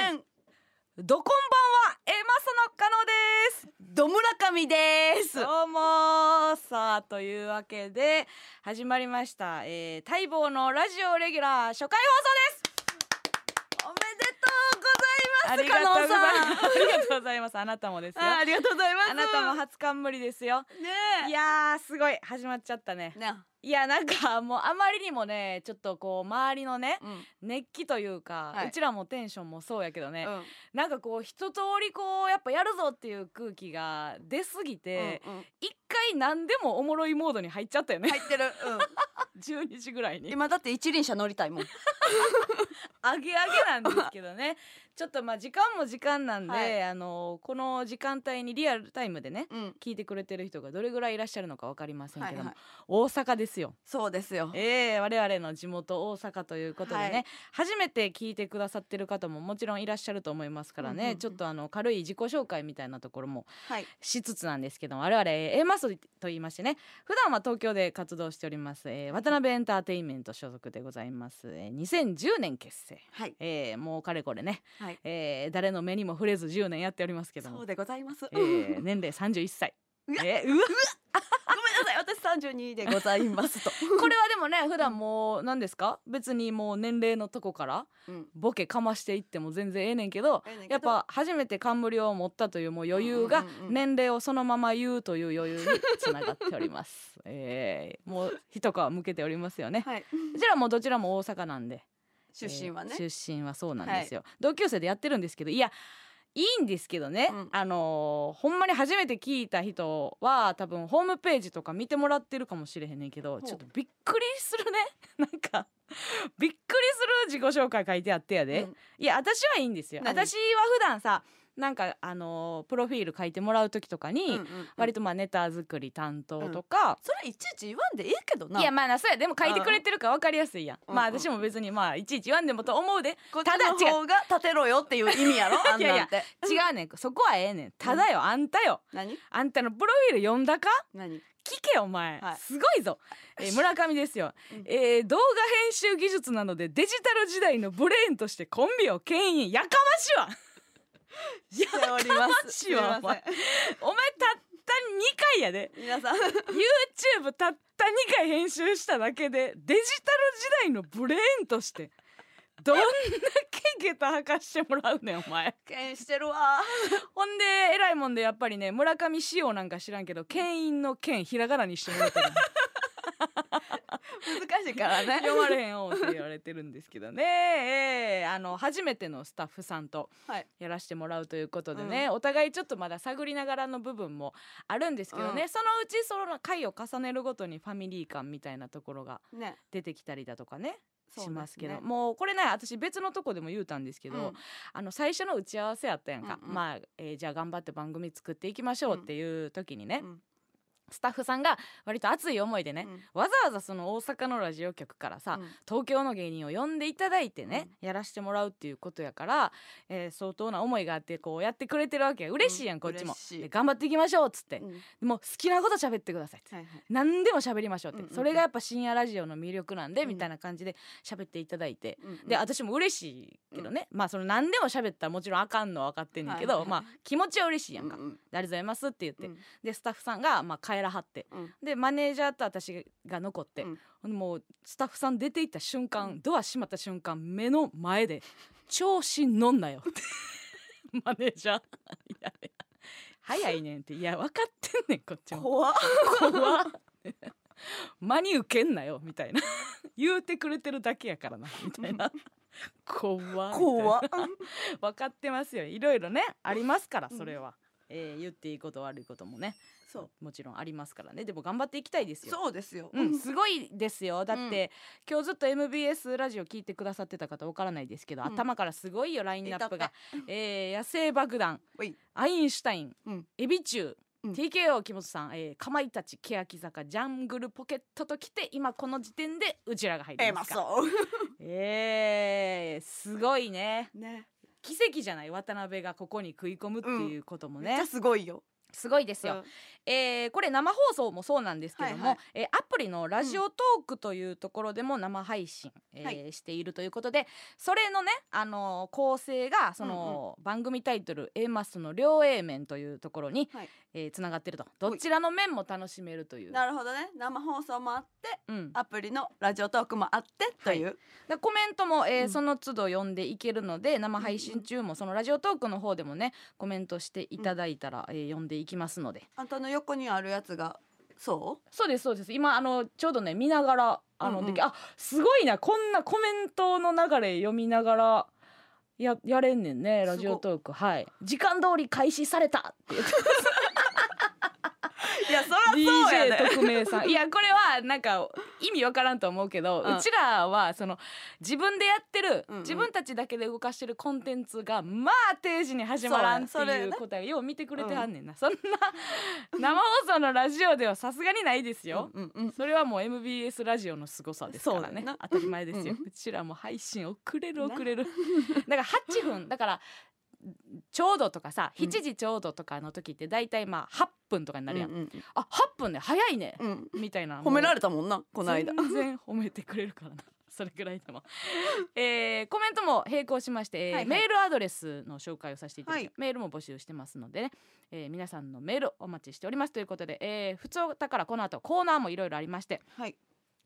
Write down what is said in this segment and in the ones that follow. どこんばんはエマソの加納ですど村上です。どうもさあというわけで始まりました、えー、待望のラジオレギュラー初回おめでとうござ放送いま。加納ですすさん。ありがとうございますありがとうございますあなたもですよあありがとうございます。あなたも初冠ですよねいやーすごい始まっちゃったねえ。ね。いやなんかもうあまりにもねちょっとこう周りのねうん。熱気というか、はいうちらもテンションもそうやけどね、うんなんかこう一通りこうやっぱやるぞっていう空気が出すぎて、うんうん一回何でもおもろいモードに入っちゃったよね入ってる。 12時ぐらいうん。に今だって一輪車乗りたいもん。あげあげなんですけ どねちょっとまあ時間も時間なんで、はいあのこの時間帯にリアルタイムでねうん。聞いてくれてる人がどれぐらいいらっしゃるのか分かりませんけはどいも、はい。大阪ですよそうですよ。ええ我々の地元大阪ということでね、はい初めて聞いてくださってる方ももちろんいらっしゃると思いますからね、うんうんうんちょっとあの軽い自己紹介みたいなところもはい。しつつなんですけど我々 A マスと言いましてね普段は東京で活動しております、えー渡辺エンターテインメント所属でございます、えー2010年結成、はい。えーもうかれこれね、はい。えー誰の目にも触れず10年やっておりますけどそもう、でございます。えー年齢31歳うわえごめーうわんなさい。私三十二でございますと。これはでもね普段もう何ですか別にもう年齢のとこから うん。ボケかましていっても全然ええねんけどやっぱ初めて冠を持ったというもう余裕がうんうんうんうん年齢をそのまま言うという余裕につながっており ます。えー、もう一皮向けておりますよね。はい。こちらもどちらも大阪なんで出身はねえ。ー出身はそうなんですよ、同級生でやってるんですけどいやいいんですけどね、うんあのーほんまに初めて聞いた人は多分ホームページとか見てもらってるかもしれへんねんけどうちょっとびっくりするね なんかびっくりする自己紹介書いてあってやで、うんいや私はいいんですよ何私は普段さなんかあのープロフィール書いてもらう時とかに、うんうん割とまあネタ作り担当とか、それいちいち言わんでいいけどな。いやまあなそうやでも書いてくれてるから分かりやすいやん、うんまあ私も別にまあいちいち言わんでもと思うでこっちただ違うの方が立てろよっていう意味やろ。あん いやいなやんて。違うねんそこはええねんただよ、あんたよ何？あんたのプロフィール読んだか何？聞けよお前、はいすごいぞ、え ー村上ですよ、うんえー動画編集技術なのでデジタル時代のブレーンとしてコンビを牽引やかましいわやっております。しいわすいませんお前たった2回やで皆さん YouTube たった2回編集しただけでデジタル時代のブレーンとしてどんだけ下駄吐かしてもらうねんお前けんしてるわ。ほんでえらいもんでやっぱりね村上仕様なんか知らんけど牽引の剣ひらがなにしてもらって る難しいからね。読まれへんよって言われてるんですけどね、ええあの初めてのスタッフさんとはい。やらしてもらうということでね、お互いちょっとまだ探りながらの部分もあるんですけどね、うんそのうちその回を重ねるごとにファミリー感みたいなところがね。出てきたりだとかねそうしますけどですねもうこれね私別のとこでも言うたんですけど、うんあの最初の打ち合わせやったやんか、うんうんまあ、えーじゃあ頑張って番組作っていきましょうっていう時にね、うんスタッフさんが割と熱い思いでね、うんわざわざその大阪のラジオ局からさ、うん東京の芸人を呼んでいただいてね、やらしてもらうっていうことやから、えー相当な思いがあってこうやってくれてるわけや嬉しいやうん、んこっちも嬉しいで頑張っていきましょうっつってう、んはいもう好きなこと喋ってくださいって。はい。何でも喋りましょうっうて、んうんうんそれがやっぱ深夜ラジオの魅力なんで、うんみたいな感じで喋っていただいて、うんうんで私も嬉しいけどね、まあその何でも喋ったらもちろんあかんのは分かってんねんけはいど、はいはまいあ気持ちは嬉しいやんかううん「でありがとうございます」って言って、うんでスタッフさんがまあ帰らはってうんでマネージャーと私が残って、うんほんでもうスタッフさん出て行った瞬間、うんドア閉まった瞬間目の前で「調子乗ん なよ」ってマネージャー「いやいや早いねん」って「いや分かってんねんこっちも」怖っ。怖っ真に受けんなよみた いな言うてくれてるだけやからなみたいな怖っみたいな 怖っ。分かってますよいろいろねありますからうんそれは、えー言っていいこと悪いこともねそう。もちろんありますからねでも頑張っていきたいですよそうですよ。うん、すごいですよだって、今日ずっと MBS ラジオ聞いてくださってた方わからないですけど、うん頭からすごいよラインナップがいたっ、えー野生爆弾おいアインシュタイン、うんエビチュー、うん TKO 木本さん、えー、かまいたち欅坂ジャングルポケットときて今この時点でうちらが入えってままあすからそえー、すごいねう。ね。奇跡じゃない渡辺がここに食い込むっていうこともめっちねゃ、すごいよ。すごいですよ、うんえーこれ生放送もそうなんですけども、はいはいえーアプリのラジオトークというところでも生配信、えーはいしているということでそれのね、あのー構成がその、番組タイトル「A マストの両 A 面」というところに、はいえーつながってるとどちらの面も楽しめるという、なるほどね生放送もあってうん、アプリのラジオトークもあってという、でコメントも、えーうんその都度読んでいけるので生配信中もそのラジオトークの方でもねコメントしていただいたら、えー読んでいきますのであんたの横にあるやつがそそうですそうです今あのちょうどね見ながらあの、うんうんできあすごいなこんなコメントの流れ読みながらややれんねんねラジオトークはい時間通り開始された って言ってういやそら DJ 特命さ んいやこれはなんか意味わからんと思うけど、ううんちらはその自分でやってる、うんうん自分たちだけで動かしてるコンテンツがまあ定時に始まらんってそうやそれいねう答えよう見てくれてはんねんな、そんな生放送のラジオではさすがにないですよ、うんうんうんそれはもう MBS ラジオの凄さですからそうねだな当たり前ですよ、ううちらも配信遅れるな遅れるだから8分だからちょうどとかさうん7時ちょうどとかの時って大体まあ8分とかになるやん、うんあ8分ね早いね、うんうんみたいな褒められれたもんなこの間全然褒めてくれるからな それぐらいでも、えーコメントも並行しまして、えーはいはいメールアドレスの紹介をさせていただき、はいメールも募集してますのでね、えー皆さんのメールお待ちしておりますということで、えー、普通だからこの後コーナーもいろいろありましてはい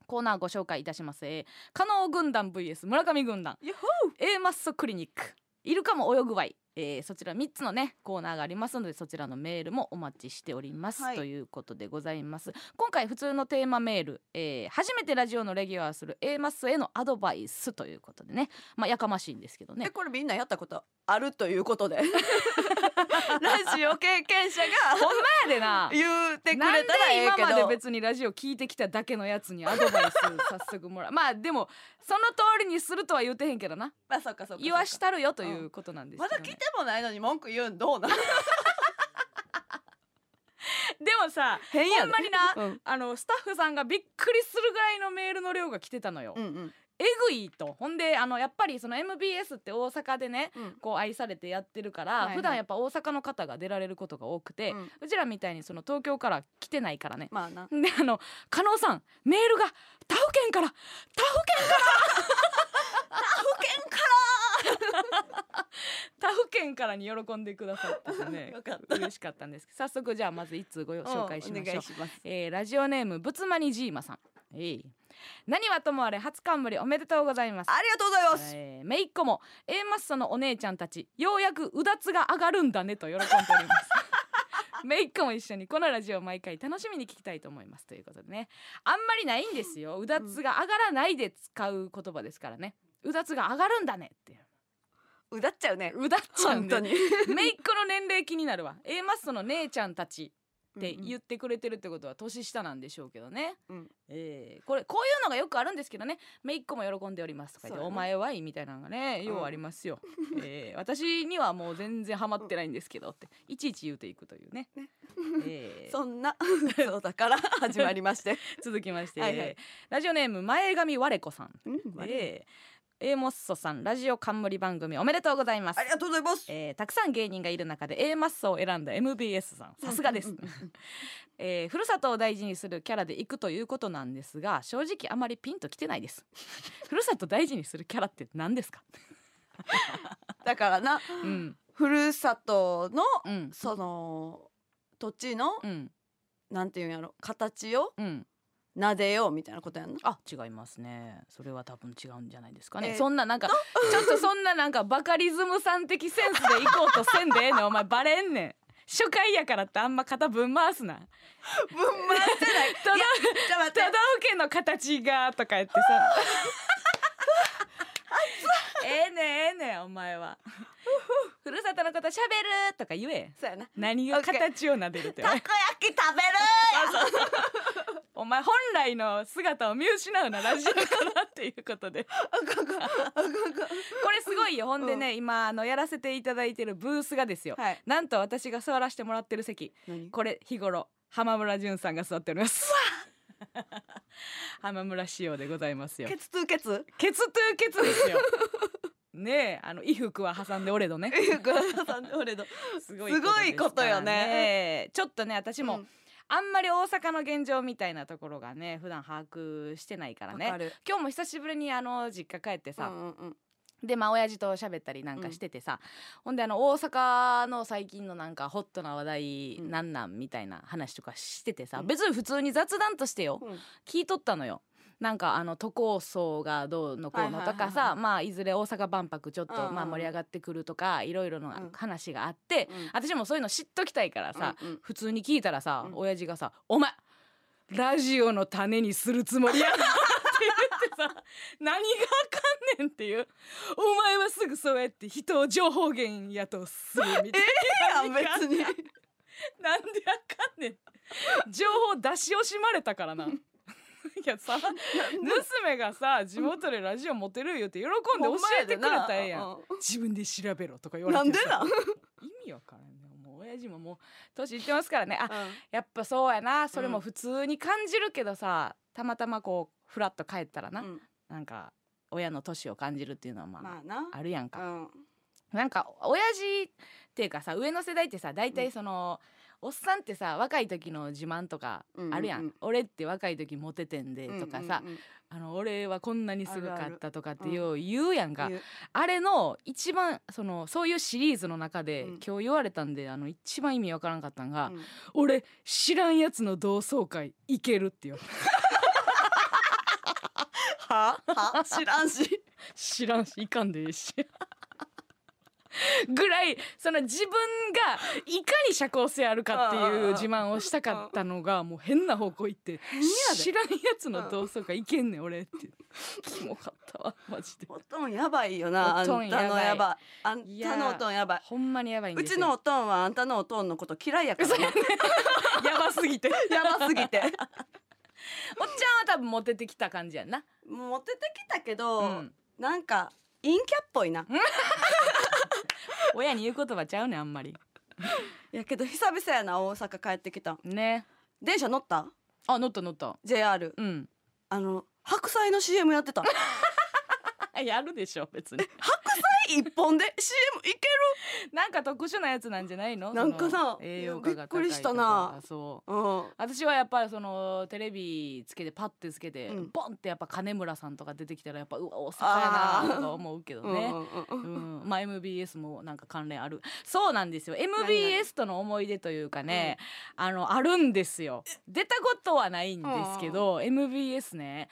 コーナーご紹介いたします。えー、加納軍団 VS 村上軍団ユッホ A マッソクリニックイルカも泳ぐわい、えー、そちら3つのねコーナーがありますのでそちらのメールもお待ちしております、はいということでございます今回普通のテーマメール、えー、初めてラジオのレギュラーする A マッソへのアドバイスということでねまあやかましいんですけどー えねこれみんなやったことあるということでラジオ経験者 ほんがまやでな 言うてくなんでれたらええけど今まで別にラジオ聞いてきただけのやつにアドバイス早速もら うまあでもその通りにするとは言ってへんけ どなまあそうかそうかそうか言わしたるよということなんですまけど、だね来てもないのに文句言うんどうな のでもさ変やでほんあのスタッフさんがびっくりするぐらいのメールの量が来てたのよ、まになうんえぐいとほんであのやっぱりその MBS って大阪でねうんこう愛されてやってるから、はいはい普段やっぱ大阪の方が出られることが多くて、ううんちらみたいにその東京から来てないからねまあな であの加納さんメールが他府県から他府県から 他府県から他府県からに喜んでくださっててね よかっ嬉しかったんですけど早速じゃあまず一通ご紹介しまおし願ょういしますえーラジオネームぶつまにジーマさん、えい何はともあれ初冠おめでとうございますありがとうございますえー、めいっ子も A マッソのお姉ちゃんたちようやくうだつが上がるんだねと喜んでおり ますめいっ子も一緒にこのラジオ毎回楽しみに聞きたいと思いますということでねあんまりないんですようだつが上がらないで使う言葉ですからねうだつが上がるんだねっていううだっちゃうねうだっちゃう 本ん当だにめいっ子の年齢気になるわ A マッソの姉ちゃんたちってうんうん言ってくれてるってことは年下なんでしょうけどね、うんえーこれこういうのがよくあるんですけどね「めいっ子も喜んでおります」とか言っそうやて「おな前はいい」みたいなのがね、んようありますよ、えー私にはもう全然ハマってないんですけどっていちいち言うていくというねねえ ーそんなそうだから始まりま して、続きまして、はいはいラジオネーム前髪我子さん、うんえー、A モッソさんラジオ冠番組おめでとうございますありがとうございますえーたくさん芸人がいる中で A マッソを選んだ MBS さんさすがです、うんうんえーふるさとを大事にするキャラで行くということなんですが正直あまりピンときてないです ふるさと大事にするキャラって何ですかだからなうんふるさとのうんその土地の、うんなんていうんやろ形をうん撫でようみたいなことやんなあ違いますねそれは多分違うんじゃないですかね、えーそんななんかちょっと そんななんかバカリズムさん的センスで行こうとせんでええねんお前バレんねん初回やからってあんま肩ぶん回すなぶん回って ないただいやちょっと待っ都て道府県の形がとか言ってさええねんええねんお前はふるさとのことしゃべるとか言えそうやな何が形をなでるってお前たこ焼き食べるお前本来の姿を見失うなラジオからっていうことでこれすごいよほんでね、今あのやらせていただいてるブースがですよ、はいなんと私が座らせてもらってる席何これ日頃浜村淳さんが座っております浜村仕様でございますよケツツーケツ ケツトゥーケツですよねえあの衣服は挟んでおれどねごめんなさい俺のすごいこすとごいことよねねちょっとね私うも、んあんまり大阪の現状みたいなところがね普段把握してないからわかねる今日も久しぶりにあの実家帰ってうさ、んうんでまあ親父と喋ったりなんかしててさ、ほんであの大阪の最近のなんかホットな話題うんなんなんみたいな話とかしててさ、うん別に普通に雑談としてよ、うん聞いとったのよ。なんかあの都構想がどうのこうのとはいはいかはいはさまあいずれ大阪万博ちょっとうんうんうんまあ盛り上がってくるとかいろいろのうん話があってうん私もそういうの知っときたいからさうんうん普通に聞いたらさうん親父がさ「お前ラジオの種にするつもりやな」って言 ってさ「何があかんねん」っていう「お前はすぐそうやって人を情報源やとする」みたいないや別になんであかんねん情報出し惜しまれたからな いやさ娘がさ地元でラジオ持てる言うて喜んで教えてくれたらええやんん自分で調べろとか言われなてんでなん意味わからんねもう親父ももう年いってますからねあうんやっぱそうやなそれも普通に感じるけどさたまたまこうフラッと帰ったらな、うんなんか親の年を感じるっていうのはまあ、まあなあるやんか、うんなんか親父っていうかさ上の世代ってさ大体その、おっさんってさ若い時の自慢とかあるやん、うんうんうん俺って若い時モテてんでとかさ、うんうんうんあの俺はこんなにすごかったとかってよう言うやんかあ言うれの一番そのそういうシリーズの中で、うん今日言われたんであの一番意味わからんかったんが、うん俺知らんやつの同窓会行けるってよは は知らんし知らんしいかんでええしぐらいその自分がいかに社交性あるかっていう自慢をしたかったのがもう変な方向行ってやで知らんやつの同窓会いけんねん俺ってキモかったわマジでおとんやばいよなあおんとんやばたいのやばいあんいたやのおとんやばいほんまにやばいんうですちよのおとんはあんたのおとんのこと嫌いやからなやばすぎておっちやばす ぎてゃんは多分モテてきた感じやんなもうモテてきたけど、うんなんか陰キャっぽいな親に言う言葉ちゃうねんあんまりやけど久々やな大阪帰ってきたね電車乗ったあ乗った乗った JR うんあの白菜の CM やってた白 やるでしょ別に菜一本で CM いけ なんか特殊なやつなんじゃない のなんかさその栄養価がび高いとかっくりしたなあそうるうん私はやっぱりそのテレビつけてパッてつけて、うんボンってやっぱ金村さんとか出てきたらやっぱうわ大阪やなとか思うけどうんね。うんうんううんんまあ MBS もなんか関連あるそうなんですよ々 MBS との思い出というかね、あのあるんですよ出たことはないんですけど MBS ね、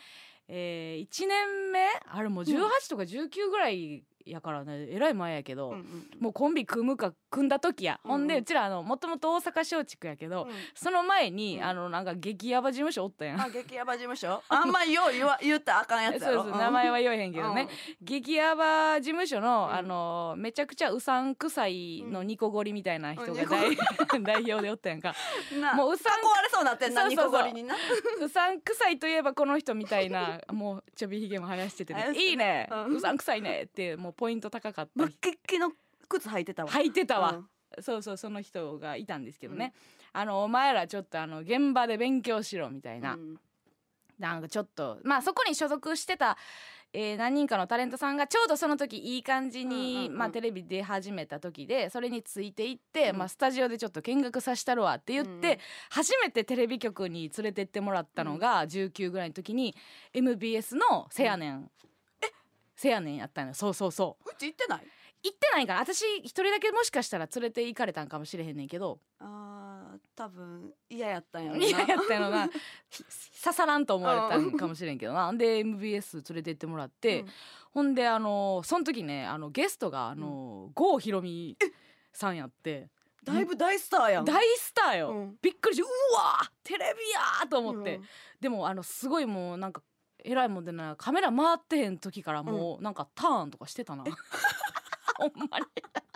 えー、1年目あれもう18とか19ぐらいやからね、えらい前やけど、うんうんもうコンビ組むか組んだ時や、ほんうんでうんうちらあのもともと大阪松竹やけど、うんその前に、うんあのなんか激ヤバ事務所おったやん。あ激ヤバ事務所あんまよう言わ言ったらあかんやつそやうそろう名前は言えへんけどね、激ヤバ事務所の、うんあのめちゃくちゃうさんくさいのニコゴリみたいな人うんがニコ代 代表でおったやんかうんなもううさん囲われそうなってんなそうそうそうニコゴリになうさんくさいといえばこの人みた いなもうちょびひげも生やしてて、ね生やして「ねいいね、ううんさんくさいね」ってもうポイント高 かったム人ッキッキの靴履いてたわ履いてたわ、うんそうそうその人がいたんですけどね、あのお前らちょっとあの現場で勉強しろみたいな、うんなんかちょっとまあそこに所属してた、えー何人かのタレントさんがちょうどその時いい感じに、うんうんうんまあ、テレビ出始めた時でそれについていって、うんまあ、スタジオでちょっと見学させたるわって言って、うん初めてテレビ局に連れてってもらったのが19ぐらいの時に MBS の「せやねん」せやねんやったのよそうそうそう。うち行ってない行ってないから私一人だけもしかしたら連れて行かれたんかもしれへんねんけどあー多分嫌や ったんやろな嫌やったやろなひ刺さらんと思われたんかもしれんけどなで MBS 連れて行ってもらって、うんほんであのその時ねあのゲストがあの、郷ひろみさんやってだいぶ大スターやん大スターよ、うんびっくりしてうわーテレビやーと思って、うんでもあのすごいもうなんかえらいもんでなカメラ回ってへん時からもうなんかターンとかしてたな、 ほんまに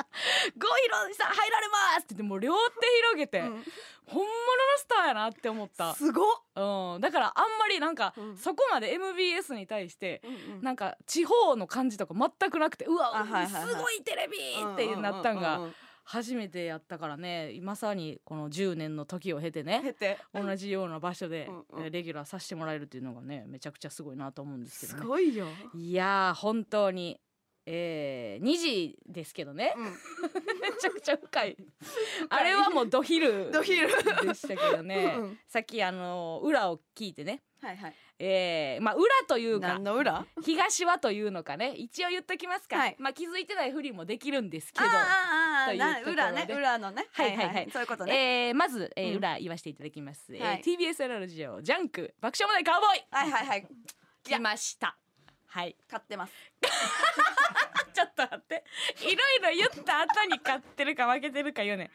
「ゴイロさん入られます!」って言ってもう両手広げて、うん本物のスターやなって思った、すごっうん、だからあんまりなんか、うんそこまで MBS に対してうんなんか地方の感じとか全くなくて「うわ、あはいはいはいすごいテレビ!」うんってなったんううがう初めてやったからねまさにこの10年の時を経てねうん経て同じような場所でうんうんえーレギュラーさせてもらえるっていうのがねめちゃくちゃすごいなと思うんですけすどね。ごいよいやー本当にえー、2時ですけ どねうめちゃくちゃ深いあれはもうドヒルん、でドヒル。したけど ねうんさっきあの裏を聞いてねはいはい。えー、まあ裏というか何の裏？あ東はというのかね一応言っときますか、はいまあ気づいてないふりもできるんですけあどあとあいうなところで裏ね裏のね。はいはいはいそういうことね。えーまず、えーうん裏言わせていただきます、えーはい TBS ラジオジャンク爆笑問題カウボーイはいはいはい。来ましたはい買ってます。ちょっと待っていろいろ言った後に買ってるか負けてるか言うね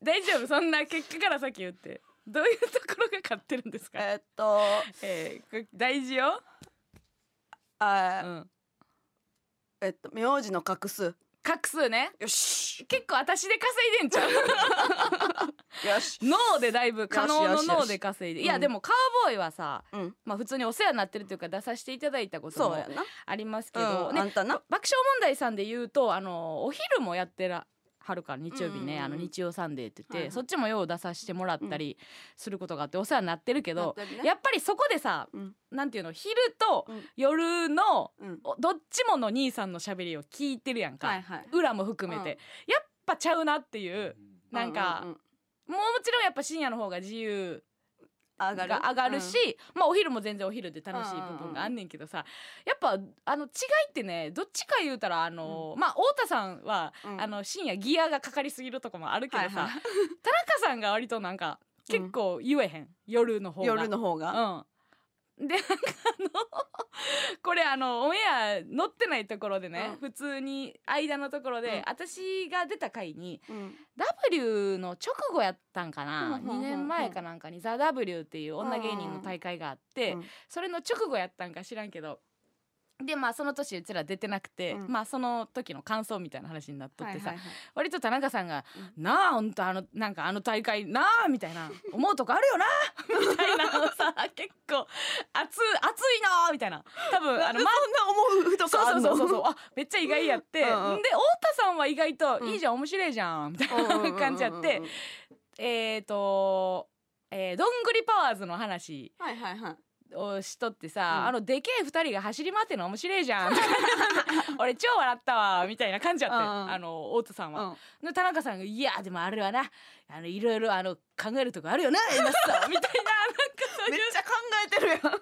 大丈夫そんな結果から先言ってどういうところが買ってるんですか、えーっと、えーこれ大事よ、うあーん、えっと名字の画数。画数ねよし結構私で稼いでんちゃうよし。脳でだいぶ可能よしよしのよし脳で稼いでいや、うんでもカウボーイはさ、うんまあ、普通にお世話になってるというか出させていただいたことそうもやな。ありますけど、うん、ねあんたな。爆笑問題さんで言うとあのお昼もやってらはるから日曜日うんね、うんうんあの日曜サンデーって言って、はいはいそっちもよう出させてもらったりすることがあってお世話になってるけど、なってるねやっぱりそこでさ、うんなんていうの昼とうん夜のうん。おどっちもの兄さんの喋りを聞いてるやんか、はいはい。裏も含めて、うんやっぱちゃうなっていうなんか、ううもうもちろんやっぱ深夜の方が自うん由上ががる上がるし、まあお昼も全然お昼で楽しい部分があんねんけどさ、やっぱあの違いってねどっちか言うたらあの、まあ太田さんは、うんあの深夜ギアがかかりすぎるとこもあるけどさ、はいはい田中さんが割となんか結構言えへん、夜の方が。夜の方が、うんでなんかあの これあのオンエア載ってないところでね、普通に間のところで、うん私が出た回に、うん、 W の直後やったんかうんなうんうんうん2年前かなんかに「ザ・ w っていう女芸人の大会があってうんそれの直後やったんか知らんけどでまあその年うちら出てなくてうんまあその時の感想みたいな話になっとってさはいはいはい割と田中さんが「なあほんとあのなんかあの大会なあ」みたいな「思うとこあるよな」 みたいなのさ結構熱「熱いな」みたいな多分あのそんな思うとかあそんのうそうそうそう あめっちゃ意外やってうんうんで太田さんは意外と「うんいいじゃん面白いじゃん」みたい うんうんうんうなん感じやってえーとえーどんぐりパワーズの話はいはいはいをしとってさ、うんあのでけえ二人が走り回ってんの面白い じゃん 俺超笑ったわみたいな感じやってうんんあの太田さんは。んで田中さんが「いやでもあれはなあのいろいろあの考えるとこあるよな今さ」みたいななん かそうめっいうちゃ考えてるやんあ田中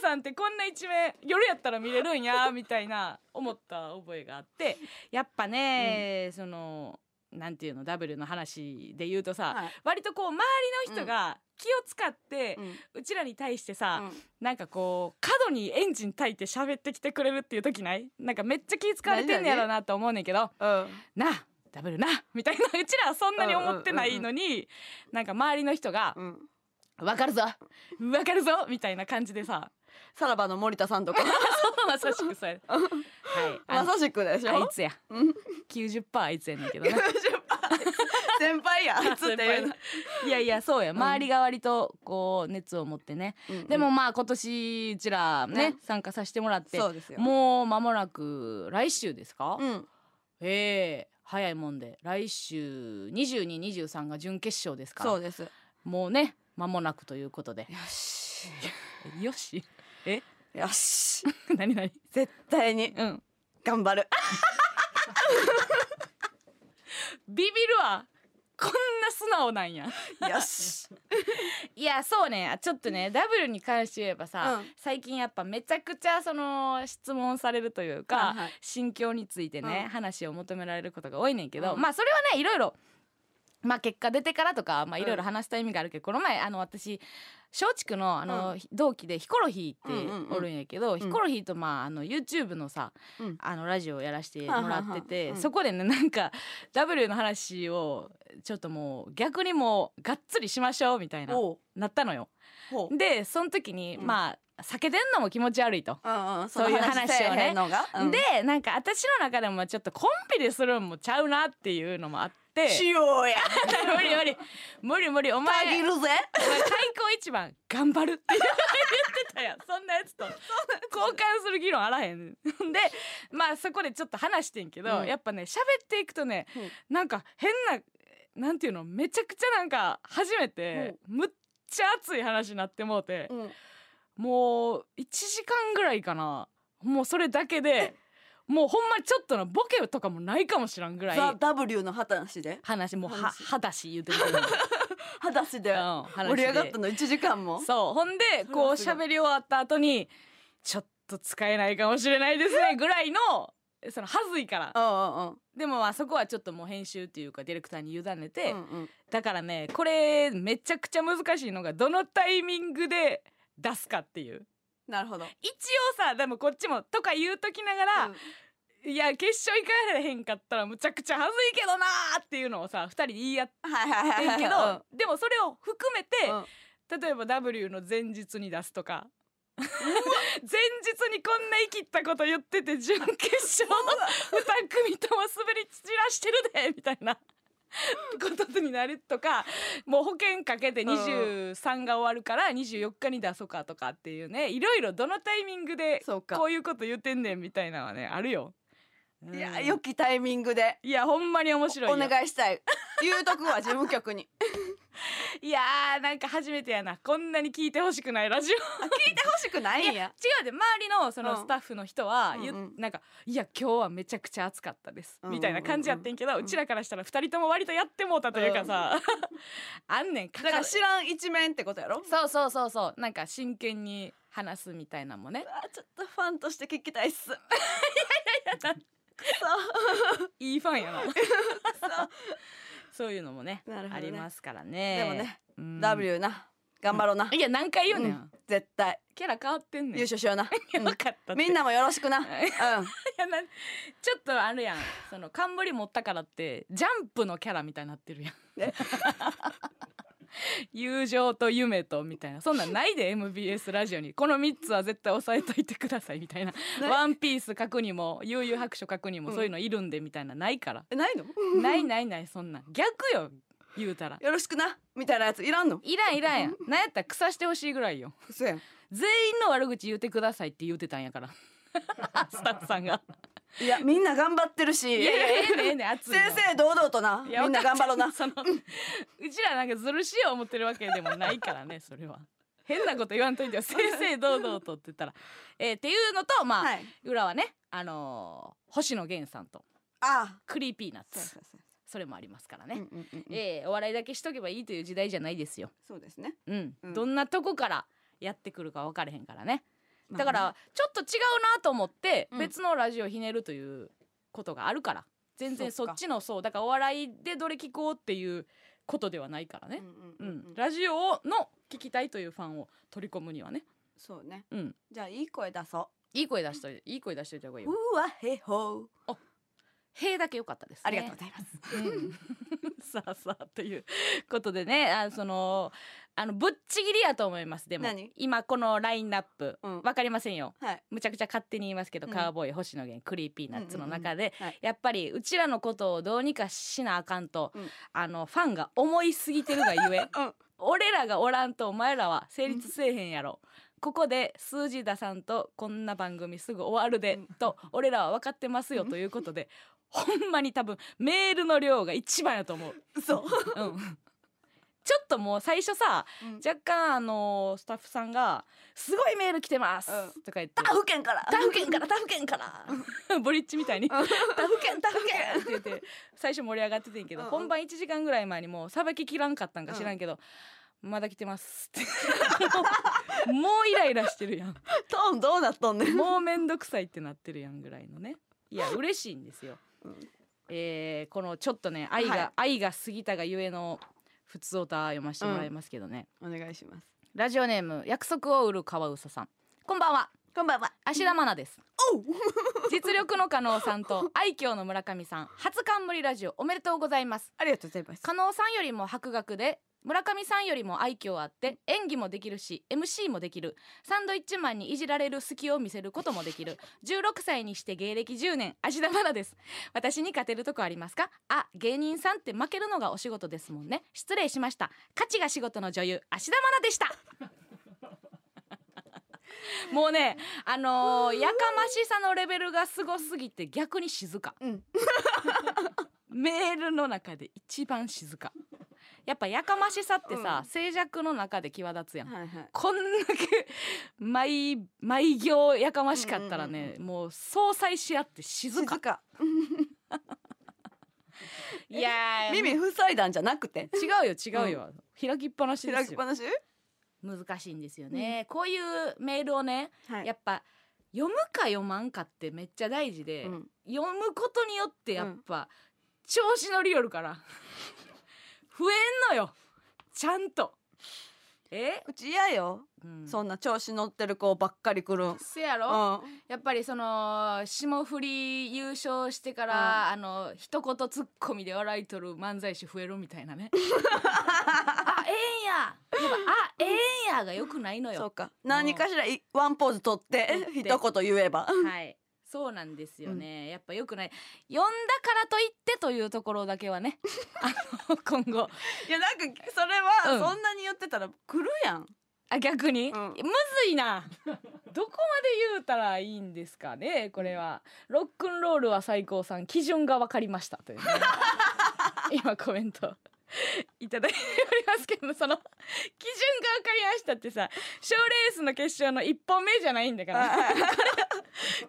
さんってこんな一面夜やったら見れるんやみたいな思った覚えがあってやっぱね、そのなんていうの W の話で言うとさ、はい割とこう周りの人が気を使って、うんうちらに対してさ、うんなんかこう過度にエンジン焚いて喋ってきてくれるっていう時ないなんかめっちゃ気使われてんねやろなと思うねんけどなあダブルなみたいな うちらはそんなに思ってないのに、なんか周りの人がうん「わかるぞわかるぞ」みたいな感じでささらばの森田さん とかまさし くそれ、はい、あまのさしくでしあい ょつやうん90%あいつやねんけどな。 先輩や あいつっていうの いやいやそうや周りが割とこう熱を持ってね、うんでもまあ今年うちらねね参加させてもらってそうですよもう間もなく来週ですか、うんええ早いもんで来週2223が準決勝ですからそうですよもうね間もなくということで しよし えよし何何絶対にうん頑張るビビるわこんな素直なんや よしいやそうねちょっとねダブルに関して言えばさ、うん最近やっぱめちゃくちゃその質問されるというか、はいはい心境についてね、うん話を求められることが多いねんけど、うんまあそれはねいろいろ。まあ結果出てからとかまあうんいろいろ話した意味があるけど、この前あの私松竹のあの、同期でヒコロヒーうんうんっうてんおるんやけど、ヒコロヒーとまああの YouTube のさ、うんあのラジオをやらせてもらってて、はははうんそこでねなんか W の話をちょっともう逆にもうがっつりしましょうみたいなおうなったのよ。ほうでその時に、うんまあ避けてんのも気持ち悪いと。うんうんそういう話そをねのせえへんのがうんでなんか私の中でもちょっとコンビでするんもちゃうなっていうのもあってしようや 無理無理無理無理お前たぎるぜお前開口一番頑張るって言って たやんそんなやつと交換する議論あらへん でまあそこでちょっと話してんけど、うんやっぱね喋っていくとね、なんか変ななんていうのめちゃくちゃなんか初めて、むっちゃ熱い話になってもうて、うんもう1時間ぐらいかなもうそれだけでもうほんまにちょっとのボケとかもないかもしらんぐらザい W の話で話もうは話はだし言うてるけどうん裸足で 話盛り上がっでたの1時間もそうほんでこうそれはすご喋り終わった後にちょっと使えないかもしれないですねぐらいのその恥ずいからうんうんでもまあそこはちょっともう編集っていうかディレクターに委ねて、うんうんだからねこれめちゃくちゃ難しいのがどのタイミングで出すかっていうなるほど一応さでもこっちもとか言うときながら、うんいや決勝行かれへんかったらむちゃくちゃ恥ずいけどなーっていうのをさ2人で言い合っはいはいはていんはい けどでもそれを含めうてん例えば W の前日に出すとか 前日にこんな言い切ったこと言ってて準決勝2組とも滑り散らしてるでみたいな。ことになるとかもう保険かけて23が終わるから24日に出そうかとかっていうねいろいろどのタイミングでそうかこういうこと言ってんねんみたいなのはねあるよ。いうんや良きタイミングでいやほんまに面白いよお願いしたい言うとくわ事務局にいやーなんか初めてやなこんなに聞いてほしくないラジオ 聞いてほしくないんや 違うで周りのそうのんスタッフの人は、うんゆうんなんか「いや今日はめちゃくちゃ暑かったです」うんうんみたいな感じやってんけど、ううんちらからしたら2人とも割とやってもうたというかさ、あんねんかだかから知らん一面ってことやろそうそうそうそうなんか真剣に話すみたいなんもねあちょっとファンとして聞きたいっすいやいやそいいファンやな そういうのもねうなるほど、ね、ありますからでねもね、うん W な頑張ろう ないや何回言うねん、うん絶対キャラ変わってんねん優勝しような、うん 分かったってみんなもよろしくなうんいやなちょっとあるやんその冠持ったからってジャンプのキャラみたいになってるやん ね友情と夢とみたいなそんなんないで MBS ラジオにこの3つは絶対押さえといてくださいみたいな「ワンピース書くにも「悠々白書書くにもうんそういうのいるんでみたいなないから、えないのないないないそんなん逆よ言うたらよろしくなみたいなやついらんのいらんいらんやんなんやったら腐してほしいぐらいよ嘘やん全員の悪口言うてくださいって言うてたんやから スタッフさんがいやみんな頑張ってるしいやいやええねんええねん熱い先の生堂々とないやみんな頑張ろうなそのうちらなんかずるしい思ってるわけでもないからねそれは変なこと言わんといてよ正々堂々とって言ったら、えーっていうのとまあ、はい裏はねあのー星野源さんとあクリーピーナッあそうツそうそうそれもありますからうね、んうんうんうんえーお笑いだけしとけばいいという時代じゃないですよそうですねうん、うんどんなとこからやってくるか分かれへんからねまあだからちょっと違うなと思ってうん別のラジオひねるということがあるから全然そっそかっちのそうだからお笑いでどれ聞こうっていうことではないからねう、んううんんうんうんラジオの聞きたいというファンを取り込むにはね、そうねうん、じゃあいい声出そいい声出しといていい声出しといた方がいういうよわへほう塀だけ良かったです、ね、ありがとうございますうん、 さあさあということでねあそのあのぶっちぎりやと思いますでも何今このラインナップ、うんわかりませんよはいむちゃくちゃ勝手に言いますけど、うんカウボーイ星野源クリーピーナッツの中で、うんうんうんはいやっぱりうちらのことをどうにかしなあかんと、うんあのファンが思いすぎてるがゆえ、 うん俺らがおらんとお前らは成立せえへんやろ。ここで数字出さんとこんな番組すぐ終わるで、うんと俺らは分かってますようんということで、ほんまに多分メールの量が一番やと思う。そううんちょっともう最初さうん若干あのスタッフさんが「すごいメール来てますう」とか言って他府県から他府県から他府県から ブリッジみたいに「他府県他府県」って言って最初盛り上がっててんけど、うんうん本番1時間ぐらい前にもうさばききらんかったんか知らんけど「まだ来てます」って もうイライラしてるやんトーンどうなっとんねんもうめんどくさいってなってるやんぐらいのねいや嬉しいんですよ、うんえーこのちょっとね愛が、はい愛が過ぎたがゆえの普通オタ読ませてもらいますけどね、お願いしますラジオネーム約束を売る川うささんこんばんはこんばんは芦田愛菜ですおう 実力の加納さんと愛嬌の村上さん初冠ラジオおめでとうございます ありがとうございます加納さんよりも博学で村上さんよりも愛嬌あって演技もできるし MC もできるサンドイッチマンにいじられる隙を見せることもできる16歳にして芸歴10年芦田愛菜です私に勝てるとこありますかあ芸人さんって負けるのがお仕事ですもんね失礼しました価値が仕事の女優芦田愛菜でした もうねあのーやかましさのレベルがすごすぎて逆に静かうんメールの中で一番静かやっぱやかましさってさ、うん静寂の中で際立つやん、はいはいこんだけ毎毎行やかましかったらね、うんうんもう相殺し合って静静かかいやー耳塞いだんじゃなく て違うよ違うよ、開きっぱなしで開すきっよぱなし難しいんですよね、こういうメールをねはやっぱ読むか読まんかってめっちゃ大事で、うん読むことによってやっぱ、調子乗りよるから 増えんのよちゃんとえ、うち嫌ようんそんな調子乗ってる子ばっかり来るんせやろ、うんやっぱりその霜降り優勝してから、あの一言ツッコミで笑いとる漫才師増えるみたいな ねあええんややっぱあええんやがよくないのよそうか何かしらいワンポーズ取って取一って言言えばはい。そうなんですよね、やっぱ良くない呼んだからといってというところだけはねあの今後いやなんかそれうんはそんなに言ってたら来るやんあ逆に、うんむずいなどこまで言うたらいいんですかねこれは、ロックンロールは最高さん基準が分かりました というね、今コメントいただいておりますけどもその基準が分かりましたってさ賞レースの決勝の1本目じゃないんだから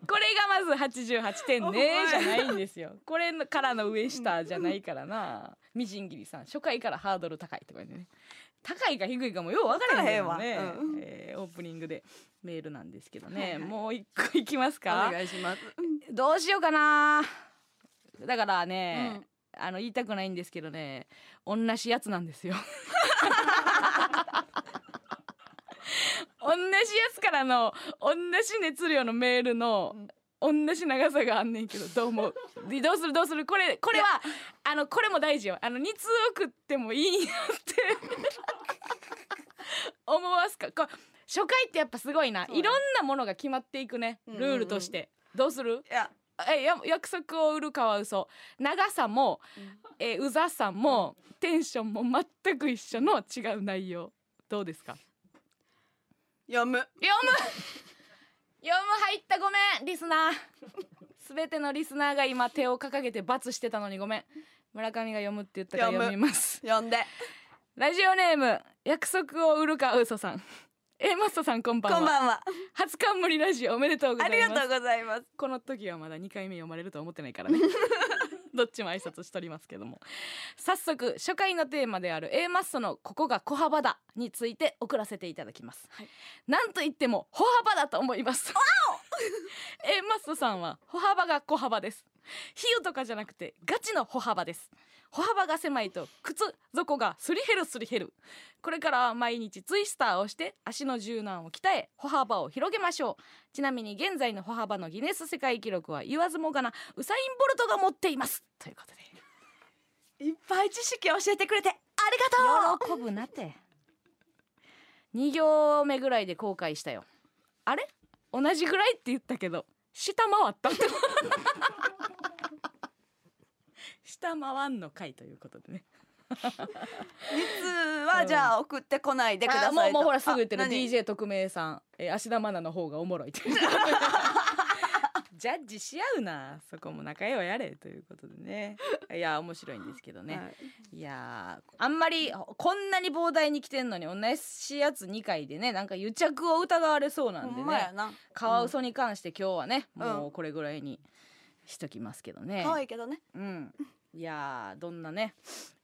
これがまず88 点ねじゃないんですよこれのからの上下じゃないからなみじん切りさん初回からハードル高いとか言ってね高いか低いかもよう分からへんわねわからへんわうんえーオープニングでメールなんですけどね、はいはいもう一個いきますおか願いしますどうしようかなだからね、うんあの言いたくないんですけどね同じやつなんですよ同じやつからの同じ熱量のメールの同じ長さがあんねんけどどう思うでどうするどうするこれこれはあのこれも大事よあの2通送ってもいいなって 思わすかこう初回ってやっぱすごいな、そうねいろんなものが決まっていくねルールとして、どうするいやえや約束を売るかは嘘長さも、えうざさもテンションも全く一緒の違う内容どうですか読む読む 読む入ったごめんリスナーすべてのリスナーが今手を掲げて罰してたのにごめん村上が読むって言ったから読む読みます読んでラジオネーム約束を売るか嘘さん A マストさんこんばんはこんばんは初冠ラジオおめでとうござあいまりすがとうございますこの時はまだ2回目読まれるとは思ってないか らねどっちも挨拶しておりますけども早速初回のテーマである A マッソの「ここが小幅だ」について送らせていただきます、はいなんと言っても歩幅だと思います A マッソさんは歩幅が小幅です比喩とかじゃなくてガチの歩幅です歩幅が狭いと靴底がすり減るすり減るこれからは毎日ツイスターをして足の柔軟を鍛え歩幅を広げましょうちなみに現在の歩幅のギネス世界記録は言わずもがなウサイン・ボルトが持っていますということでいっぱい知識を教えてくれてありがとう喜ぶなて2行目ぐらいで後悔したよあれ同じぐらいって言ったけど下回ったって 下回んのかいということでね実はじゃあ送ってこないでくださいあともうもうほらすぐ言ってるあ何 DJ 特命さん、えー、芦田愛菜の方がおもろいというジャッジし合うなそこも仲良うやれということでねいや面白いんですけどね、はいい、やーあんまりこんなに膨大に来てんのに同じやつ2回でねなんか癒着を疑われそうなんほでんまやねなカワウソに関して今日はね、うんもうこれぐらいにしときますけどね、可愛いけどねうん、いやーどんなね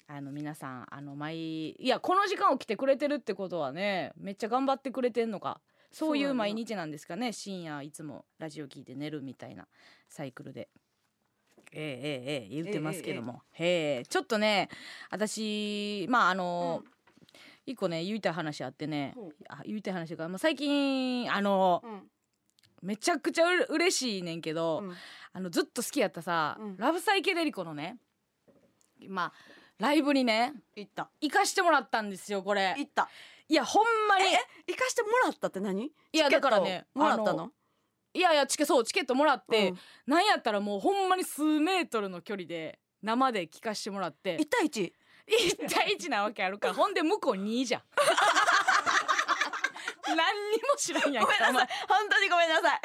あの皆さんあの毎いやこの時間起きてくれてるってことはねめっちゃ頑張ってくれてんのかそういそうなうんだ毎日なんですかね深夜いつもラジオ聞いて寝るみたいなサイクルで。ええええええ言ってますけども、へえちょっとね私まああの、一個ね言いたい話あってね、ほうあ言いたい話というか、まあ、最近あの、うんめちゃくちゃうれ嬉しいねんけど、うんあのずっと好きやったさ、うんラブサイケデリコのねまあライブにね行った行かしてもらったんですよこれ行ったいやほんまに行かしてもらったって何いやだからねチケットもらったあのいやいやチケそうチケットもらって、うんなんやったらもうほんまに数メートルの距離で生で聞かしてもらって一対一1対1なわけあ るかほんで向こう2じゃん何にも知らんやんごめんなお前さい本当にごめんなさ い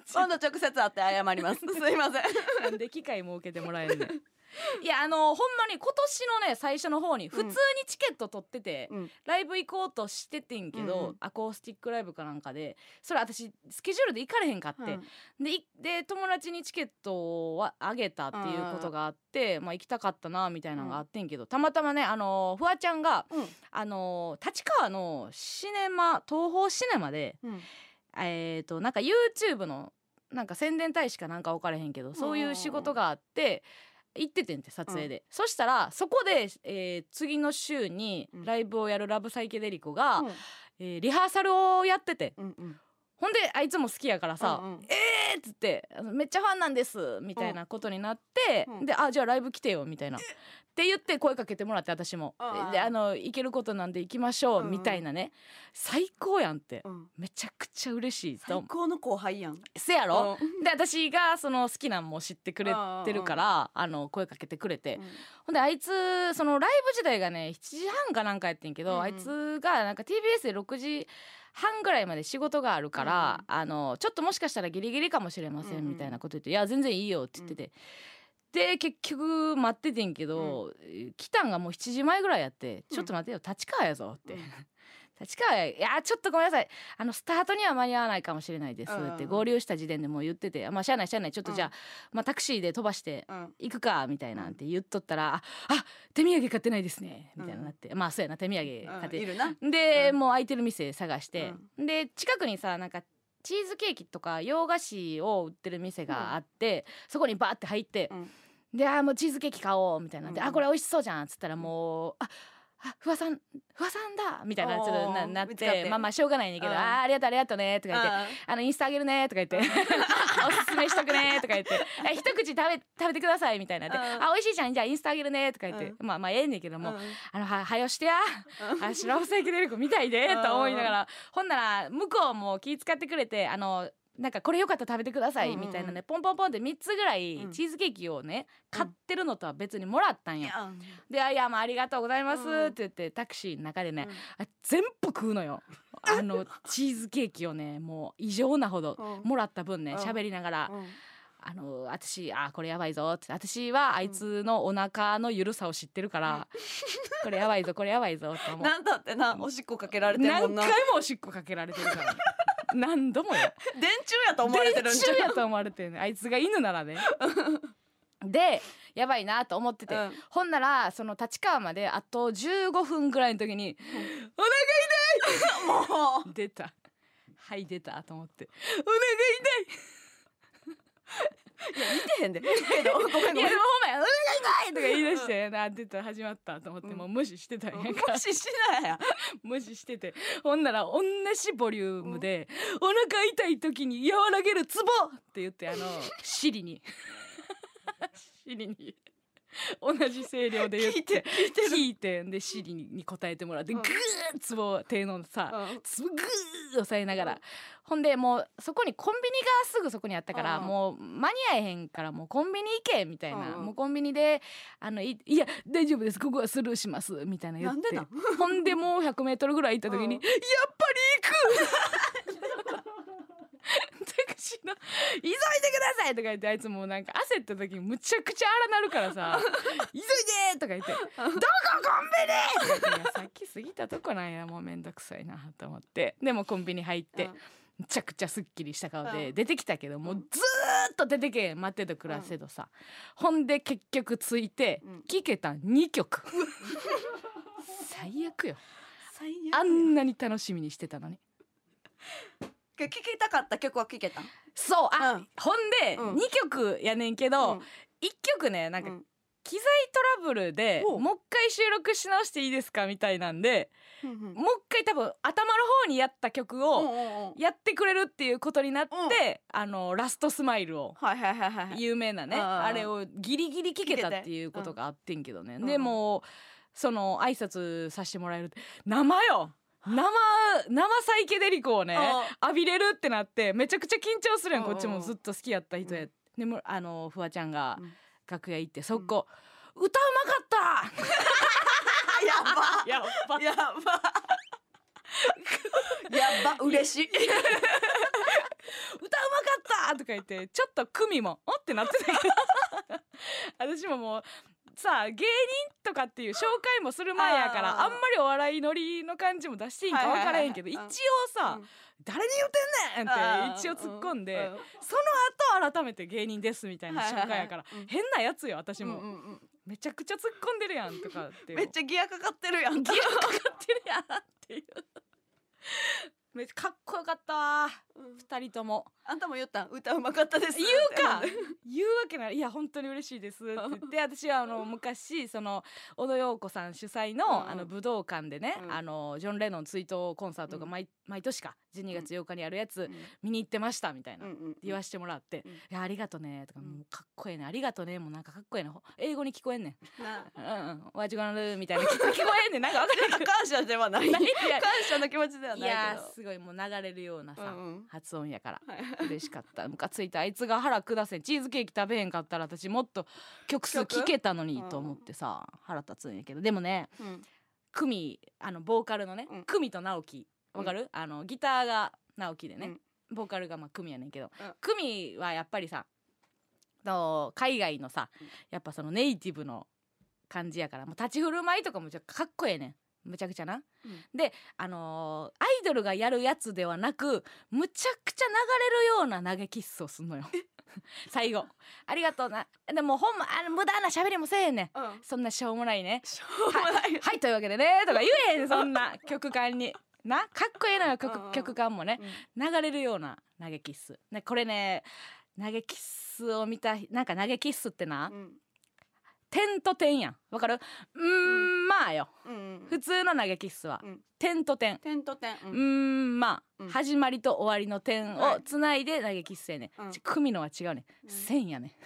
今度直接会って謝りますすいませんなんで機会設けてもらえるねん いやあのほんまに今年のね最初の方に普通にチケット取ってて、うんライブ行こうとしててんけど、うんうんアコースティックライブかなんかでそれ私スケジュールで行かれへんかって、でいで友達にチケットはあげたっていうことがあってまあ、行きたかったなみたいなのがあってんけど、たまたまねあのフワちゃんが、うんあの立川のシネマ東宝シネマで、うんえー、となんか YouTube のなんか宣伝大使かなんか分からへんけどそういう仕事があって行っててんて撮影で、そしたらそこで、えー次の週にうんライブをやるラブサイケデリコが、うんえーリハーサルをやっててうんうんほんであいつも好きやからさ「うんうんえっ!」っつってあの「めっちゃファンなんです」みたいなことになって、うんで「あじゃあライブ来てよ」みたいな。って言って声かけてもらって私もああ「であの行けることなんで行きましょう」うんうんみたいなね最高やんってうんめちゃくちゃ嬉しいと最思う高の後輩やんせやろ、うんで私がその好きなんも知ってくれてるからあの声かけてくれて、ほんであいつそのライブ自体がね7時半かなんかやってんけうんど、うんあいつがなんか TBS で6時半ぐらいまで仕事があるから、あのちょっともしかしたらギリギリかもしれませうんんうんみたいなこと言って「いや全然いいよ」って言ってて。で結局待っててんけど、来たんがもう7時前ぐらいやって「うんちょっと待てよ立川やぞ」ってうん「 立川やいやちょっとごめんなさいあのスタートには間に合わないかもしれないです」ってうん合流した時点でもう言ってて「あまあしゃあないしゃあないちょっとじゃあ、まあ、タクシーで飛ばしてうん行くかみたいなんて言っとったら「ああ手土産買ってないですね」みたいになって、まあそうやな手土産買っうんいて、るなで、うんもう空いてる店探して、で近くにさなんかチーズケーキとか洋菓子を売ってる店があって、そこにバーって入って、であーもうチーズケーキ買おうみたいになって、うんあこれ美味しそうじゃんっつったらもうああ不破さん不破さんだみたいなちょっとなおーなっ見つかっててまあまあしょうがないねんけど、うんあーありがとうありがとうねとか言ってああのインスタあげるねとか言って、 おすすめしとくねとか言って、え一口食べ食べてくださいみたいなで、うんあ美味しいじゃんじゃあインスタあげるねとか言って、まあまあええねんけどーも、うんあのははよして や、あ白尾聖輝出る子みたいでうんと思いながら、ほんなら向こうも気遣ってくれてあの。なんかこれよかったら食べてくださうんいうんうんみたいなね、ポンポンポンって3つぐらいうんチーズケーキをね、うん買ってるのとは別にもらったんいや、やうんで「あいやまあありがとうございます」うんって言ってタクシーの中でね、うんあ全部食う のよあのチーズケーキをねもう異常なほどうんもらった分ねうん喋りながらうん「あの私あこれやばいぞ」って「私はあいつのお腹の緩さを知ってるから、 これやばいぞこれやばいぞ」って思うなんだってなおしっこかけられてるも何んな回もおしっこかけられてるから、ね、何度もよ。電柱やと思われてるんじ電柱やと思われてるねあいつが犬な らね。でやばいなと思ってて、ゃんうんほんならその立川まであと15分ぐらいの時に「お腹もう出たはい出たと思って見てへんでけどごめん「いごめやんでもお前お願いない!」とか言い出して「な出た始まった」と思ってうんもう無視してたんやんか無視しないや無視しててほんなら同じボリュームで「お腹痛い時に和らげるツボ!」って言ってあのシリに シリに同じ声量で言って聞いて聞いてる聞いてでシリに答えてもらってうグんーッツボ手のさうんつぶぐー押さえながら、ほんでもうそこにコンビニがすぐそこにあったかうら、んうんもう間に合えへんからもうコンビニ行けみたいな、うんうんもうコンビニで「あのいいや大丈夫ですここはスルーします」みたいな言なっんでてなんほんでもう 100m ぐらい行った時にう「んやっぱり行く! 」タクシーの「急いでください!」とか言ってあいつもうなんか焦った時にむちゃくちゃ荒なるか らさ「急いで!」とか言って「どこコンビニ!」とか言っていやさっき過ぎたとこなんやもうめんどくさいなと思ってでもコンビニ入って、めちゃくちゃすっきりした顔うでん出てきたけど、もうずーっと出てけえ待ってと暮らせどさ、ほんで結局ついてうん聴けた2曲最悪よ最あ悪んなに楽しみにしてたのに聞きたかった曲は聞けたそうあ、うんほんで、うん2曲やねんけど、うん1曲ねなんかうん機材トラブルで、ほうもう一回収録し直していいですかみたいなんでうんうんもう一回多分頭の方にやった曲を、うんうんうんやってくれるっていうことになって、あのラストスマイルをはいはいはいはい有名なね、うんうんうんあれをギリギリ聞けたっていうことがあってんけどね、んでもうその挨拶させてもらえるって生よ生生サイケデリコをね浴びれるってなってめちゃくちゃ緊張するやんうんうこんっちもずっと好きやった人や、うでもあのフワちゃんがうん楽屋行ってそこ、歌うまかったあややっぱばやば やば嬉しい歌うまかったとか言ってちょっと組も「おっ?」てなってたけど 私ももうさあ芸人とかっていう紹介もする前やからあーあんまりお笑いのりの感じも出していいんか分からへんけどはい一はい応はいさうん「誰に言うてんねん!」って一応突っ込んでその後改めて「芸人です」みたいな紹介やからはいはいはいうん変なやつよ私うんうんもうんうんめちゃくちゃ突っ込んでるやんとかって めっちゃギアかかってるやん。ギアかかってるやん。めっちゃかっこよかったわうん二人とも あんたも言ったん歌うまかったです。言うか言うわけないいや本当に嬉しいですって 言って私はあの昔その小野陽子さん主催の,、うんあの武道館でね、うんあのジョン・レノン追悼コンサートがうん毎,、毎年か12月8日にやるやつ、うん見に行ってましたみたいな、うんうん言わしてもらってう「んいやありがとね」とか「うんもうかっこええねありがとね」もうなんかかっこええねほ英語に聞こえんねんな「うんうん親父がなる」みたいな聞こ聞こえんねんなんかわかんないけど感謝では ない。何感 いや謝の気持ちではいないやすごいもう流れるようなけど。さ、うんうん発音やからはい嬉しかったムカついたあいつが腹下せんチーズケーキ食べへんかったら私もっと曲数曲聴けたのにと思ってさ腹立つんやけどでもねうん久美あのボーカルのねうん久美、と直樹わかる、あのギターが直樹でね、ボーカルがまあ久美やねんけどうん久美、はやっぱりさと海外のさうんやっぱそのネイティブの感じやからもう立ち振る舞いとかもちょっとかっこええねんむちゃくちゃな。うんであのーアイドルがやるやつではなくむちゃくちゃ流れるような投げキッスを すんのよ最後ありがとうなでもほんまあの無駄な喋りもせえへんねんうん。そんなしょうもないねしょうもない。はいというわけでねとか言えへんそんな曲間になかっこいいのよ曲うんうん曲間もねうん流れるような投げキッスねこれね投げキッスを見たなんか投げキッスってな、点と点やんわかるうーんまあようんうん。普通の投げキッスは、うん点と点点と点。ううー。んまあ、うん始まりと終わりの点はをいつないで投げキッスやね、うんち組のは違うね、うん線 やね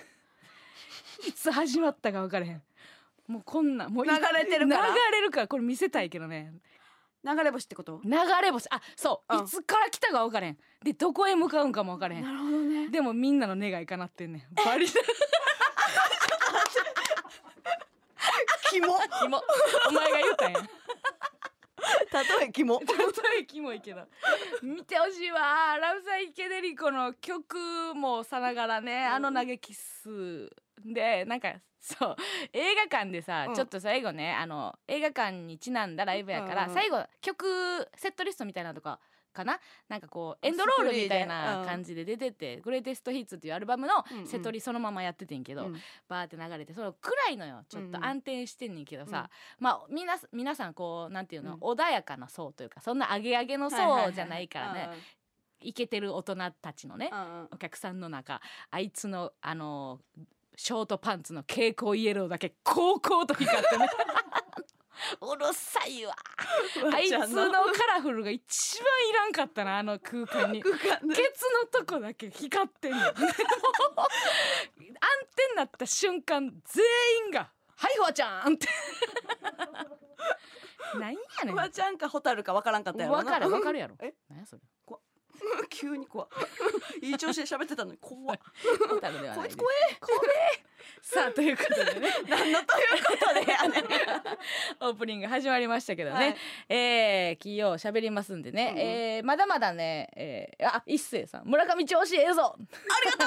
いつ始まったか分からへんもうこんなんもうい流れてるから流れるからこれ見せたいけどね流れ星ってこと。流れ星あそう、うんいつから来たか分からへんでどこへ向かうんかも分からへんなるほどね。でもみんなの願いかなってんねんバリキモ。キモお前が言ったんやたとえキ モ。例えキモいけど見てほしいわラブサイケデリコの曲もさながらねあの投げキッスでなんかそう映画館でさ、うんちょっと最後ねあの映画館にちなんだライブやから、うんうん最後曲セットリストみたいなのとかかななんかこうエンドロールみたいな感じで出てて「グレイテストヒッツ」っていうアルバムのうんうんセトリそのままやっててんけど、うんバーって流れてその暗いのよちょっうんうとん暗転してんねんけどさ、まあみな皆さんこうなんていうの、うん穏やかな層というかそんなアゲアゲの層じゃないからね、いけてる大人たちのね、うんうん。お客さんの中あいつのあのーショートパンツの蛍光イエローだけこうこうと光ってねうるさいわあいつのカラフルが一番いらんかったなあの空間に。ケツのとこだけ光ってんの 暗転になった瞬間全員が「はいフワちゃん!」って なんやねフワんちゃんかホタルかわからんかったやろわなかるわかるやろえなんやそ れ急に怖いい調子で喋ってたのに怖ホタルではこないいでつす怖さあということで ね何のということでやねん オープニング始まりましたけどね、はいえー、企業喋りますんでね、うんうんえーまだまだね、えー、あ一星さん村上調子ええぞありがと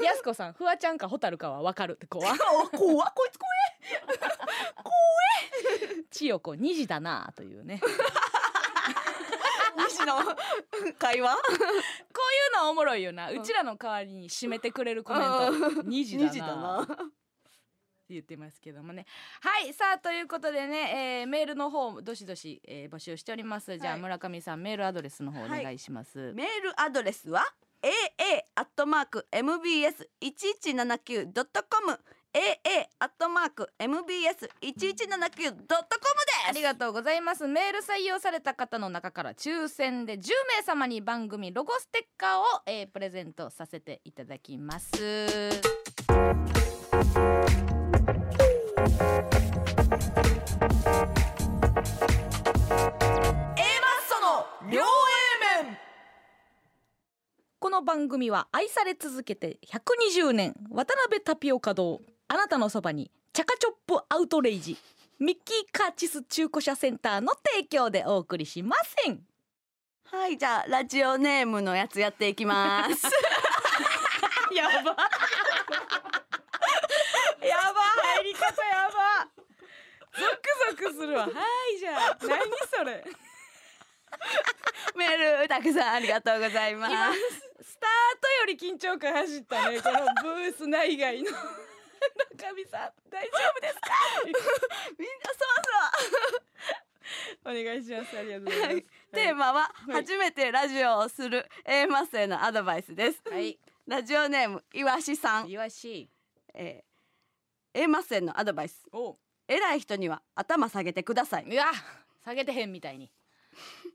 う やすこさんフワちゃんかホタルかはわかるって 怖あ怖こいつ怖千代子2時だなあと いうねい 西の 会話こういうのおもろいよな、うんちらの代わりに締めてくれるコメント2時だ な二時だなって言ってますけどもねはいさあということでね、えーメールの方もどしどし、えー募集しておりますじゃあ、はい村上さんメールアドレスの方お願いします、メールアドレスは aa アットマーク mbs 一一七九ドットコム aa アットマーク mbs 一一七九ドットコムですありがとうございますメール採用された方の中から抽選で10名様に番組ロゴステッカーを、えープレゼントさせていただきますその両 A 面この番組は愛され続けて120年渡辺タピオカ堂あなたのそばにチャカチョップアウトレイジミッキーカーチス中古車センターの提供でお送りしませんはいじゃあラジオネームのやつ やっていきますやばするわはいじゃあ何それメールたくさんありがとうございます今スタートより緊張感走ったねこのブース内外の中身さん大丈夫ですかみんなそうお願いしますありがとうございます、はいテーマは初めてラジオをする A マスへのアドバイスです、はいラジオネームいわしさん、いわしえー、A マスへのアドバイスおう偉い人には頭下げてくださいいや下げてへんみたいに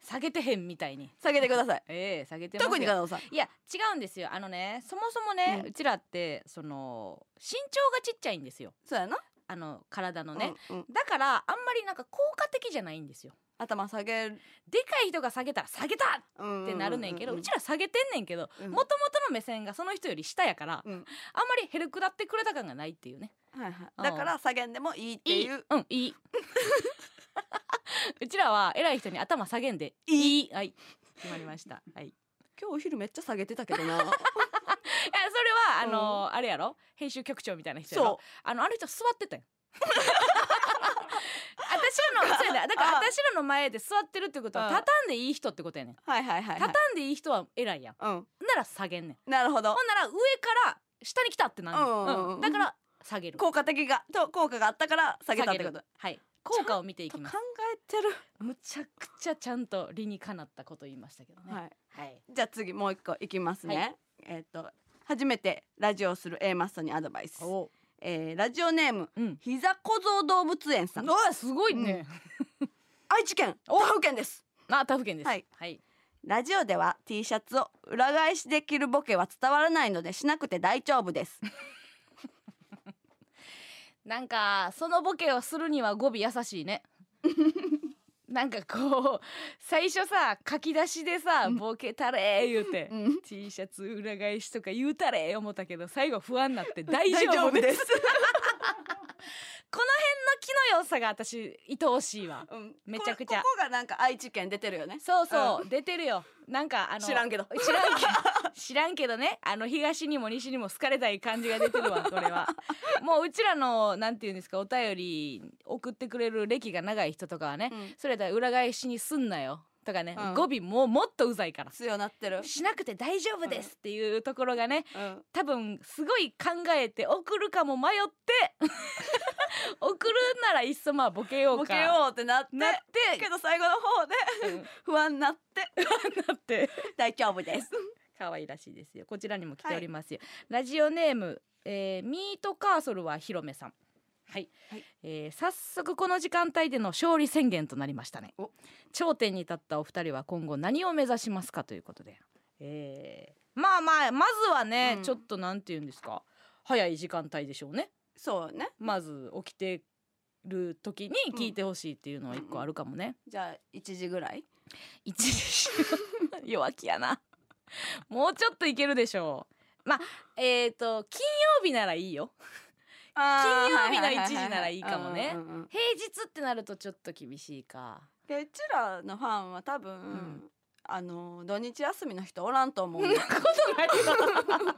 下げてへんみたいに下げてくださいええ下げてますよ特に加藤さんいや違うんですよあのねそもそもね、ううんちらってその身長がちっちゃいんですよそうやな、あの体のね、うんうんだからあんまりなんか効果的じゃないんですよ頭下げる、でかい人が下げたら下げたうんってなるねんけど、ううんちら下げてんねんけどうんもともとの目線がその人より下やから、うんあんまりへるくだってくれた感がないっていうねはいはい、うんだから下げんでもいいっていいううんい いうちらは偉い人に頭下げんでいいはい決まりましたはいいや今日お昼めっちゃ下げてたけどなそれはあのあれやろ編集局長みたいな人や そろあのあの人座っ てたよ私らのそうやなだからあ私らの前で座ってるってことはうん畳んでいい人ってことやねんうはいはいはい、は畳い、んでいい人は偉いやんうんなら下げんねんなるほどほんなら上から下に来たってなんねんうんうんうんうんだから下げる効果的がと効果があったから下げたってこと下はい効果を見ていとき考ますえてる、むちゃくちゃちゃんと理にかなったこと言いましたけどねはいはいじゃあ次もう一個いきますね。はえっ、と初めてラジオをする A マストにアドバイス。おえー、ラジオネームうん膝小僧動物園さん。あすごいね愛知県お他府県です。あ他府県ですはいはいラジオでは T シャツを裏返しで着るボケは伝わらないのでしなくて大丈夫です。なんかそのボケをするには語尾優しいね なんかこう最初さ書き出しでさ「ボケたれ」言うて、ん T シャツ裏返しとか言うたれ思ったけど最後不安にな って「大丈夫です」す。この辺の気の良さが私愛おしいわうんめちゃくちゃこここがなんか愛知県出てるよね。そうそう、出てるよなんかあの知らんけど。知らんけど 知らんけどねあの東にも西にも好かれたい感じが出てるわこ れはもううちらのなんていうんですかお便り送ってくれる歴が長い人とかはね、うんそれだ裏返しにすんなよとかね、うん語尾もうもっとうざいから強なってる。しなくて大丈夫ですっていうところがねうん。多分すごい考えて送るかも迷 って送るならいっそまあボケよボうかケようってなって。なってけど最後の方でうん不安になって なって大丈夫です。可愛らしいですよこちらにも来ておりますよ、ラジオネーム、えーミートカーソルはひろめさんはい、はいえー早速この時間帯での勝利宣言となりましたねお頂点に立ったお二人は今後何を目指しますかということで、えーまあまあまずはね、うんちょっとなんて言うんですか早い時間帯でしょうねそうね。まず起きてる時に聞いてほしいっていうのは一個あるかもね、じゃあ一時ぐらい。一時弱気やなもうちょっといけるでしょうまあえっ、と金曜日ならいいよ金金曜日の1時ならいいかもねうんうんうん平日ってなるとちょっと厳しいかでうちらのファンは多分、んあの土日休みの人おらんと思う、そんなことないわ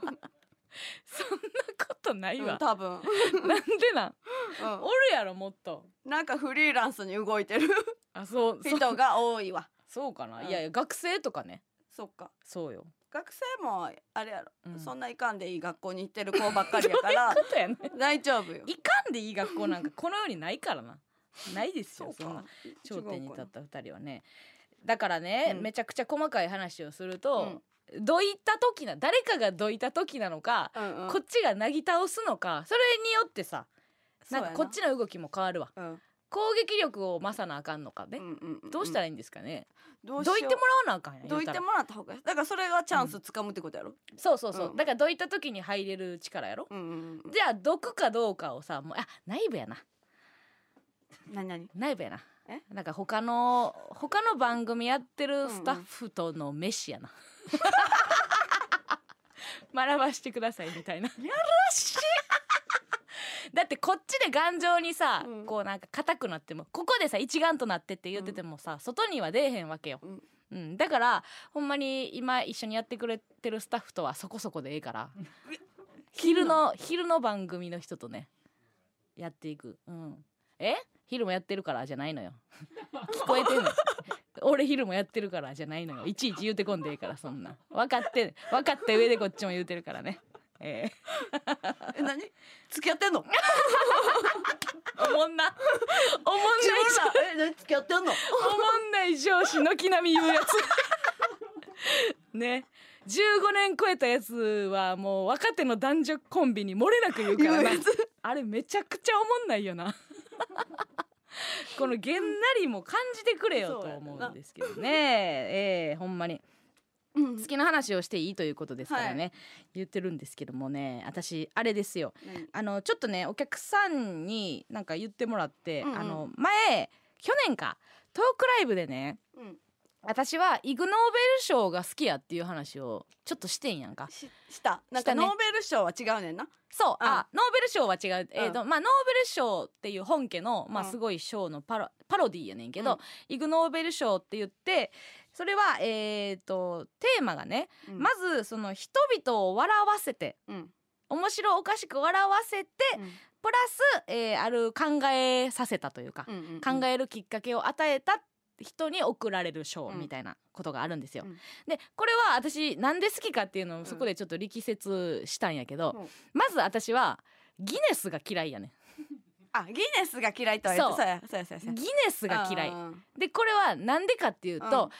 そんなことないうんわ、多分、なんでなん うんおるやろもっとなんかフリーランスに動いてるあそうそう人が多いわそうかな、うんいやいや学生とかねそっかそうよ学生もあれやろ、うんそんないかんでいい学校に行ってる子ばっかりやから ことやね大丈夫よいかんでいい学校なんかこの世にないからなないですよそんな頂点に立った二人はねだからね、うんめちゃくちゃ細かい話をすると、どいた時な誰かがどいた時なのか、うんうんこっちがなぎ倒すのかそれによってさなんかこっ、ちの動きも変わるわそうやなうん攻撃力を増さなあかんのかね、うんうんうん、どうしたらいいいいんですかね、どうしどよいてもらうわなあかんやんどい言うたてらもらった方がだからそれがチャンスつかむってことやろ、そうそうそう、うんだからどいた時に入れる力やろ、うんうんうん、じゃあ毒かどうかをさもうあ内部やな何何内部やなえなんか他の他の番組やってるスタッフとの飯やな、学ばしてくださいみたいなやらしいだってこっちで頑丈にさ、うんこうなんか硬くなってもここでさ一丸となってって言っててもさ、外には出えへんわけよ、ううんんだからほんまに今一緒にやってくれてるスタッフとはそこそこでええから昼の昼の番組の人とねやっていくうんえ昼もやってるからじゃない のよ聞こえてんの俺昼もやってるからじゃないのよいちいち言うてこんでいいからそんな分かって分かった上でこっちも言うてるからねえ え何付き合ってん のー、おもんな おもんない自分らえ何付き合ってんのおもんない上司軒並み言うやつ ね15年超えたやつはもう若手の男女コンビに漏れなく言うからな言うやあれめちゃくちゃおもんないよな このげんなりも感じてくれよと思うんですけどねええほんまにうん好きな話をしていいということですからね、言ってるんですけどもね私あれですよ何あのちょっとねお客さんになんか言ってもらって、うんうんあの前去年かトークライブでねうん私はイグノーベル賞が好きやっていう話をちょっとしてんやんかししたなんしたかねノーベル賞は違うねんなそうう、んあノーベル賞は違う、えーとまあ、ノーベル賞っていう本家の、まあ、うんすごい賞のパロパロディーやねんけうんど、イグノーベル賞って言ってそれはえー、とテーマがね、うんまずその人々を笑わせてうん面白おかしく笑わせて、プラス、えーある考えさせたというか、うん考えるきっかけを与えた人に贈られる賞みたいなことがあるんですよ。うんでこれは私なんで好きかっていうのをそこでちょっと力説したんやけど、うんまず私はギネスが嫌いやねあギネスが嫌いとは言ってそうやそうやそうやそうやギネスが嫌いあ。ーでこれはなんでかっていうと、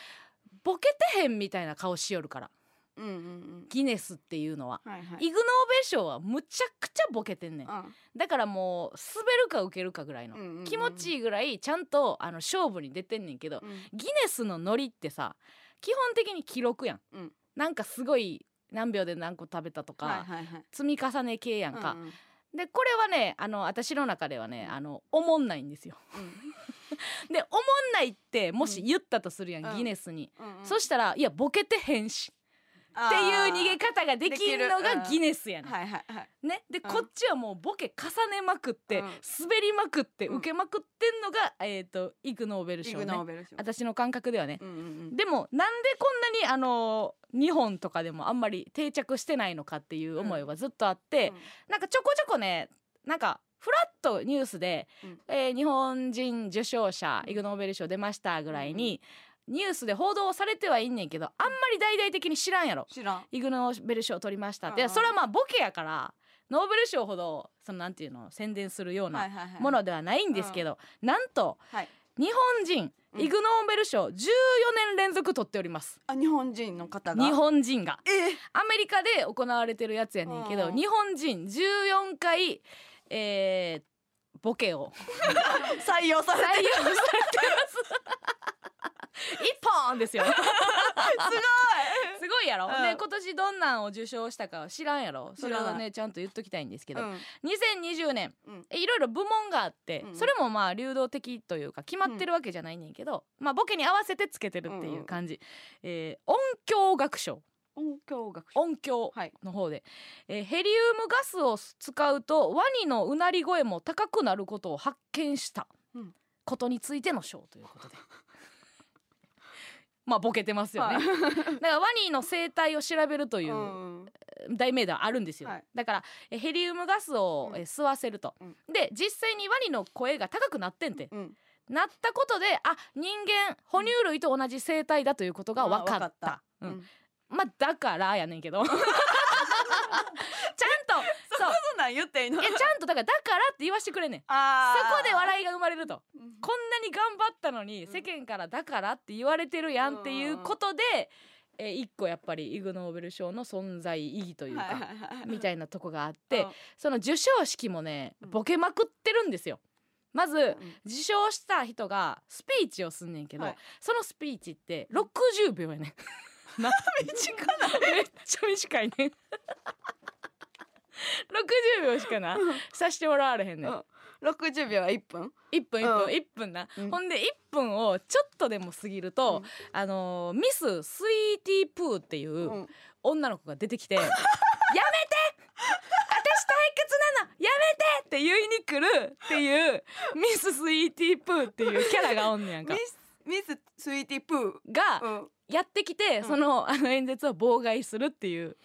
ボケてへんみたいな顔しよるからうんうんうんギネスっていうのは。うんはいはいイグノーベル賞はむちゃくちゃボケてんねんだからもう滑るか受けるかぐらいの、うんうんうん気持ちいいぐらいちゃんとあの勝負に出てんねんけど、うんうんギネスのノリってさ基本的に記録やん、うんなんかすごい何秒で何個食べたとか、はいはいはい積み重ね系やんか、うんうんでこれはねあの私の中ではねあのおもんないんですよ でおもんないってもし言ったとするやん、うんギネスに、うんうんそしたらいやボケてへんしあっていーう逃げ方ができるのできるがうんギネスやねん、はいはいはいね、で、うんこっちはもうボケ重ねまくって、うん滑りまくってうん受けまくってんのが、えっ、とイグ・ノーベルイ賞グねノーベル賞私の感覚ではね、うんうんうんでもなんでこんなにあのー日本とかでもあんまり定着してないのかっていう思いはずっとあって、なんかちょこちょこねなんかフラッとニュースで、うんえー日本人受賞者うんイグ・ノーベル賞出ましたぐらいに、ニュースで報道されてはいんねんけどあんまり大々的に知らんやろ。知らんイグ・ノーベル賞を取りましたって、うんうんそれはまあボケやからノーベル賞ほどそのなんていうの宣伝するようはいなはいはいものではないんですけど、なんとはい日本人うんイグ・ノーベル賞14年連続取っております、あ日本人の方が日本人がえーアメリカで行われてるやつやねんけど、うん日本人14回、えーボケを 採用され採て用されてます 一本ですよすごいやろ、うんね今年どんなんを受賞したかは知らんやろそれ知はらなねちゃんと言っときたいんですけすごど、いうん2020年うんえいろいろ部門があって、うんうんそれもまあ流動的というか決まってるわけじゃないねんけど、まあボケに合わせてつけてるっていう感じ、えー音響学賞音響学習音響はいの方で、えーヘリウムガスを使うとワニのうなり声も高くなることを発見したうんことについての賞ということで。 まあボケてますよね、はいだからワニの生態を調べるという、うん大命題はあるんですよ、はいだからえヘリウムガスをうんえ吸わせると、うんで実際にワニの声が高くなってんて、うんなったことであ人間哺乳類と同じ生態だということが分かうんわかっったた、うんうんまあだからやね んけどちゃんとそうそんなん言っていいのいやちゃんとだからだからって言わしてくれんねんそあーこで笑いが生まれるとうんこんなに頑張ったのにうん世間からだからって言われてるやんっていうことで、え一個やっぱりイグ・ノーベル賞の存在意義というか、はいはいはいはいみたいなとこがあっうて、んその授賞式もねうんボケまくってるんですよまずうん受賞した人がスピーチをすんねんけど、はいそのスピーチって60 秒やねんな短ない めっちゃ短いねん 60秒しかなさしてもらわれへんねんうん六十秒は一分1分1う分ん1分な、うんほんで1分をちょっとでも過ぎるうと、んあのーミススイーティープーっていう、うん女の子が出てきて「やめて私退屈なのやめて!」って言いに来るっていうミス・スイーティー・プーっていうキャラがおんねやんかミ。スミススイーティープーがうんやってきてんそのあの演説を妨害するっていう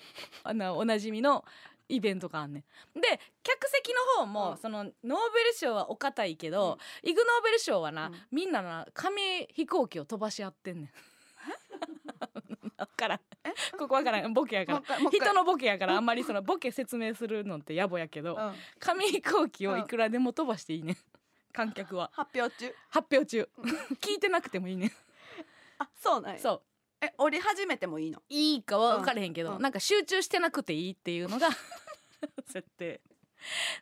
あのおなじみのイベントがあんねんで客席の方うも、んそのノーベル賞はお堅いけど、イグノーベル賞はな、うんみんなな紙飛行機を飛ばし合ってんねん わからんここわからんボケやから人の、のボケやからあんまりそのボケ説明するのって野暮やけど、うん紙飛行機をいくらでも飛ばしていいねん観客は発表中発 表中聞いてなくてもいいねんあそうなんやそうえ折り始めてもいいのいいかは分からへんけど、うんうんなんか集中してなくていいってい うのが設定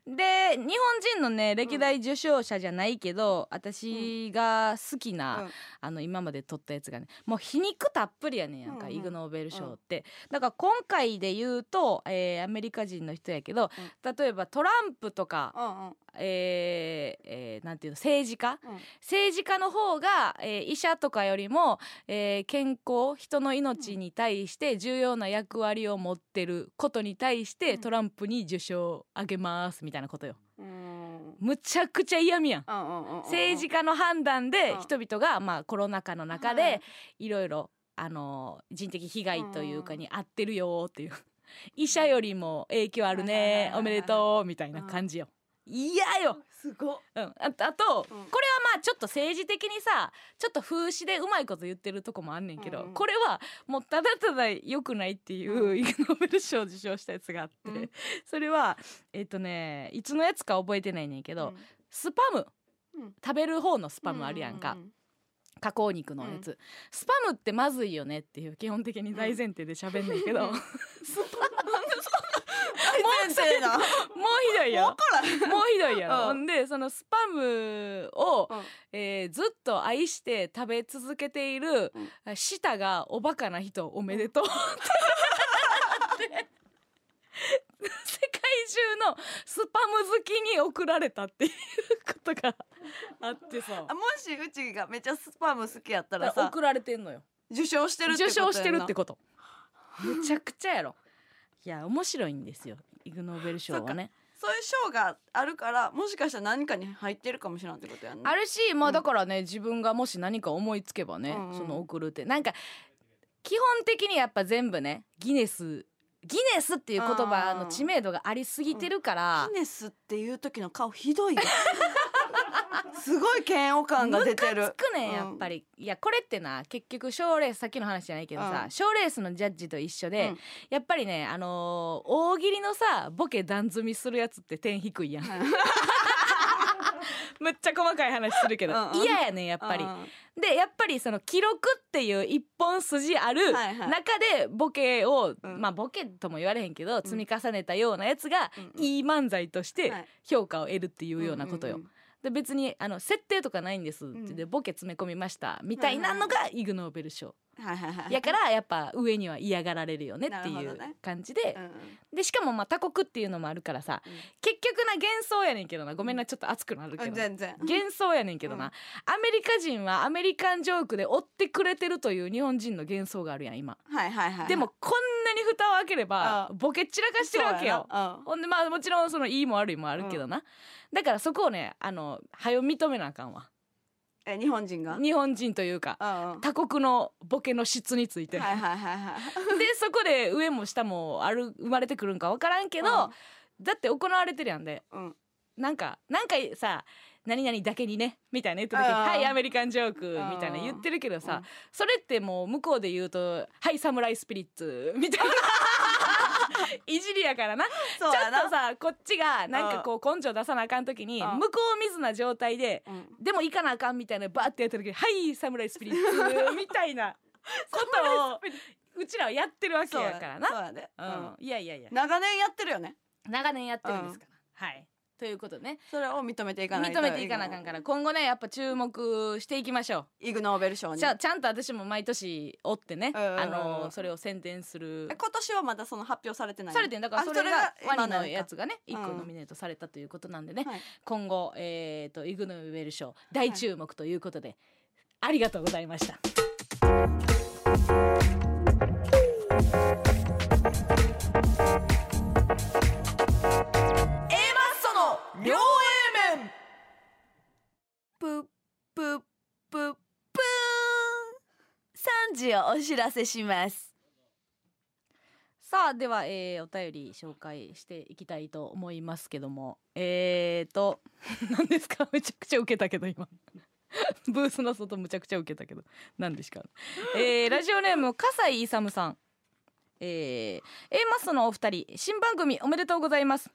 で日本人のね歴代受賞者じゃないけど、私が好きな、うんあの今まで撮ったやつがねもう皮肉たっぷりやねんやんか、うんうんイグ・ノーベル賞って、だから今回で言うと、えーアメリカ人の人やけど、例えばトランプとか、うんうんえーえーなんていうの政治家、うん政治家の方が、えー医者とかよりも、えー健康人の命に対して重要な役割を持ってることに対して、うんトランプに受賞をあげますみたいなことよ。うーんむちゃくちゃ嫌味やん。うんうんうんうん政治家の判断でうん人々が、まあ、コロナ禍の中はでいいろいろあの人的被害というかうんに合ってるよっていう医者よりも影響あるねはいはいはいはいおめでとうみたいな感じよ。嫌よ、すごっうん、あうあと、んこれはまあちょっと政治的にさちょっと風刺でうまいこと言ってるとこもあんねんけど、うんうんこれはもうただただ良くないっていう、うんイグ・ノーベル賞を受賞したやつがあって、うんそれはえっ、とねいつのやつか覚えてないねんけど、スパム、うん食べる方のスパムあるやんか、うう加工肉のやつ、スパムってまずいよねっていう基本的に大前提で喋んねんけうど、んもう先生 なひどいよ分からんもうひどいやろ、うんほんでそのスパムを、うんえーずっと愛して食べ続けている、舌がおバカな人おめでとうってなって世界中のスパム好きに送られたっていうことがあってさあもしうちがめっちゃスパム好きやったらさ送られてんのよ受賞してるって受ことや賞してるなってことむちゃくちゃやろいや面白いんですよイグ・ノーベル賞はねそういう賞があるからもしかしたら何かに入ってるかもしれないってことやんねあるしまうあんだからね、自分がもし何か思いつけばね、うんうんその送るってなんか基本的にやっぱ全部ねギネスギネスっていう言葉の知名度がありすぎてるからギ、ネスっていう時の顔ひ どいよすごい嫌悪感が出てるムカつくうねんんやっぱり、いやこれってな結局賞ーレースさっきの話じゃないけどさうん賞、ーレースのジャッジと一緒で、うんやっぱりねあのー大喜利のさボケ段積みするやつって点低いやんむっちゃ細かい話するけどうんうん嫌、やねんやっぱりう、んでやっぱりその記録っていう一本筋あるはいはい中でボケを、うんまあボケとも言われへんけど、積み重ねたようなやつが、うんうんいい漫才としてはい評価を得るっていうようなことよ。んんんで別にあの設定とかないんです、んでボケ詰め込みましたみたいなのがイグ・ノーベル賞、はいはいはいやからやっぱ上には嫌がられるよねってないるうほどね感じで、うんうんでしかもまあ他国っていうのもあるからさ、うん結局な幻想やねんけどなごめんなちょっと熱くなるけど、全然幻想やねんけどな、うんアメリカ人はアメリカンジョークで追ってくれてるという日本人の幻想があるやん今、はいはいはいでもこんなに蓋を開ければあボケ散らかしてるわけよそうやなうんほんでまあもちろんそのいいも悪いもあるけどな、だからそこをねあの早認めなあかんわえ日本人が日本人というかうんうん他国のボケの質について、はいはいはいはいでそこで上も下もある生まれてくるんか分からんけど、だって行われてるやんでうんうんなんかなんかさ何々だけにねみたいな言った時あーはいアメリカンジョークあーみたいな言ってるけどさ、うんそれってもう向こうで言うとはいサムライスピリッツみ たいないじりやからなちょそっうやなとさこっちがなんかこう根性出さなあかん時にう向んこう見ずな状態でうんでも行かなあかんみたいなバーってやった時に「はいサムライスピリッツ」みた いなことをうちらはやってるわけそうややからそな。うやでうんうん、いやいやいや長年やってるよね長年やってるんですから。はいということでねそれを認めていかないと認めていかなあかんから今後ねやっぱ注目していきましょイグノーベル賞う。にじゃあちゃんと私も毎年追ってね、うんうんうんあのそれを宣伝するえ。今年はまだその発表されてないされてんだからあそれがワニのやつ今がね一うん個ノミネートされたということなんでね、なのかはい今後えっ、とイグノーベル賞大注目ということで、ありがとうございました。 A マッソの両 A 面ぷぷぷぷーん3時をお知らせしますさあでは、えーお便り紹介していきたいと思いますけどもえーと 何ですかめちゃくちゃ受けたけど今 ブースの外むちゃくちゃ受けたけど何ですか、えーラジオネーム笠井勇さんえー、A マストのお二人新番組おめでとうございます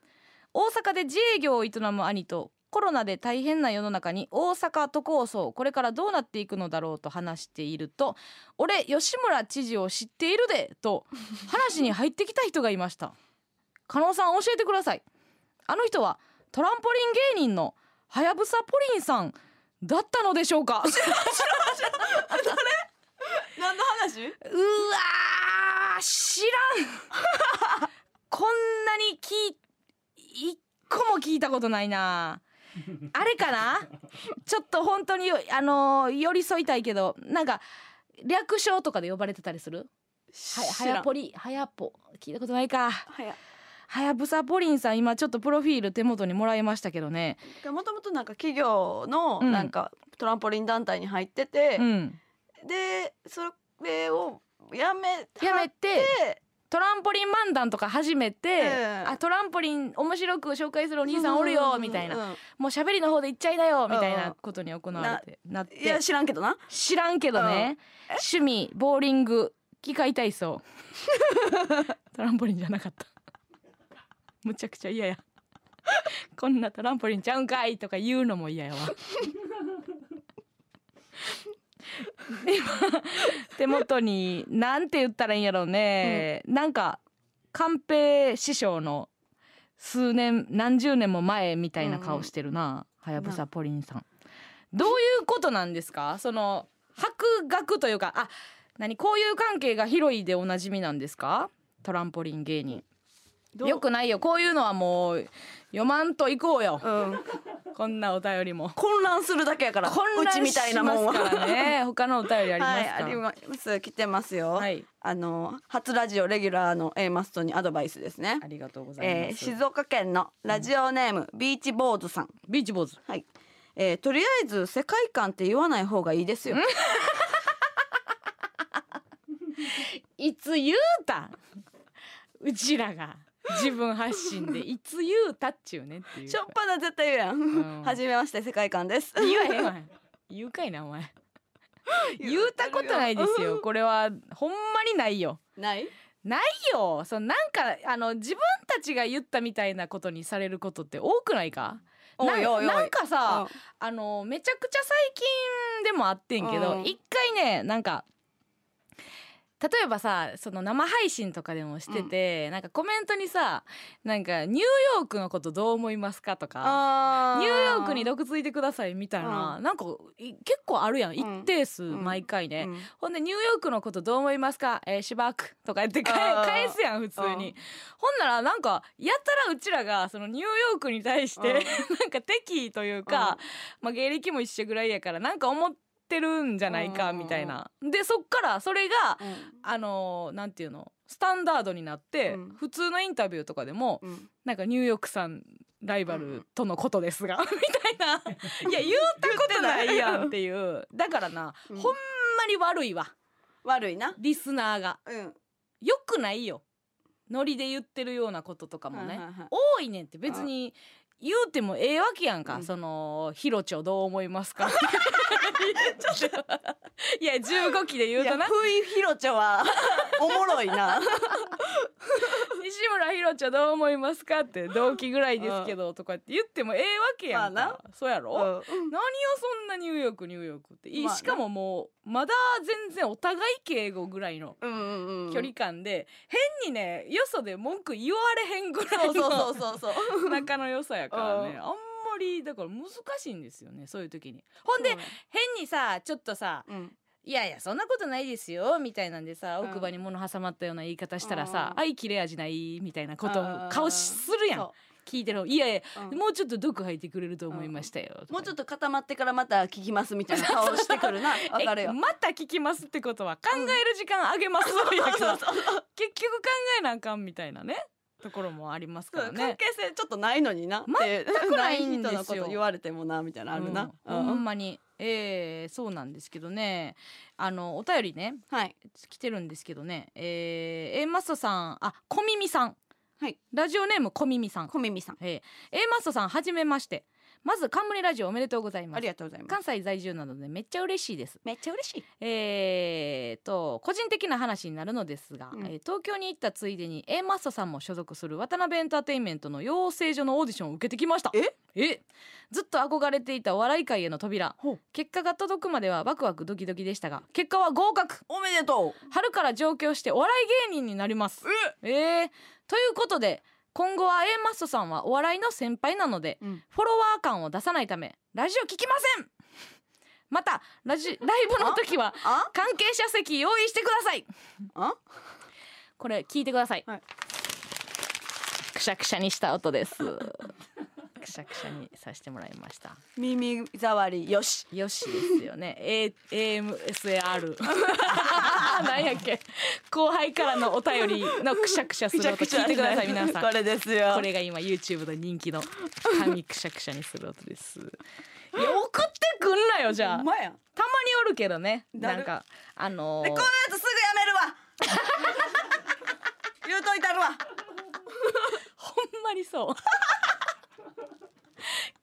大阪で自営業を営む兄とコロナで大変な世の中に大阪都構想これからどうなっていくのだろうと話していると俺吉村知事を知っているでと話に入ってきた人がいました加納さん教えてくださいあの人はトランポリン芸人のはやぶさポリンさんだったのでしょうかう何の話わー知らん こんなにき一個も聞いたことないなあれかなちょっと本当にあのー寄り添いたいけどなんか略称とかで呼ばれてたりするははやポリはやぽ聞いたことないかはやはやぶさポリンさん今ちょっとプロフィール手元にもらいましたけどねもともとなんか企業のうんなんかトランポリン団体に入っててう、んでそれをやめたやめてでトランポリン漫談とか始めて、ええあトランポリン面白く紹介するおお兄さんおるよみたいな、もう喋りの方で行っちゃいなよみたいなことに行われてなっいやて知らんけどな知らんけどね趣味ボーリング機械体操 トランポリンじゃなかったむちゃくちゃ嫌やこんなトランポリンちゃうんかいとか言うのも嫌やわ今手元になんて言ったらいいんやろうね、なんか寛平師匠の数年何十年も前みたいな顔してるな、はやぶさポリンさんどういうことなんですかその博学というかあ何こういう関係が広いでおなじみなんですかトランポリン芸人どうよくないよこういうのはもう読まんといこうようんこんなお便りも混乱するだけやから混乱うちみたいなもんしはますからね他のお便りありますはいかあります来てますよ、はいあの初ラジオレギュラーの A マストにアドバイスですねありがとうございえまーす、静岡県のラジオネーム、ビーチボーズさんビーチ坊主はい、えーとりあえず世界観って言わない方がいいですよいつ言うたうちらが自分発信でいつ言うたっちゅうねっていうしょっぱな絶対言うやん、んはじめまして世界観です言わ へんわ言うかいなお前言うたことないですよこれはほんまにないよないいいよそのなんかあの自分たちが言ったみたいなことにされることって多くないかおいおいおいなんなんかさ、うんあのめちゃくちゃ最近でもあってんけうどん一、回ねなんか例えばさその生配信とかでもしてて、なんかコメントにさなんかニューヨークのことどう思いますかとかあニューヨークにど毒ついてくださいみたいな、うなんかい結構あるやんん一定数ん毎回ね、うんほんでニューヨークのことどう思いますか、えー、しばらくとか言って返あー返すやん普通うんにほんならなんかやたらうちらがそのニューヨークに対してうん なんか敵意というか、まあ、芸歴も一緒ぐらいやからなんか思ってるんじゃないかうんみたいなでそっからそれがうんあのーなんていうのスタンダードになって、うん普通のインタビューとかでもうんなんかニューヨークさんライバルとのことで すがみたいないや言ったことないやんっていうだからな、うんほんまに悪いわ。悪いなリスナーがうん良くないよノリで言ってるようなこととかもはいねはいはい多いねんって別に言うてもええわけやんか、うんその「ヒロチョどう思いま すか? 」ちょっといや15期で言ういやとなふいひろちょ はおもろいな「西村ヒロチョどう思いますか?」って同期ぐらいですけどとかって言ってもええわけやんか、まあなそうやろ、うん 何をそんなニューヨークニューヨークって、いいまあなしかももうまだ全然お互い敬語ぐらいのうんうんうん距離感で、変にねよそで文句言われへんぐらいそうそうのそう そう仲の良さやからねうあんんまりだから難しいんですよねそういう時にほんで変にさちょっとさうん「いやいやそんなことないですよ」みたいなんでさうん奥歯に物挟まったような言い方したらうんさう「ん愛切れ味ない」みたいなことうんうんうん顔するやんそ聞いてる方いやいやううんもうちょっと毒吐いてくれると思いましたよ」もうちょっとと固まってからまた聞きますみたいな顔してくる なわかかるるよよまた聞きますってことは考える時間あ げますみたいな 結局考えなあかんみたいなねところもありますからそう関ね。係性ちょっとないのになって全くないんです人よのこと言われてもなみたいなのあるな、うんほんまに、ええーそうなんですけどねあのお便りねはい来てるんですけどねえー、A マストさんあ小耳さん、はい、ラジオネーム小耳さん小耳さんえー、A マストさんはじめましてまず冠ラジオおめでとうございますありがとうございます関西在住なのでめっちゃ嬉しいですめっちゃ嬉しいえー、と個人的な話になるのですが、うんえー東京に行ったついでに A マッソさんも所属する渡辺エンターテインメントの養成所のオーディションを受けてきましたえずっと憧れていたお笑い界への扉ほう結果が届くまではワクワクドキドキでしたが結果は合格おめでと春から上京してお笑い芸人になりますえー、ということで今後は A マッソさんはお笑いの先輩なのでう、うん、フォロワー感を出さないためラジオ聞きませんまたラジライブの時はあ関係者席用意してくださいあこれ聞いてください、はいくしゃくしゃにした音 ですくしゃくしゃにさせてもらいました耳障りよしよしですよね A- AMSAR なんやっけ後輩からのお便りのくしゃくしゃする音聞いてくだ さい皆さんこれですよこれが今 YouTube の人気の髪くしゃくしゃにする音ですいや送ってくんなよじゃあほんたまに まやおるけどねななるんかあのでーこのやつすぐやめるわ 言うといたるわほんまにそう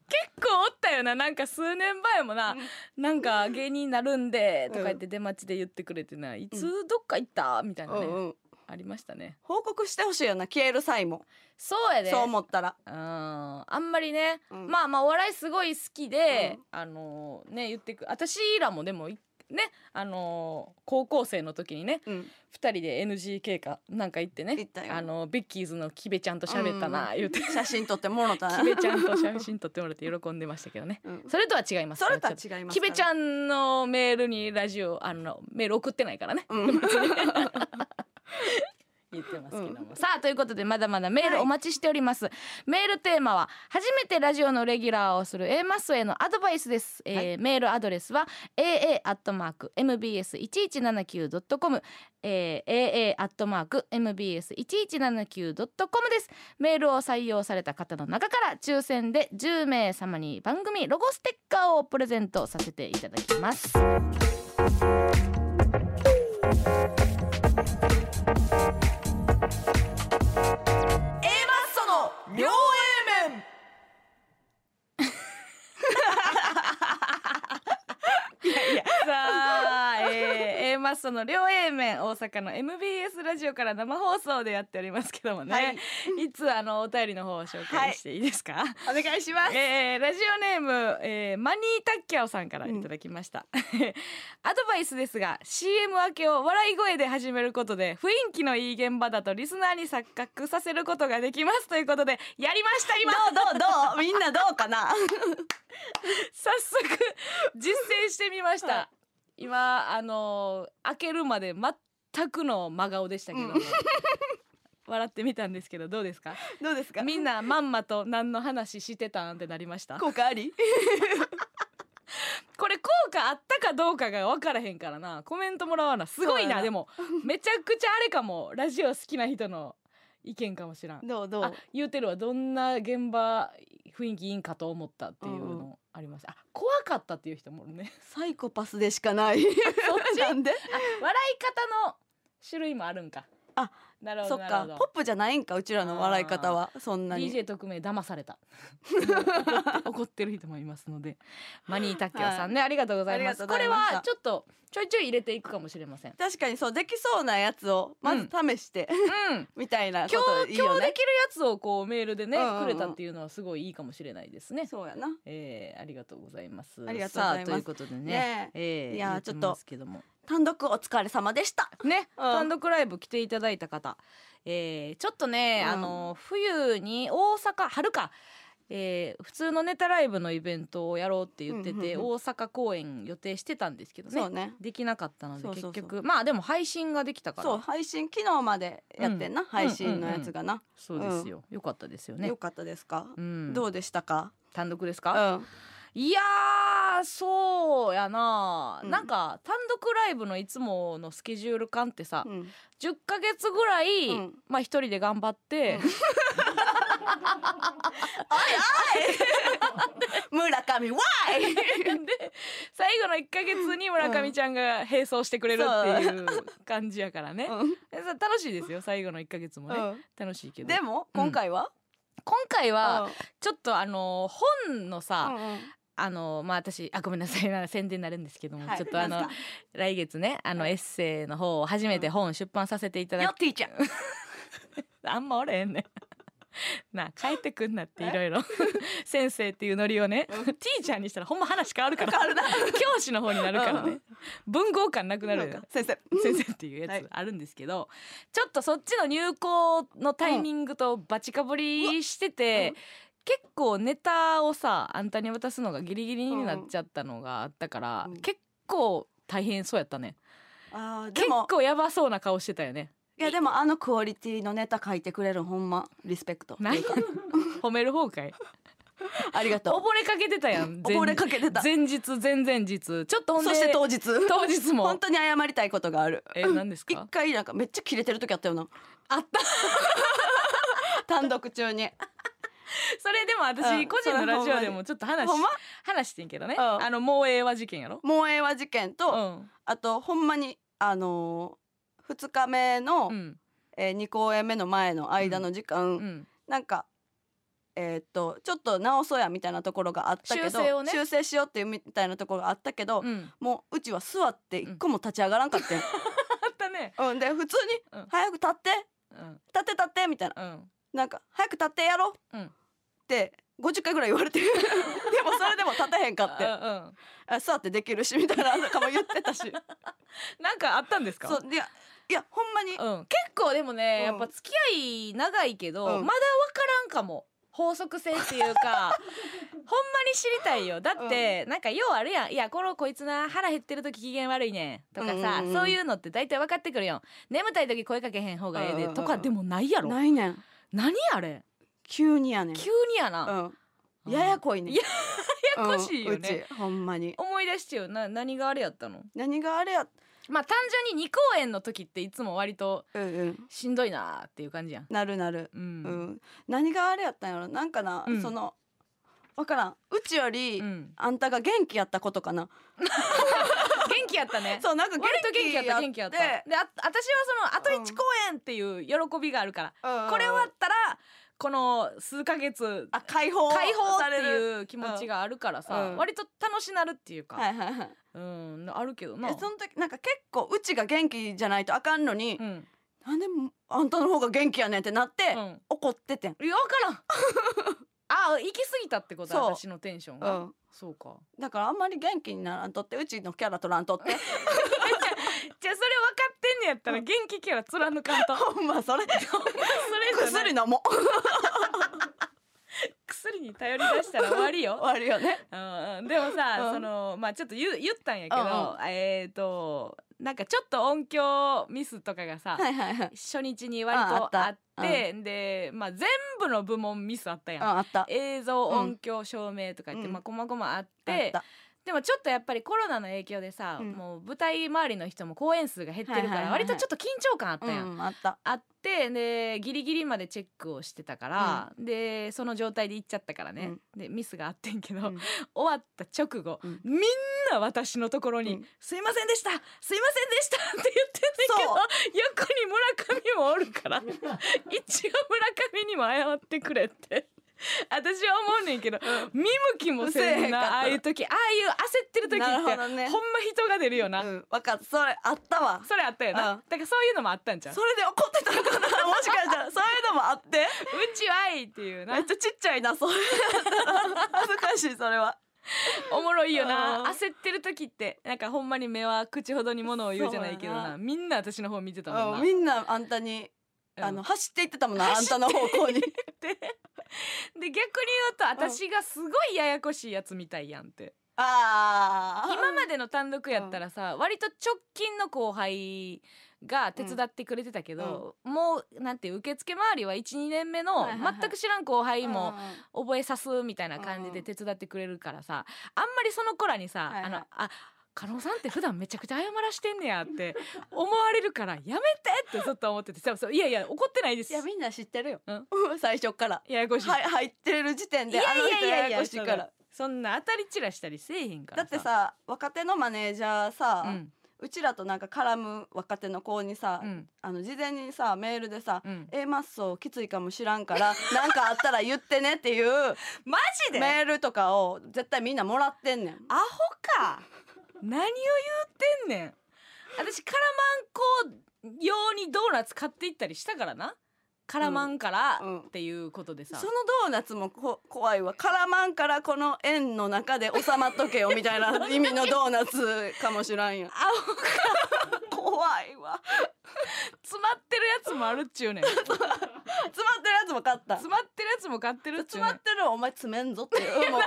結構おったよななんか数年前もな、なんか芸人になるんでとか言って出待ちで言ってくれてないつどっか行ったみたいなね、うんうんありましたね報告してほしいよな消える際もそうやでそう思ったらうんあんまりね、うんまあまあお笑いすごい好きで、うんあのね言ってく私らもでもいねあの高校生の時にねうん2人で NGK かなんか行って行ねったよあのベッキーズのキベちゃんと喋ったな言って写真撮ってもろたなキベちゃんと写真撮ってもらって喜んでましたけ どね。うんそれとは違いますかそら。れとはちょっ違いますキベちゃんんのメールにラジオあのメール送ってないからねうん 言ってますけども、さあということでまだまだメールはいお待ちしております、メールテーマは初めてラジオのレギュラーをする A マッソへのアドバイスです、えーはメールアドレスは aa.mbs1179.com、えー、aa.mbs1179.com ですメールを採用された方の中から抽選で10名様に番組ロゴステッカーをプレゼントさせていただきますその両 A 面さあ、えー、A マッソの両 A 面大阪の MBS ラジオから生放送でやっておりますけどもね、はいい、つあのお便りの方を紹介していいですか、お願いしますえーラジオネーム、えーマニータッキャオさんからいただきました、 アドバイスですが CM 明けを笑い声で始めることで雰囲気のいい現場だとリスナーに錯覚させることができますということでやりまし た今どうどうどうみんなどうかな早速実践してみました、は今あのー開けるまで全くの真顔でしたけども、うん笑ってみたんですけどどうですか どうですかみんなまんまと何の話してたんってなりました効果ありこれ効果あったかどうかが分からへんからなコメントもらわなすそごいうやなな でもめちゃくちゃあれかもラジオ好きな人の意見かもしらんどうどあう言うてるわどんな現場雰囲気いいんかと思ったっていううんうのありました、あ怖かったっていう人もおるねサイコパスでしかない なんで 笑い方の種類もあるんかあなるほそどっなかるポほップじゃないんかうちらの笑い方はそんどなに DJ 特命騙さ れた怒って怒ってる人もいますのでマニータッキョさんね、ありがとうございますありがとうこござれいましたはちょっとちょいちょい入れていくかもしれま せん確かにそうできそうなやつをまず試して、うんみたいなこ今と日いい今よ日でねきるやつをこうメールでね、うんうんうんくれたっていうのはすごいいいかもしれないですねそうやなえー、ありがとうございますありがとうございますさあということでねねえー、いやー言てちょっとますけども単独お疲れ様でしたね、うん単独ライブ来ていただいた方、えーちょっとね、うんあの冬に大阪春か、えー普通のネタライブのイベントをやろうって言っうてて、んうんうん大阪公演予定してたんですけどそうねねできなかったのでそうそう結そう局まあでも配信ができたからそう配信昨日までやってんな、配信のやつがな、そうですよ、よかったですよねよ、かったですか、うん、どうでしたか、単独ですうんか、いやーそうやな、うんなんか単独ライブのいつものスケジュール感ってさ、うん10ヶ月ぐらい、うんまあ一人で頑張って、村上 why で最月に村上ちゃんが並走してくれるっていう感じやからね、でさ楽しいですよ最後の1ヶ月もね、楽しいけどでもうん今回は、今回はあちょっとあの本のさ、あのまあ私あごめんなさいな宣伝になるんですけども、はいちょっとあのなんす来月ねあのエッセイの方を初めて本出版させていかただよく、ティー ちゃんあんまおれへん ねんなあ帰ってくんなっていろい ろ先生っていうノリをね、ティーチャーにしたらほんま話変わるから変わるな教師の方になるからね、文豪感なくなるよ先生先生っていうやつあるんですけど、ちょっとそっちの入校のタイミングとバチかぶりしてて、う結構ネタをさあんたに渡すのがギリギリになっちゃったのがあったから、うん結構大変そうやったねあー結でも構やばそうな顔してたよねいやでもあのクオリティのネタ書いてくれるほんまリスペクト何 やねん褒める方かいありがと溺れかけてたやん う前溺れかけてた前日前々日ちょっとほんそでして当日当日も本当に謝りたいことがあるえ何です一か回なんかめっちゃキレてる時あったよなあった 単独中にそれでもう私ん個人のラジオでそれほんまもちょっと話ほんま話してんけどねうんあのもうええわ事件やろもうええわ事件と、うあとほんまにあのー、2日目の、んえー、2公演目の前の間の時間、うんなんかえーっとちょっと直そうやみたいなところがあったけど修正をねしようっていうみたいなところがあったけど、うんもううちは座って一個も立ち上がらんかった よ、あったねうん、で普通うにん「早く立ってうん立って立って」みたいなうんなんか「早く立ってやろ」うんって50回ぐらい言われ てでもそれでも立てへんかってあうんあ座ってできるしみたいなのとかも言 ってたしなんかあったんですかそういやいやほんまにうん、結構でもね、うんやっぱ付き合い長いけど、うんまだ分からんかも法則性っていう かほんまに知りたいよだって、なんかようあるやん「いやこのこいつな腹減ってる時機嫌悪いねん」とかさ、うんうんうんそういうのって大体分かってくるよん眠たい時声かけへん方がええうんうんでうんとかでもないやろないねん何あれ急にやねん急にやな、うん、ややこいねんややこしいよねうんうちほんまに思い出してよな何があれやったの何があれやまあ単純に2公演の時っていつも割とうんうんしんどいなーっていう感じやんなるなるううんん何があれやったんやろなんかな、うんそのわからんうちより、うん、あんたが元気やったことかな。元気やっ たねそうなんか元割と元気気やっやってた元気やったであ私はそのあと1公演っていう喜びがあるから、うんこれ終わったらこの数ヶ月あ解放解放さっれてる。いう気持ちがあるからさ、うん割と楽しなるっていうか、はいはいはい。うんあるけどなえその時なんか結構うちが元気じゃないとあかんのに、うん、うん、なんであんたの方が元気やねんってなって、いや分怒っててん。からん あ行き過ぎたってことそう私のテンションうが、ん。そうかだからあんまり元気にならんとってうちのキャラ取らんとって。じゃあそれ分かってんねやったら元気キャラ貫かん とほんまそれ。 それじゃな薬い飲もう。薬に頼り出したら終わりよ終 わるよね。うんうんでもさ、うんそのまあちょっと言う言ったんやけど、うんえっ、となんかちょっと音響ミスとかがさ、はいはいはい。初日に割ああっとたあって、で、まあ、全部の部門ミスあったやうんん。あった。映像うん音響照明とか言って、うんまあこまごまあっあてったでもちょっとやっぱりコロナの影響でさ、うんもう舞台周りの人も公演数が減ってはるいはいかはいらはい割とちょっと緊張感あったやん。うんあった。あってでギリギリまでチェックをしてたから、でその状態で行っちゃったからね、でミスがあってんけど、うん終わった直後、うんみんな私のところに「うんすいませんでしたすいませんでした」 って言ってんねんけど横に村上もおるから 一応村上にも謝ってくれって。私は思うねんけど、見向きもせせえへんんかったなああいう時ああいう焦ってる時ってなるほ,、ほどねんま人が出るよな、うん。わかった。それあったわ。それあったよな、うんだからそういうのもあったんじゃんそれで怒ってたのかな もしかしたらそういうのもあってうちはいっていうな めっちゃちっちゃいなそういうのだったら恥ずかしいそれはおもろいよなうん焦ってる時ってなんかほんまに目は口ほどにものを言うじゃないけどそうやななみんな私の方見てたもんなうんみんなあんたに、うんあの走っていってたもんなあん走ってたの方向 にで逆に言うと私がすごいややこしいやつみたいやんってああ今までの単独やったらさ割と直近の後輩が手伝ってくれてたけど、もうなんていう受付周りは12年目のはいはいはい全く知らん後輩でも、覚えさすみたいな感じで手伝ってくれるからさ、あんまりその子らにさ、はいはいあのあ加納さんって普段めちゃくちゃ謝らしてんねやって思われるからやめてってずっと思っててそうそういやいや怒ってないですいやみんな知ってるよ、うん最初からややこしい、はい入ってる時点でいやあのいや人いやいやややこしいからそんな当たり散らしたりせえへんかだらってさ若手のマネージャーさ、ううんちらとなんか絡む若手の子にさ、うんあの事前にさメールでさうん「A マッソきついかもしらんから 何かあったら言ってね」っていうマジでメールとかを絶対みんなもらってんねん。アホか何を言うてんねん私カラマン粉用にドーナツ買っていったりしたからなカラマンからうんっていうことでさ、そのドーナツもこ怖いわ絡まんからこの円の中で収まっとけよみたいな意味のドーナツかもしらん やんアホか怖いわ詰まってるやつもあるっちゅ うねん詰詰まってるやつも買ったまってるやつも買ってるっちゅ詰うねまってるお前詰めんぞっていうもう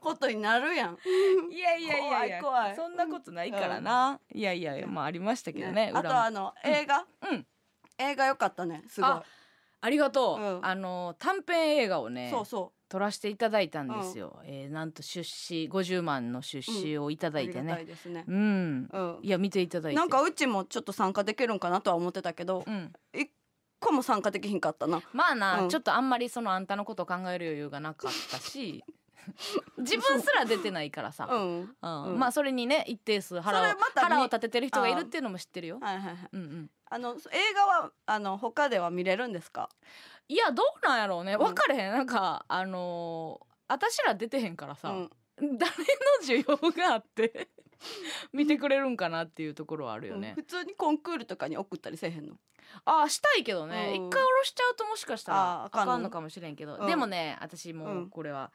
ことになるやんんいやいやいやいや怖い怖いそんなことないからな、いやいやいやまあありましたけどねあと裏もあの映画、うん映画良かったねすごいあありがとう、うんあの短編映画をねそうそ撮らせていただいたんですよ、えーなんと出資50万の出資をいたうだあいりてがねたいですねうん。うんいや見ていただいて。なんかうちもちょっと参加できるんかなとは思ってたけどうん。一個も参加できひんかったなまあな、うんちょっとあんまりそのあんたのことを考える余裕がなかっ たし、自分すら出てないからさ。うんうんうんまあそれにね一定数腹をそれまた見腹を立ててる人がいるっていうのも知ってるよ。はいはいはいうんうん。あの映画はあの他では見れるんですかいやどうなんやろうね。うん分かれへんなんかあのー私ら出てへんからさ、うん誰の需要があって 見てくれるんかなっていうところはあるよね。普通にコンクールとかに送ったりせえへんのあーしたいけどね、うん一回下ろしちゃうともしかしたらあーああかんのかんのかもしれんけど、うんでもね私もうんこれは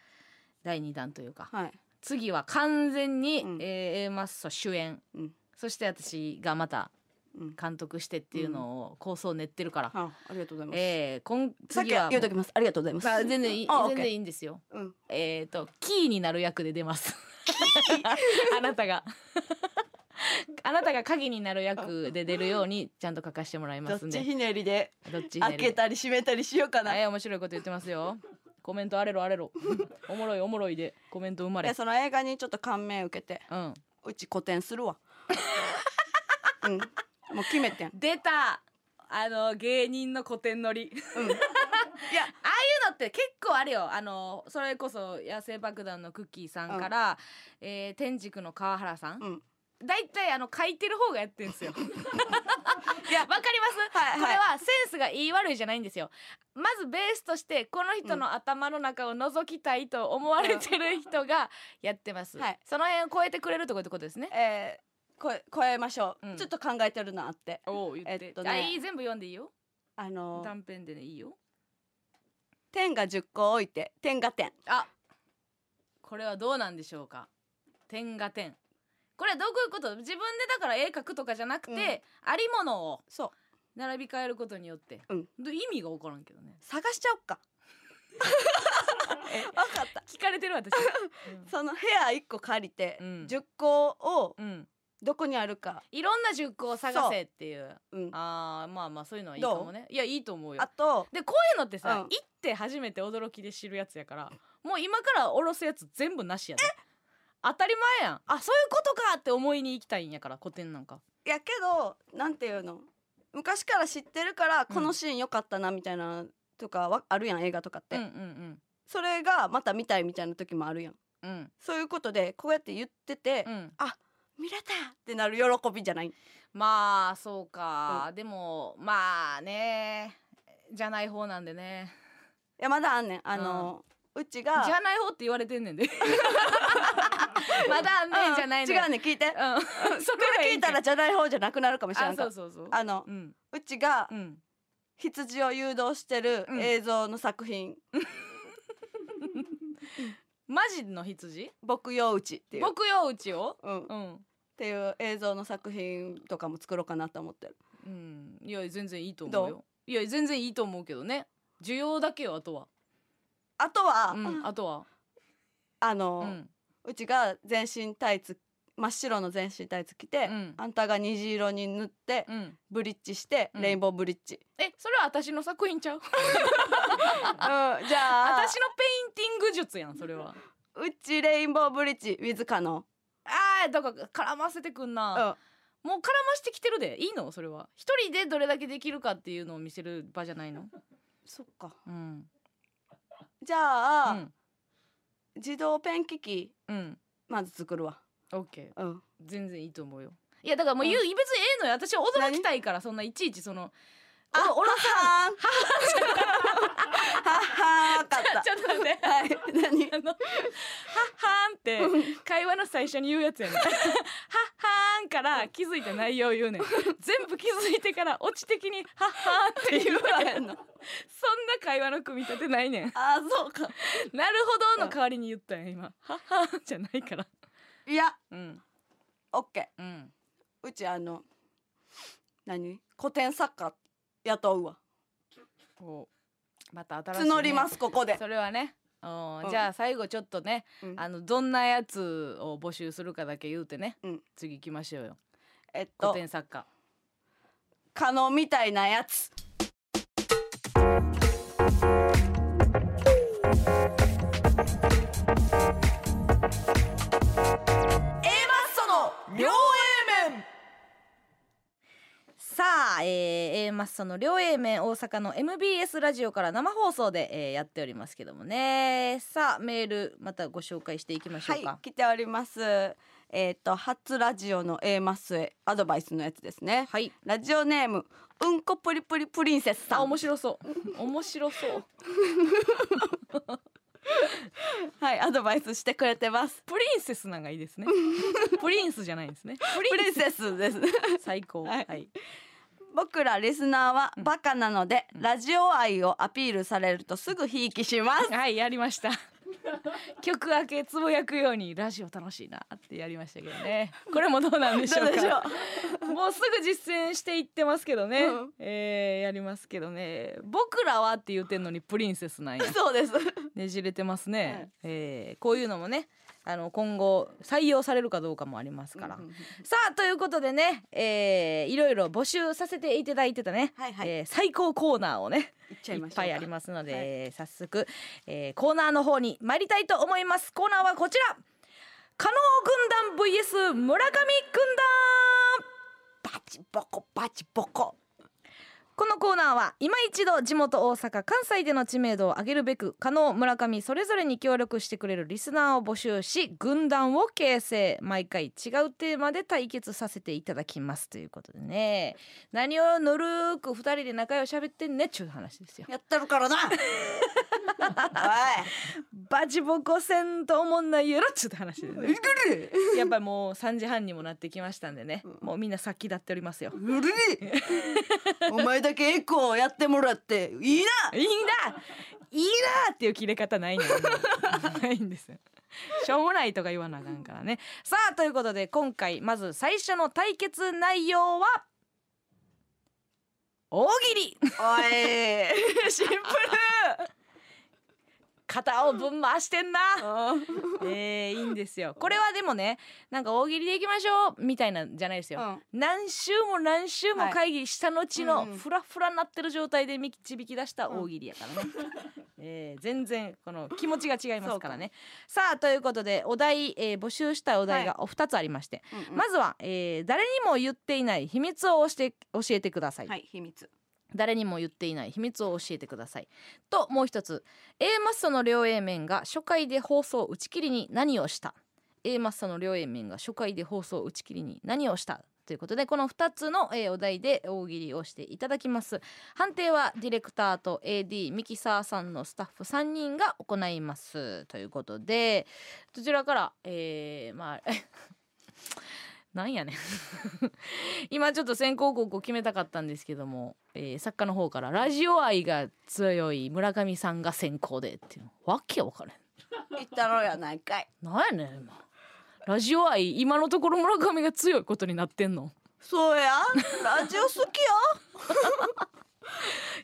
第2弾というか、はい次は完全に、うんえー A マッソ主演、うんそして私がまたうん監督してっていうのを構想練ってるから、あありがとうございます、えー、今さっき次は言うときますありがとうございます、まあ、全然いいあ OK 全然いいんですよ。うんえっ、とキーになる役で 出ます。あなたがあなたが鍵になる役で出るようにちゃんと書かせてもらいどまっすんちで。ひねりでどっちになる開けたり閉めたりしようかな、 はい、面白いこと言ってますよ。コメントあれろあれろ。おもろいおもろいでコメント生までれ。その映画にちょっと感銘受け てうん。うち古典するわうんもう決めてん、うん、出たあの芸人の古典 乗り。っていやのって結構あるよ。あのそれこそ野生爆弾のクッキーさんから、えー天竺の川原さん。うんだいたいあの書いてる方がやってん すよ。いやわかります。はいはいこれはセンスがいい悪いじゃないんですよ。まずベースとしてこの人の頭の中を覗きたいと思われてる人がやってます。はいその辺を超えてくれるとこってことですね。えー、こえ超えましょう、うんちょっと考えてるのあっておお言って、えっとねあいい全部読んでいいよあの短編でねいいよ点が10個置いて点が点あこれはどうなんでしょうか点が点これはどういうこと自分でだから絵描くとかじゃなくて、うんありものをそう並び替えることによって、うんど意味が分からんけどね探しちゃおっ かえわかった聞かれてる私その部屋1個借りて、うん10個をうん、うん、どこにあるか、いろんな熟考を探せっていううん、あーまあまあそういうのはいいかもねいやいいと思うよあとでこういうのってさ、うん行って初めて驚きで知るやつやからもう今からおろすやつ全部なしやで当たり前やんあそういうことかって思いに行きたいんやから古典なんかやけどなんていうの昔から知ってるからうんこのシーン良かったなみたいなとかはあるやん映画とかって、うんうんそれがまた見たいみたいな時もあるやんうんうんそういうことでこうやって言ってて、うん見れたってなる喜びじゃないまあそうか、でもまあねじゃない方なんでねいやまだあんねんあの、うちがじゃない方って言われてん ねんでまだあんねうんんじゃないの違うねねん聞いてこうんそがれい聞いんいじゃたんらじゃない方じゃなくなるかもしれあんかそらうそうそうあのうんうちがうん羊を誘導してるうん映像の作品マジの羊「牧羊打ち」っていう、僕ようちをうん、っうんていう映像の作品とかも作ろうかなと思ってるうん、いや全然いいと思うどよ。いや全然いいと思うけどね。需要だけよあとは。あとは、うん、あとは。あうの、ん、うちが全身タイツ真っ白の全身タイツ着て、うんあんたが虹色に塗ってうん。ブリッジして、うんレインボーブリッジ、え、それは私の作品ちゃうう。ん、じゃあ私のペインティング術やんそ れは。うちレインボーブリッジ with 可能、ああ、だから絡ませてくんうな。ん、もう絡ましてきてるで。いいのそれは。一人でどれだけできるかっていうのを見せる場じゃないの。そっかうん。じゃあ、うん自動ペン機器うんまず作るわオッケーうん全然いいと思うよいやだからもう言う、別にええのよ私は驚きたいからそんないちいちそのあ、おろさん。はははかった。ちょっと待 ってはい、 何。あの「はっはーん」って会話の最初に言うやつや ねんはっはーんから気づいた内容を言うねん全部気づいてからオチ的に「はっはーん」って言うねんそんな会話の組み立てないねんあ、そうか。 「なるほど」の代わりに言ったんや今「はっはーん」じゃないからいや、うんオッケうんー。うち、あの。何、古典作家。雇うわ。こうまた新しい、ね、募ります、ここで。それはねおーうんじゃあ最後ちょっとね、うんあのどんなやつを募集するかだけ言うてね、うん次行きましょうよえっ古と、典作家可能みたいなやつ。A マッソの両 A 面。さあ、えー、A マッソの両 A 面大阪の MBS ラジオから生放送で、えー、やっておりますけどもねさあメールまたご紹介していきましょうか、はい、来ております。えっ、と初ラジオの A マスへアドバイスのやつですね。はい、ラジオネームうんこプリプリプリンセスさあん。面白そう面白 そうはい、アドバイスしてくれてます。プリンセスなんかいい ですねプリンスじゃないんですねプリンセスです。 最高はいはい、僕らリスナーはバカなので、ラジオ愛をアピールされるとすぐひいきします。はい、やりました曲明けつぶやくようにラジオ楽しいなってやりましたけどねこれもどうなんでしょどううでしょかう。 もうすぐ実践していってますけどね、うんえーやりますけどね僕らはって言ってんのにプリンセ スなんやそうです。ねじれてますね、はいえーこういうのもねあの今後採用されるかどうかもありますから、うんうんうんさあということでね、えーいろいろ募集させていただいてたね、はいはい。えー最高コーナーをねいっちゃいいっましょうか。ぱいありますので、はいえー早速、えーコーナーの方に参りたいと思いますコーナーはこちら加納軍団 VS 村上軍団バチボコバチボコ。このコーナーは今一度地元大阪関西での知名度を上げるべく加納村上それぞれに協力してくれるリスナーを募集し軍団を形成毎回違うテーマで対決させていただきますということでね何をぬるーく二人で仲良し喋ってんねっちゅう話ですよやってるからな。おバチボコせんと思んないやろっちゅう話でい。ねるり。やっぱりもう3時半にもなってきましたんでねうんもうみんな先立っておりますようるりお前だけエコーをやってもらっていいいいないいなっていう切れ方ないのよないんですよしょうもないとか言わなあかんからねさあということで今回まず最初の対決内容は大喜利なおい シンプル肩をぶん回してんなえー、いいんですよこれはでもねなんか大喜利でいきましょうみたいなんじゃないですよ、何週も何週も会議した後はいのうんうんフラフラになってる状態で導き出した大喜利や からね、えー全然この気持ちが違いますからねさあということでお題、えー募集したお題がお二つありまして、ままずは、えー誰にも言っていない秘密をして教えてください、はい秘密誰にも言っていない秘密を教えてくださいともう一つ A マッソの両 A 面が初回で放送打ち切りに何をした A マッソの両 A 面が初回で放送打ち切りに何をしたということでこの2つの、えーお題で大喜利をしていただきます判定はディレクターと AD ミキサーさんのスタッフ3人が行いますということでどちらからえー、まあなんやねん 今ちょっと先行高校決めたかったんですけども、えー作家の方からラジオ愛が強い村上さんが先行でっていうわけわからん言ったろうやないかいなんやねん今ラジオ愛今のところ村上が強いことになってんのそうやラジオ好きよ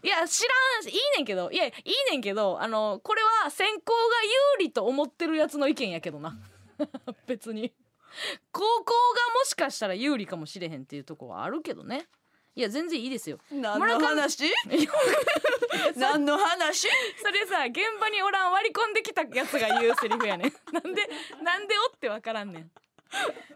いや知らんいいねんけどいやいいねんけどあのこれは先行が有利と思ってるやつの意見やけどな 別に高校がもしかしたら有利かもしれへんっていうとこはあるけどねいや全然いいですよ何村の上話 何の話それさ現場におらん割り込んできたやつが言うセリフやねんなんでなんでおってわからんねん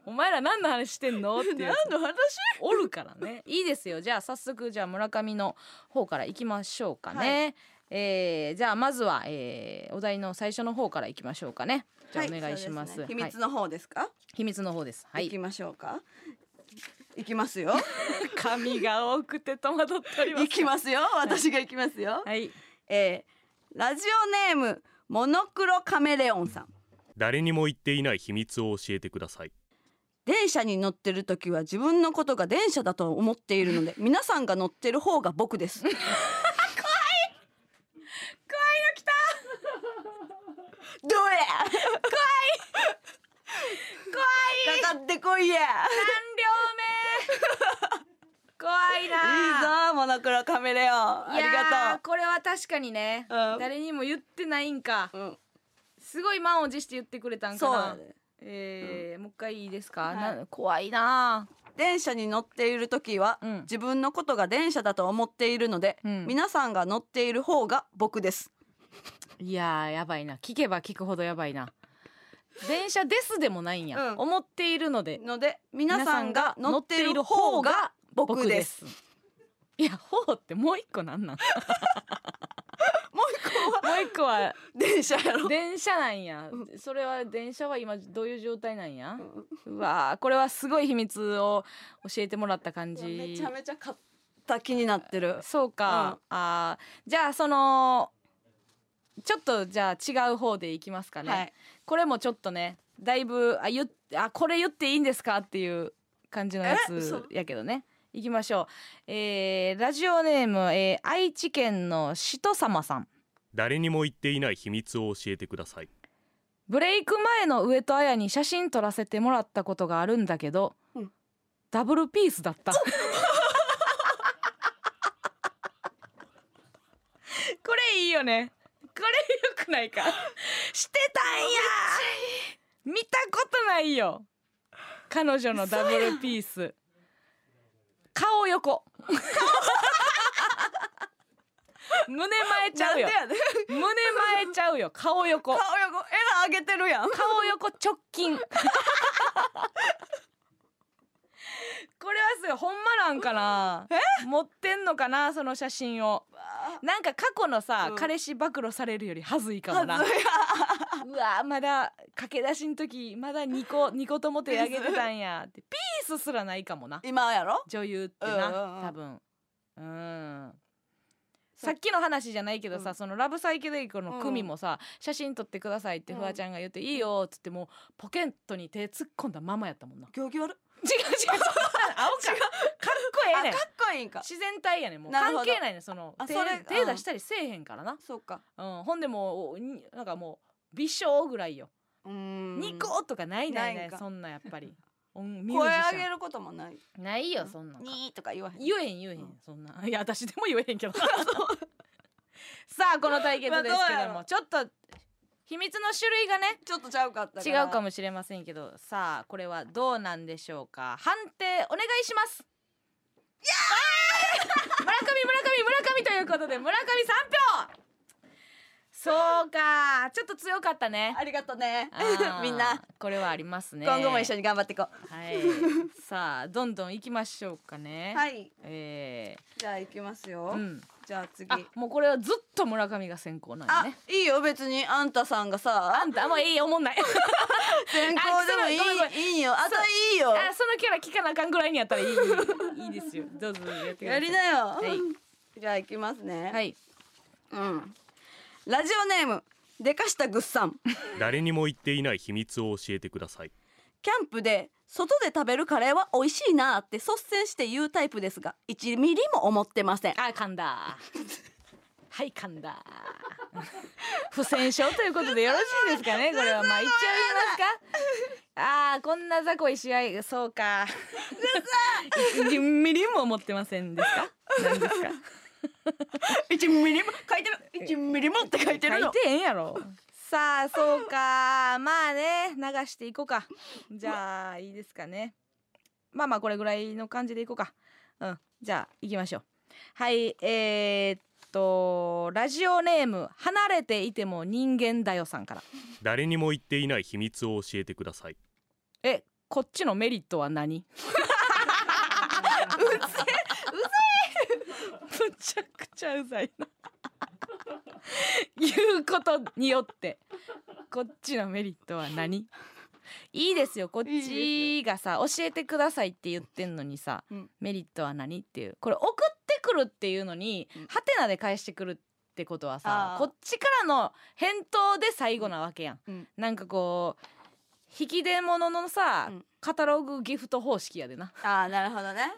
お前ら何の話してんのっていうやつ何の話おるからねいいですよじゃあ早速じゃあ村上の方から行きましょうかね、えーじゃあまずは、えーお題の最初の方からいきましょうかねじゃあお願いします,、そうでね秘はい密の方ですか。秘密の方ですは行いきましょうか。行きますよ。髪が多くて戸惑っております行きますよ。私が行きますよ。はいえーラジオネームモノクロカメレオンさん。誰にも言っていない秘密を教えてください電車に乗ってる時は自分のことが電車だと思っているの で皆さんが乗ってる方が僕です。怖い怖いの来た。どうや。怖い。怖い。かかってこいや。いい 怖いないぞモノクロカメレオン。あいやーりこれは確かにね、うん誰にも言ってないんかがとう。すごい満を持して言ってくれたうんん。かそうなやで。えーもう一回いいですか、いな怖いな電車に乗っている時は、うん自分のことが電車だと思っているので、うん皆さんが乗っている方が僕です。いやーやばいな聞けば聞くほどやばいな電車ですでもないんや、うん思っているのでので皆さんが乗っている方が僕です。いや方ってもう一個なんなんももう一個はう一個 は電車やろ。電車なんやうそれは電車は今どういう状態なんやうんうわーこれはすごい秘密を教えてもらった感じめちゃめちゃ買った気になってる。そうか、あーじゃあそのちょっとじゃあ違う方でいきますかね、はい。これもちょっとねだいぶあ言っあこれ言っていいんですかっていう感じのやえ嘘つやけどねいきましょう、えーラジオネーム、えー愛知県のしとさまさん誰にも言っていない秘密を教えてくださいブレイク前の上戸彩に写真撮らせてもらったことがあるんだけど、うんダブルピースだった これいいよねこれよくないかしてたんや見たことないよ彼女のダブルピース顔 横胸前ちゃうよなんでやねん。胸前ちゃうよ顔横顔横エラ上げてるやん。顔横直近 これはすごいほんまなんかな持ってんのかなその写真をなんか過去のさ、うん彼氏暴露されるよりはずいかもなはずやうわまだ駆け出しの時まだ2個2個とも手挙げてたんやってピースすらないかもな今やろ。女優ってうんうんうな、ん多分うんそうさっきの話じゃないけどさ、うんそのラブサイケデリコの組もさ、写真撮ってくださいってうんフワちゃんが言って、いいよっつってもうポケットに手突っ込んだままやったもんな行儀悪い。違う 違う青かかっこええねあんかっこいいんか。自然体やねんもうなるほど関係ないねんそのあ手それ手うん出したりせえへんからな、そうか。うん、ほんでもうになんかもう美少ぐらいよ、うーんニコとかないないなないんかそんなやっぱ り、うん、ミュー声ジ上シげャることもない。ンないよそんなんにーとか言わへん。言えへん言えへん、うんそんないや 私でも言えへんけ どさあこの対決 ですまあどうけどやろもちょっと秘密の種類がねちょっとちゃうかった違うかも。もしれませんけどさあこれはどうなんでしょうか判定お願いしますあー村上村上村上ということで村上3票そうかちょっと強かったねありがとねあー。みんなこれはありますね今後も一緒にに頑張っていこはいさあどんどん行きましょうかねう。はい。えじゃあ行きますよー、う。んじゃあ次。あもうこれはずっと村上が先行なんやあね、いいよ別にあんたさんがさあんたあんまいいおもんないあ先行でもいあごめんごめいいいよあといいよ そのキャラ聞かなあかんぐらいにやったらいいいいですよどうぞやってくださやいりなよ、いじゃあ行きますねはいうんラジオネームでかしたぐっさんキ誰にも言っていない秘密を教えてくださいャンプで外で食べるカレーは美味しいなって率先して言うタイプですが1ミリも思ってませんあ噛んだはい噛んだ不戦勝ということでよろしいですか ねこれはまあ一応言います かあーこんな雑魚い試合そうか 一ミリも持ってませんですか何ですか1ミリも書いてる1ミリもって書いてる書のいてへんやろさあそうかまあね流していこうかじゃあいいですかねまあまあこれぐらいの感じでいこうかうんじゃあ行きましょうはいえー、っとラジオネーム離れていても人間だよさんから誰にも言っていない秘密を教えてくださいえこっちのメリットは何 うぜうぜむちゃくちゃうざいないうことによってこっちのメリットは何いいですよこっちがさ教えてくださいって言ってんのにさ、うんメリットは何っていうこれ送ってくるっていうのに、うんハテナで返してくるってことはさあーこっちからの返答で最後なわけやん、うんなんかこう引き出物のさ、うんカタログギフト方式やでなああなるほどね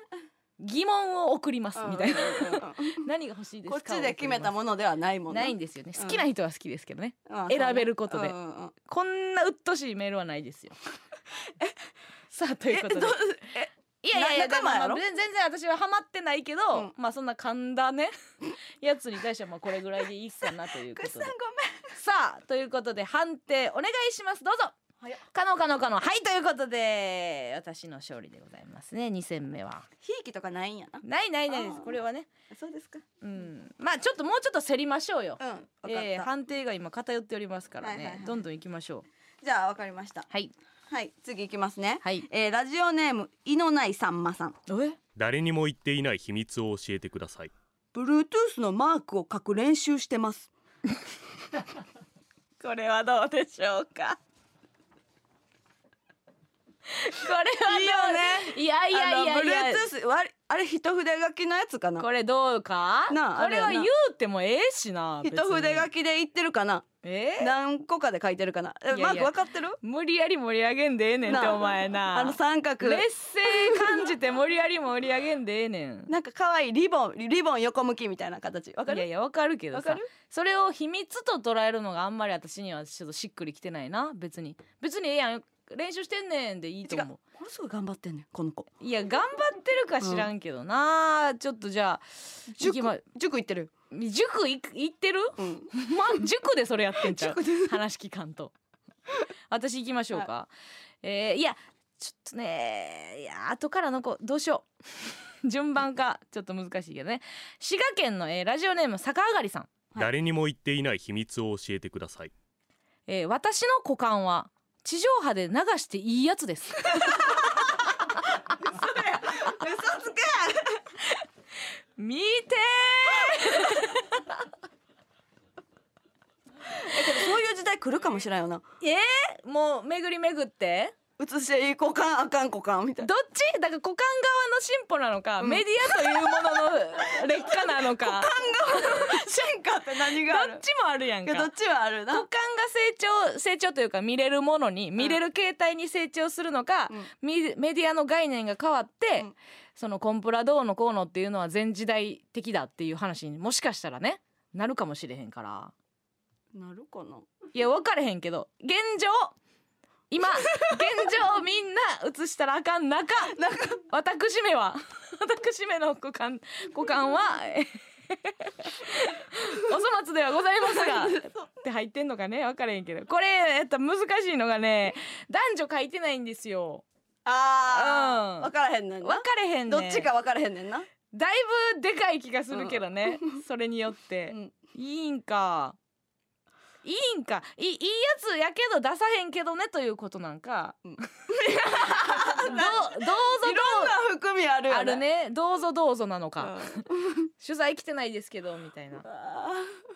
疑問を送りますみたいな、 な何が欲しいですこかっちで決めたものではないもんないんですよね好きな人は好きですけどね、うん選べることでうんうんうんこんな鬱陶しいメールはな いですよ。 さあというえこどとうで。えいやいやいやな仲間やろでもまあ全然私はハマってないけど、うんまあそんな神田ね やつに対してはまあこれぐらいでいいかなというこくしとでさん ごめんさあということで判定お願いしますどうぞ可能可能可能はいということで私の勝利でございますね2戦目はひいきとかないんやなないないないであすーこれはねそうですかうんまあちょっともうちょっと競りましょうようんわかった、えー判定が今偏っておりますからね、はいはいはいどんどん行きましょうじゃあわかりましたはいはい次いきますねはいえー、ラジオネームいのないさんまさんえ誰にも言っていない秘密を教えてください Bluetooth のマークを書く練習してます これはどうでしょうかこれはどういいよねいやいやいやいやあの Bluetooth わりあれ一筆書きのやつかなこれどうかなあこれはあれや言なうてもええしな一筆書ききで言ってるかなええ何個かで書いてるかなえいやいやマークわかってる無理やり盛り上げんでええねんってなあお前なあの三角劣勢感じて無理やり盛り上げんでええねん なんか可愛いリボンリボン横向きみたいな形わかいやるいやわかるけどわかさるそれを秘密と捉えるのがあんまり私にはちょっとしっくりきてないな別に別にええやん練習してんねんでいいと思うものすごい頑張ってんねんこの子いや頑張ってるか知らんけどな、ちょっとじゃあ行きま塾塾行ってる塾行く行っ てるうんまあ塾でそれやってんちゃう塾で 話聞かんと私行きましょうか、えーいやちょっとねいや後からの子どうしよう 順番かちょっと難しいけどね滋賀県の、えーラジオネーム坂上がりさん、い誰にも言っていない秘密を教えてくださいえー私の股間は地上波で流していいやつです嘘つけ見てそういう時代来るかもしれんよなーもう巡り巡って映していい子かんあかん子かんみたいなどっちだから股間側の進歩なのか、うんメディアというものの劣化なのか進化って何どがあっるちもあるやんかどっちはある股な間が成長成長というか見れるものに見れる形態に成長するのか、うんみメディアの概念が変わって、うんそのコンプラどうのこうのっていうのは全時代的だっていう話にもしかしたらねなるかもしれへんからなるかないや分かれへんけど現状 今現状みんな映したらあかん中私めは私めの股間股 間はえーお粗末ではございますがって入ってんのかね分かれへんけどこれやったら難しいのがね男女書いてないんですよあうーん分からへんねん分なかれへんねどっちか分からへんねんなだいぶでかい気がするけどね、それによって、うんいいんかいいんかいいいやつやけど出さへんけどねということなんか、うん どうどうぞそんな含みあるどうよねあるねどうぞどうぞなのうんか、取材来てないですけどみたいなあ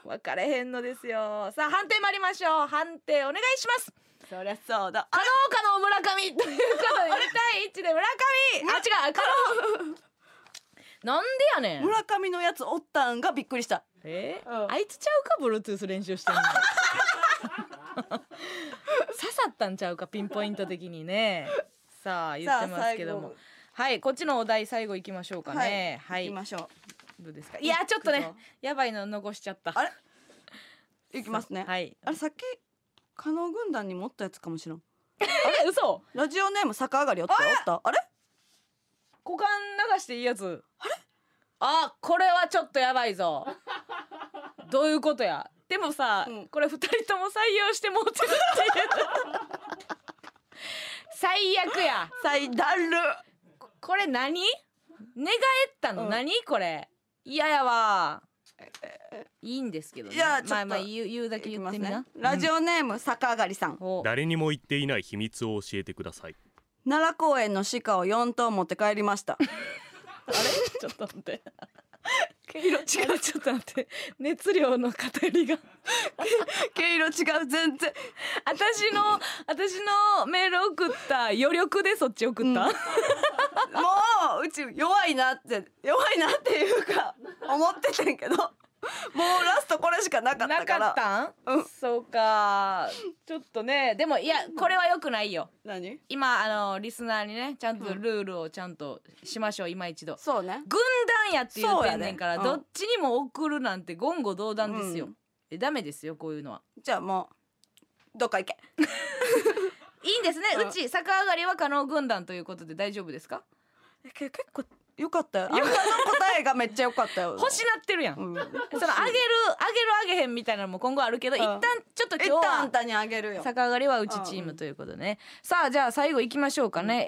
分かれへんのですよさあ判定参りましょう判定お願い しますーそりゃそうだ加納 加納村上ということで2対1で村上あ違う加納なんでやねん村上のやつおったんがびっくりしたえーうんあいつちゃうか Bluetooth 練習してんの 刺さったんちゃうかピンポイント的にねさあ言ってますけどもさはいこっちのお題最後いきましょうかねあはい、行きましょう、どうですかいやちょっと行くねぞやばいの残しちゃったあれ行きますね、はいあれさっき加納軍団に持ったやつかもしれんあれ嘘ラジオネーム逆上がりおったおったあれ股間流していいやつあこれはちょっとやば いぞどういうことやでもさ、うんこれ二人とも採用してもう てるっていう最悪や最だるこれ何寝返ったの、うん何これ嫌やわいいんですけどねいやちょっとまあまあ言う言うだけいき言っまてすみな、ねラジオネーム逆上がりさん お誰にも言っていない秘密を教えてください 奈良公園の鹿を四頭持って帰りましたあれちょっと待って毛色違うちょっと待って熱量の語りが毛色違う全然私の私のメール送った余力でそっち送った、 うんもううち弱いなって弱いなっていうか思っててんけどもうラストこれしかなかったなからかったん、うんそうかちょっとねでもいやこれは良くないよ何今あのリスナーにねちゃんとルールをちゃんとしましょう今一度そうね軍団やって言うてんねんから、そうやねうんどっちにも送るなんて言語道断ですよ、うんえダメですよこういうのはじゃあもうどっか行けいいんですねうんうち逆上がりは可能軍団ということで大丈夫ですかえけ結構よかったよあんたの答えがめっちゃよかったよ 欲しなってるやん、うんその上げる上げる上げへんみたいなのも今後あるけど、うん一旦ちょっと一今旦あん日はたにあげるよ逆上がりはうちチームということでね、さあじゃあ最後いきましょうかね、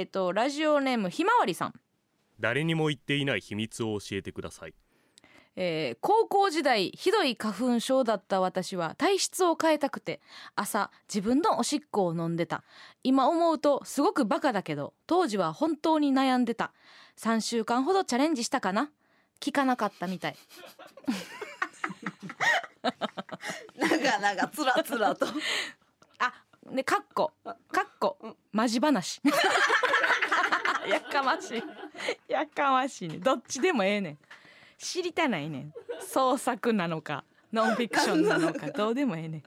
えっ、とラジオネームひまわりさん誰にも言っていない秘密を教えてくださいえー高校時代ひどい花粉症だった私は体質を変えたくて朝自分のおしっこを飲んでた今思うとすごくバカだけど当時は本当に悩んでた3週間ほどチャレンジしたかな聞かなかったみたいなんかなんかつらつらとあねかっこかっこマジ話 やかましいやかましいねどっちでもええねん知りたないねん創作なのかノンフィクションなのかどうでもええねん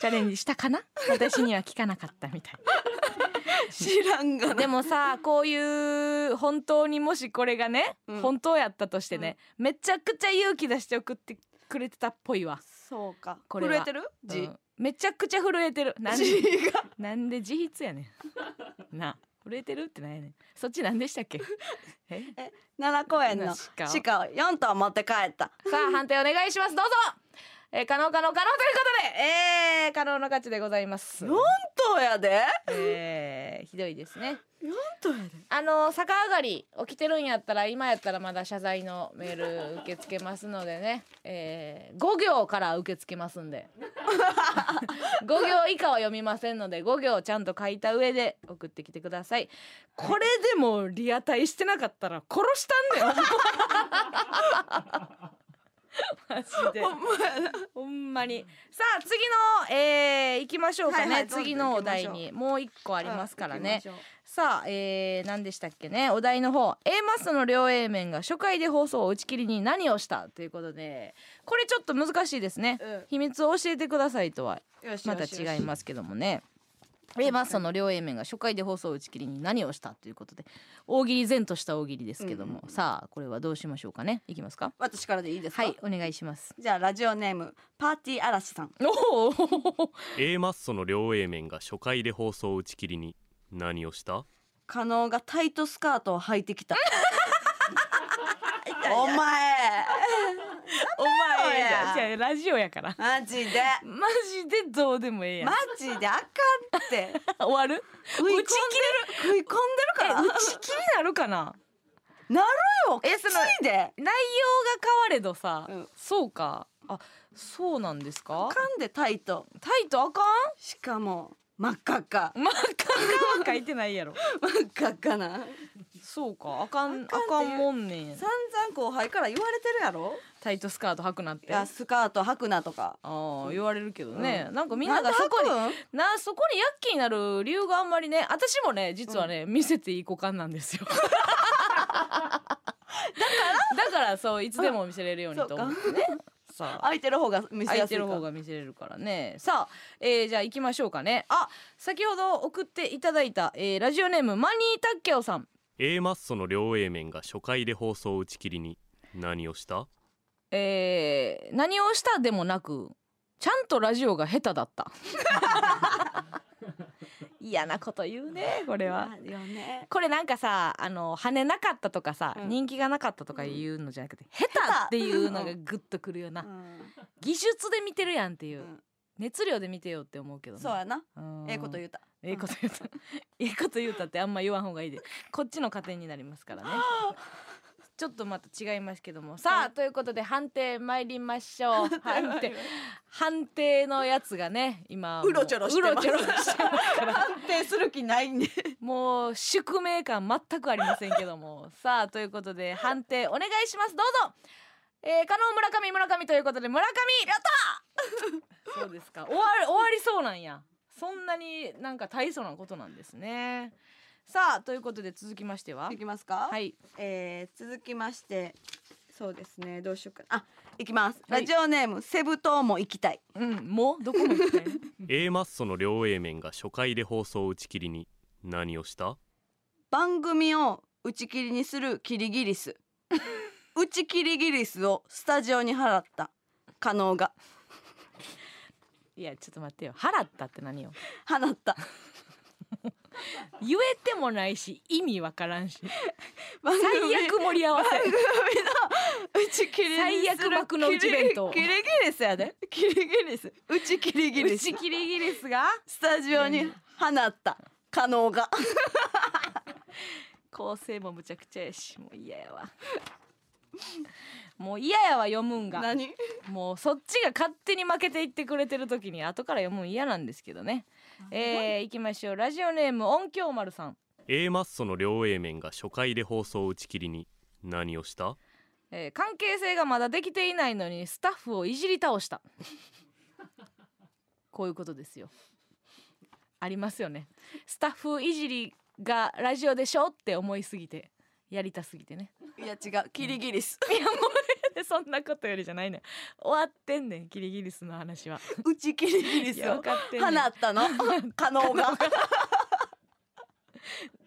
チャレンジしたかな私には聞かなかったみたい 知らんがなでもさこういう本当にもしこれがね、うん本当やったとしてね、めちゃくちゃ勇気出して送ってくれてたっぽいわ、そうかこれは震えてるう字んめちゃくちゃ震えてる なんで字がなんで自筆やねん。なあ、震えてるってなんやねん。そっちなんでしたっけ。え奈良公園の鹿を鹿を4頭持って帰ったさあ、判定お願いします。どうぞ。えー、可能可能可能ということで、えー、可能の勝ちでございます。よ4頭やでえー、ひどいですね。 4頭やであの逆上がり起きてるんやったら今やったらまだ謝罪のメール受け付けますのでね、えー、5行から受け付けますんで 5行以下は読みませんので5行ちゃんと書いた上で送ってきてくださいこれでもリアタイしてなかったら殺したんだよマジで ほんまにさあ次のえー、行きましょうかね、はいはいどんどん次のお題行きましにもう一個ありますからね、うん行きましょうさあ、えー、何でしたっけねお題の方 A マストの両 A 面が初回で放送を打ち切りに何をしたということでこれちょっと難しいですね、うん秘密を教えてくださいとはよしまたよしよし違いますけどもね A マストの両 A 面が初回で放送を打ち切りに何をしたということで大喜利前とした大喜利ですけども、さあこれはどうしましょうかねいきますか私からでいいですかはいお願いしますじゃあラジオネームパーティー嵐さんおお A マッソの両 A 面が初回で放送打ち切りに何をした加納がタイトスカートを履いてきたお前お前やじゃあラジオやからマジでマジでどうでもええやん、マジであかんって 終わる食い込んで打るち切れ食い込んでるかえら打ち切りなるかななるよええそそののいで内容が変われどさ、うんそうかあそうなんですか噛んでタイトタイトあかしかも真っ赤っかんまああかんかは書いてないやろ真っ赤っかなそうかあかんあかんもんねん散々後輩から言われてるやろタイトスカート履くなっいてやあスカート履くなとかあ言われるけどね、なんかみみんながそこになにそこにヤッキーになる理由があんまりね私もね実はね、見せていい股間なん ですよだからだからそういつでも見せれるようにと思ってねさあ空いてる方が見せ空やいすているか方が見せれるからねさあ、えーじゃあ行きましょうかねあ先ほど送っていただいた、えーラジオネームマニータッケオさん A マッソの両 A 面が初回で放送打ち切りに何をしたえー何をしたでもなくちゃんとラジオが下手だった 嫌なこと言うねこれはあるよねこれなんかさあの跳ねなかったとかさ、うん人気がなかったとかいうのじゃなくて、下手っていうのがグッとくるよな、うん技術で見てるやんっていうう、ん熱量で見てよって思うけどねそうやなうんええこと言うたええこと言う た。ええこと言うたってあんま言わん方がいいで。こっちの加点になりますからね。 ちょっとまた違いますけどもさあということで判定参りましょう 判定判定のやつがね今うろちょろしてますうろちょろしてますから判定する気ないねもう宿命感全くありませんけどもさあということで判定お願いしますどうぞえー、加納村上村上ということで村上やったそうですか終わる終わりそうなんやそんなになんか大層なことなんですねさあということで続きましてはいきますか、はいえー、続きましてそうですねどうしようかなあいきます、はいラジオネームセブ島も行きたいうんもうどこも行きた い A マッソの両 A 面が初回で放送打ち切りに何をした番組を打ち切りにするキリギリ ス打ち切りギリスをスタジオに払った加納がいやちょっと待ってよ払ったって何よ放った言えてもないし意味わからんし番組最悪盛り合 わせ番組の打ち切りにする最悪幕の内弁当キリキリギリスやでキリギリス打ち切りギ打リスち切りギリスがスタジオに放った加納が構成もむちゃくちゃやしもう嫌やわもう嫌やわ読むんが何もうそっちが勝手に負けていってくれてる時に後から読むん嫌なんですけどねえー、いきましょうラジオネーム音響丸さん A マッソの両 A 面が初回で放送打ち切りに何をしたえー関係性がまだできていないのにスタッフをいじり倒した こういうことですよありますよねスタッフいじりがラジオでしょって思いすぎてやりたすぎてね いや違うキリギリスいやもうねそんなことよりじゃないのよ終わってんねんキリギリスの話は打ち切りギリいスや分をかってん放ねんった の加納が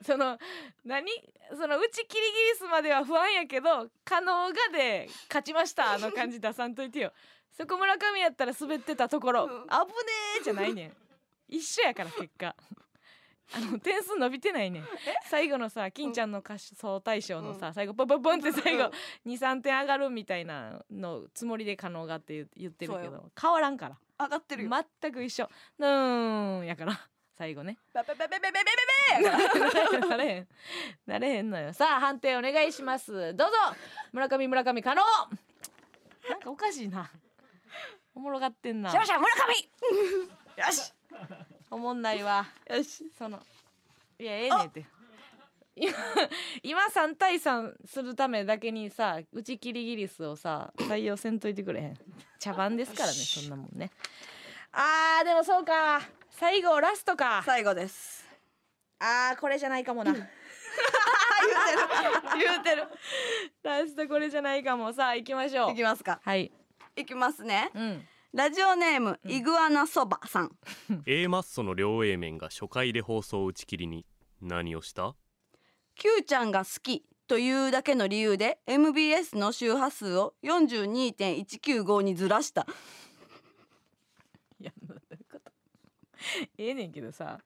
その何そのうちキリギリスまでは不安やけど可能がで勝ちましたあの感じ出さんといて よそこ村上やったら滑ってたところうん危ねえじゃないねん一緒やから結果あの点数伸びてないねん最後のさ金ちゃんの歌唱大賞のさ、最後ポンポンポンって最後23点上がるみたいなのつもりで可能がって言う言ってるけそうど変わらんから上がってるよ、全く一緒うーんやから最後ねバババババババなれへんなれへんのよさあ判定お願いしますどうぞ村上村上可能なんかおかしいなおもろがってんなバしゃ村上 よしおもんないわよしそのいやええねん って今今3対3するためだけにさうちキリギリスをさ採用せんといてくれへん茶番ですからねそんなもんねあーでもそうか最後ラストか最後ですあーこれじゃないかもな 言うてるラストこれじゃないかもさあ行きましょ ういきますかはいいきますねうんラジオネームイグアナそばさん A マッソの両 A 面が初回で放送打ち切りに何をしたキューちゃんが好きというだけの理由で MBS の周波数を42.195にずらしたいやどういうことええねんけどさ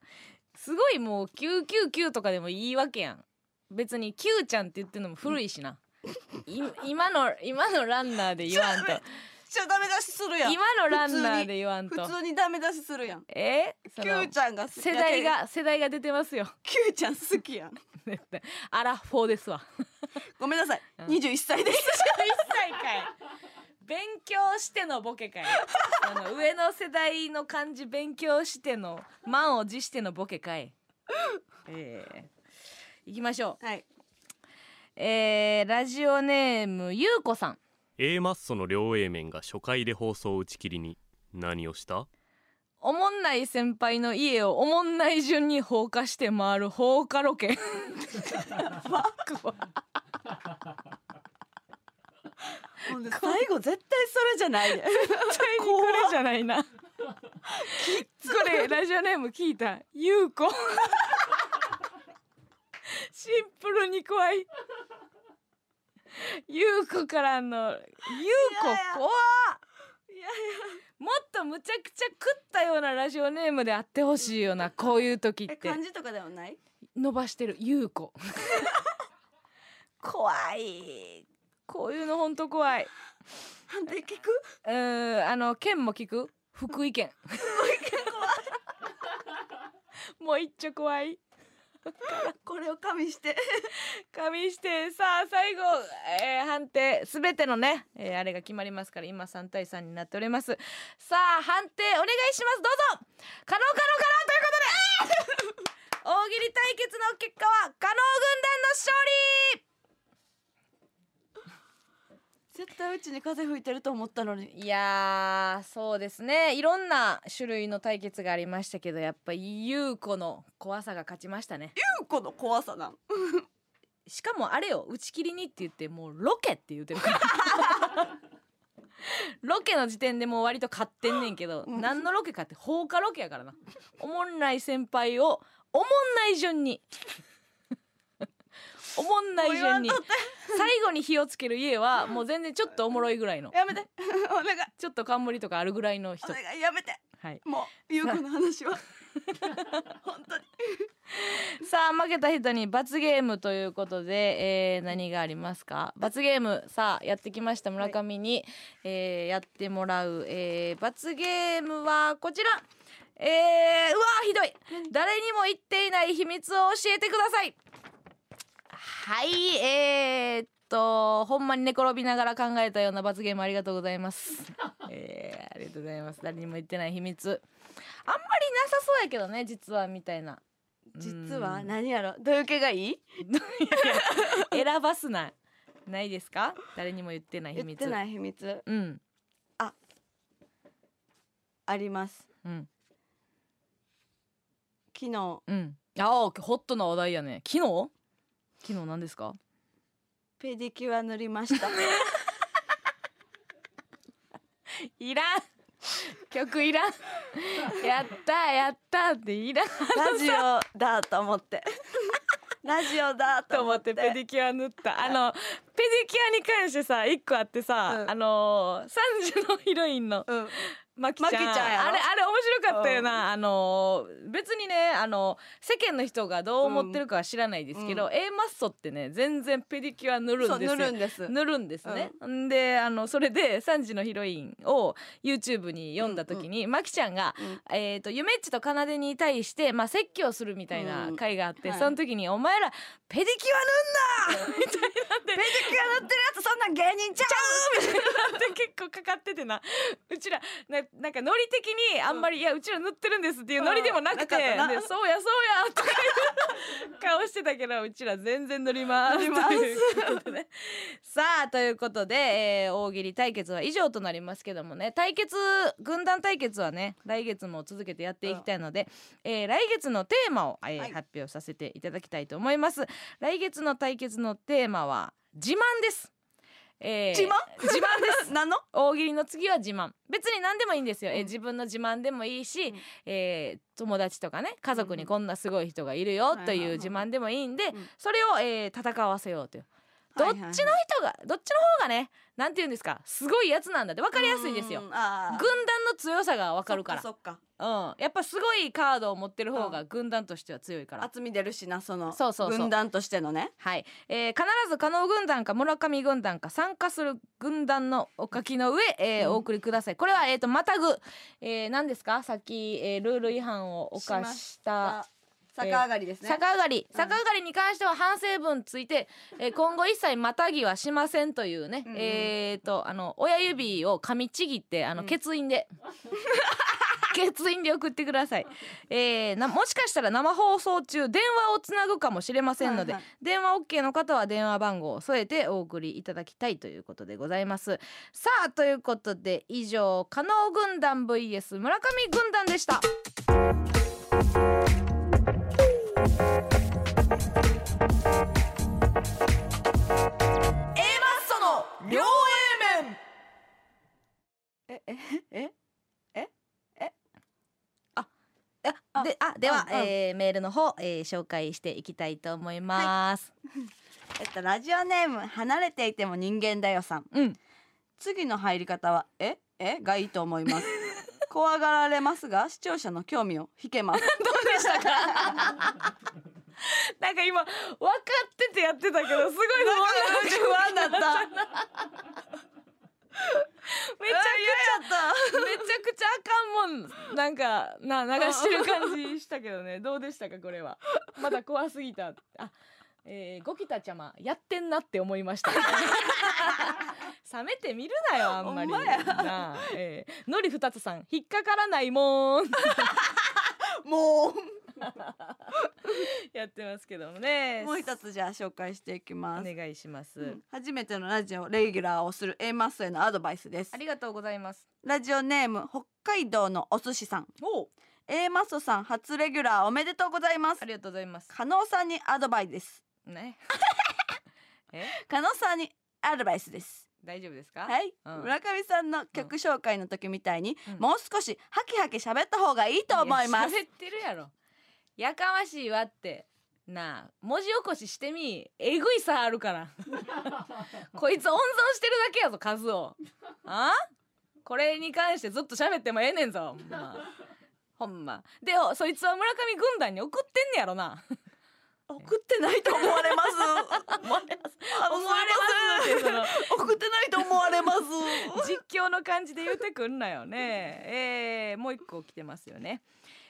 すごいもう999とかでもいいわけやん別に Q ちゃんって言ってるのも古い しな、い今の今のランナーで言わ んとちょダメ出しするやん今のランナーで言わんと普通にダメ出しするやんえそキのューちゃんが好き世代が世代が出てますよキューちゃん好きやん絶対アラフォーですわ ごめんなさいうん21歳です一歳かい勉強してのボケかいあの上の世代の漢字勉強しての満を持してのボケかいええいきましょはい。うえー、ラジオネームゆうこさん A マッソの両 A 面が初回で放送打ち切りに何をしたおもんない先輩の家をおもんない順に放火して回る放火ロケ最後絶対それじゃないでこれじゃないなこれラジオネーム聞いたゆうこシンプルに怖いゆうこからのゆうこいやいや怖っもっとむちゃくちゃ食ったようなラジオネームであってほしいよなこういう時っ えて漢字とかではない伸ばしてるゆ うこ怖いこういうのほんと怖い判定聞くうーんあの県も聞く 福井県もう一丁怖いこれを加味して加味してさあ最後、えー判定すべてのね、えーあれが決まりますから今3対3になっておりますさあ判定お願いしますどうぞ可能可能可能という ことで大喜利対決の結果は可能軍団の勝絶対うちに風吹いてると思ったのに利いやーそうですねいろんな種類の対決がありましたけどやっぱ優子の怖さが勝ちましたねこの怖さなんしかもあれよ打ち切りにって言ってもうロケって言って るからロケの時点でもう割と勝ってんねんけど、うん何のロケかって放火ロケやからなおもんない先輩をおもんない順に おもんない順にもう言わんと最後に火をつける家はもう全然ちょっとおもろいぐらいのやめて お願いちょっと冠とかあるぐらいのお人願いやめてはいもう優子の話は本当にさあ負けた人に罰ゲームということで、えー何がありますか罰ゲームさあやってきました村上に、えーやってもらう、えー罰ゲームはこちらえー、うわーひどい誰にも言っていない秘密を教えてくださいはいえー、っとほんまに寝転びながら考えたような罰ゲームありがとうございます、えー、ありがとうございます誰にも言ってない秘密あんまりなさそうやけどね実はみたいな 実はうん何やろどういう系がいい選ばすなないですか誰にも言ってない秘言っ密てない秘密うんありますうん昨日うんああホットな話題やね昨日昨日何ですかペディキュア塗りま したいらん曲い らんやったやったっていらんラジオだと思 ってラジオだとと思思っっててペディキュア塗ったあのペディキュアに関してさ一個あってさ、うんあのー、三時のヒロインのうんマキちゃんマキちゃんやろあれあれ面白かったよな、あのー別にねあのー世間の人がどう思ってるかは知らないですけど、う A マッソってね全然ペディキュア塗るそんうです塗よるんです塗るんですね、ん、であのそれで3時のヒロインを YouTube に読んだ時に、マキちゃんが、えー、とゆめっちとかなでに対して、まあ、説教するみたいなうん回があって、はいその時に「お前らペディキュア塗んな!」みたいなんでペディキュア塗ってるやつそんなん芸人ちゃって結構かかっててなうちらななんかノリ的にあんまり「いやうちら塗ってるんです」っていうノリでもなくて「うんなかったでなそうやそうや」とかいう 顔してたけどうちら全然塗ります塗りますということでね さあということで、えー大喜利対決は以上となりますけどもね対決軍団対決はね来月も続けてやっていきたいので、えー来月のテーマを、えーはい発表させていただきたいと思います。来月の対決のテーマは自慢です。えー自慢自慢で すんなの大喜利の次は自慢別に何でもいいんですよ、えうん自分の自慢でもいいし、うんえー友達とかね家族にこんなすごい人がいるようんという自慢でもいいんで、うんそれを、えー戦わせようという、はいはいどっちの人がどっちの方がねなんて言うんですかすごいやつなんだって分かりやすいですよう軍んあー団の強さが分かるからそっかそっうん、やっぱすごいカードを持ってる方うが軍団としては強いからか厚み出るしなそのそうそうそう軍団としてのねはい、えー必ず加納軍団か村上軍団か参加する軍団のお書きの上、えーうんお送りくださいこれは、えー、とまたぐ、えー、何ですかさっき、えールール違反を犯しましあた逆上がりですね逆上がりうん逆上がりに関しては反省文ついて、えー今後一切またぎはしませんというね、うんうんえっ、とあの親指を噛みちぎってあのうん欠 員で、欠員で送ってください、えーなもしかしたら生放送中電話をつなぐかもしれませんので、はいは電話 OK の方は電話番号を添えてお送りいただきたいということでございますさあということで以上加納軍団 vs 村上軍団でした両 A 面えええええあえあであでは、うんうんえーメールの方、えー紹介していきたいと思います、えっとラジオネーム離れていても人間だよさんうん次の入り方はええがいいと思います 怖がられますが視聴者の興味を引け ますどうでしたかなんか今分かっててやってたけどすごい不安 不安だっためちゃくちゃっためちゃくちゃあかんもんなんかな流してる感じしたけど ねどうでしたかこれはまだ怖すぎたあえー、ゴキタちゃまやってんなって思いました冷めてみるなよあんまりほんまやなあ、えー、のりふたつさん引っかからないもん もやってますけどもうねもう一つじゃあ紹介していきおます、願いします、うん初めてのラジオレギュラーをする A マッソへのアドバイスですありがとうございますラジオネーム北海道のお寿司さんお A マッソさん初レギュラーおめでとうございますありがとうございます加納さんにアドバイスですねえ加納さんにアドバイスです大丈夫ですかはい、うん村上さんの曲紹介の時みたいに、うんもう少しハキハキ喋った方がいいと思いますや喋ってるやろやかましいわってなあ文字起こししてみえぐい差あるから こいつ温存してるだけやぞ数をあこれに関してずっと喋ってもええねんぞほんまほんまでおそいつは村上軍団に送ってんねやろな送ってないと思われます 思われますあの 思われますってその送ってないと思われます 実況の感じで言ってくんなよね。えーもう一個来てますよね。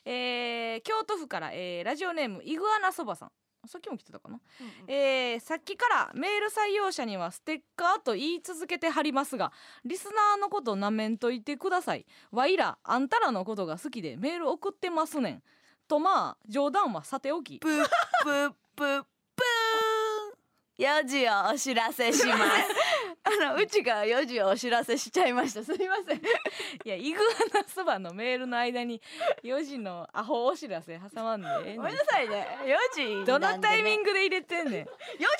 えー京都府から、えーラジオネームイグアナそばさん。さっきも来てたかな、えーさっきからメール採用者にはステッカーと言い続けてはりますがリスナーのことなめんといてくださいわいらあんたらのことが好きでメール送ってますねんとまあ冗談はさておきプップップップーン4時をお知らせしますあのうちが4時をお知らせしちゃいましたすいませんいやイグアナそばのメールの間に4時のアホお知らせ挟まんでええ ねごめんなさいね4時どのタイミンググで入れてんねん4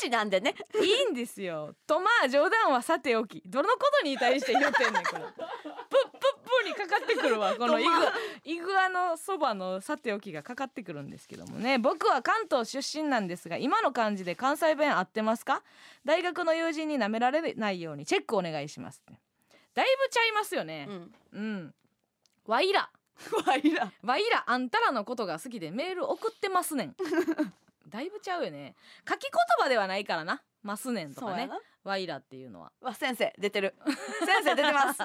時なんでねいいんですよ。とまあ冗談はさておきどのことに対して言ってんねんこれ。プップップにかかってくるわこのイグとまあイグアのそばのさておきがかかってくるんですけどもね僕は関東出身なんですが今の感じで関西弁合ってますか大学の友人に舐められないようにチェックお願いしますってだいぶちゃいますよねうんうん、わいらわいらわいらあんたらのことが好きでメール送ってます ねんだいぶちゃうよね書き言葉ではないからなますねんとそうかやねなワイラっていうのはわ先生出 てる先生出てます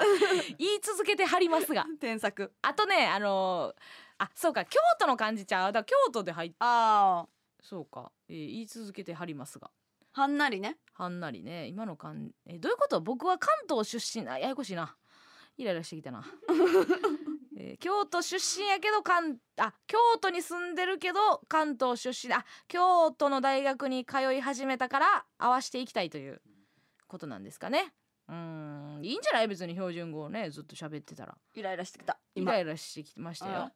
言い続けてはりますが添削あとねあのーあそうか京都の感じちゃうだから京都で入っあそうか、えー言い続けてはりますがあはんなりねはんなりね今の感じえどういうこと僕は関東出身あややこしいなイライラしてきたな、えー京都出身やけど関あ京都に住んでるけど関東出身あ京都の大学に通い始めたから合わしていきたいということなんですかねうーんいいんじゃない別に標準語をねずっと喋ってたらイライラしてきたイ今ライラしてきましたよ、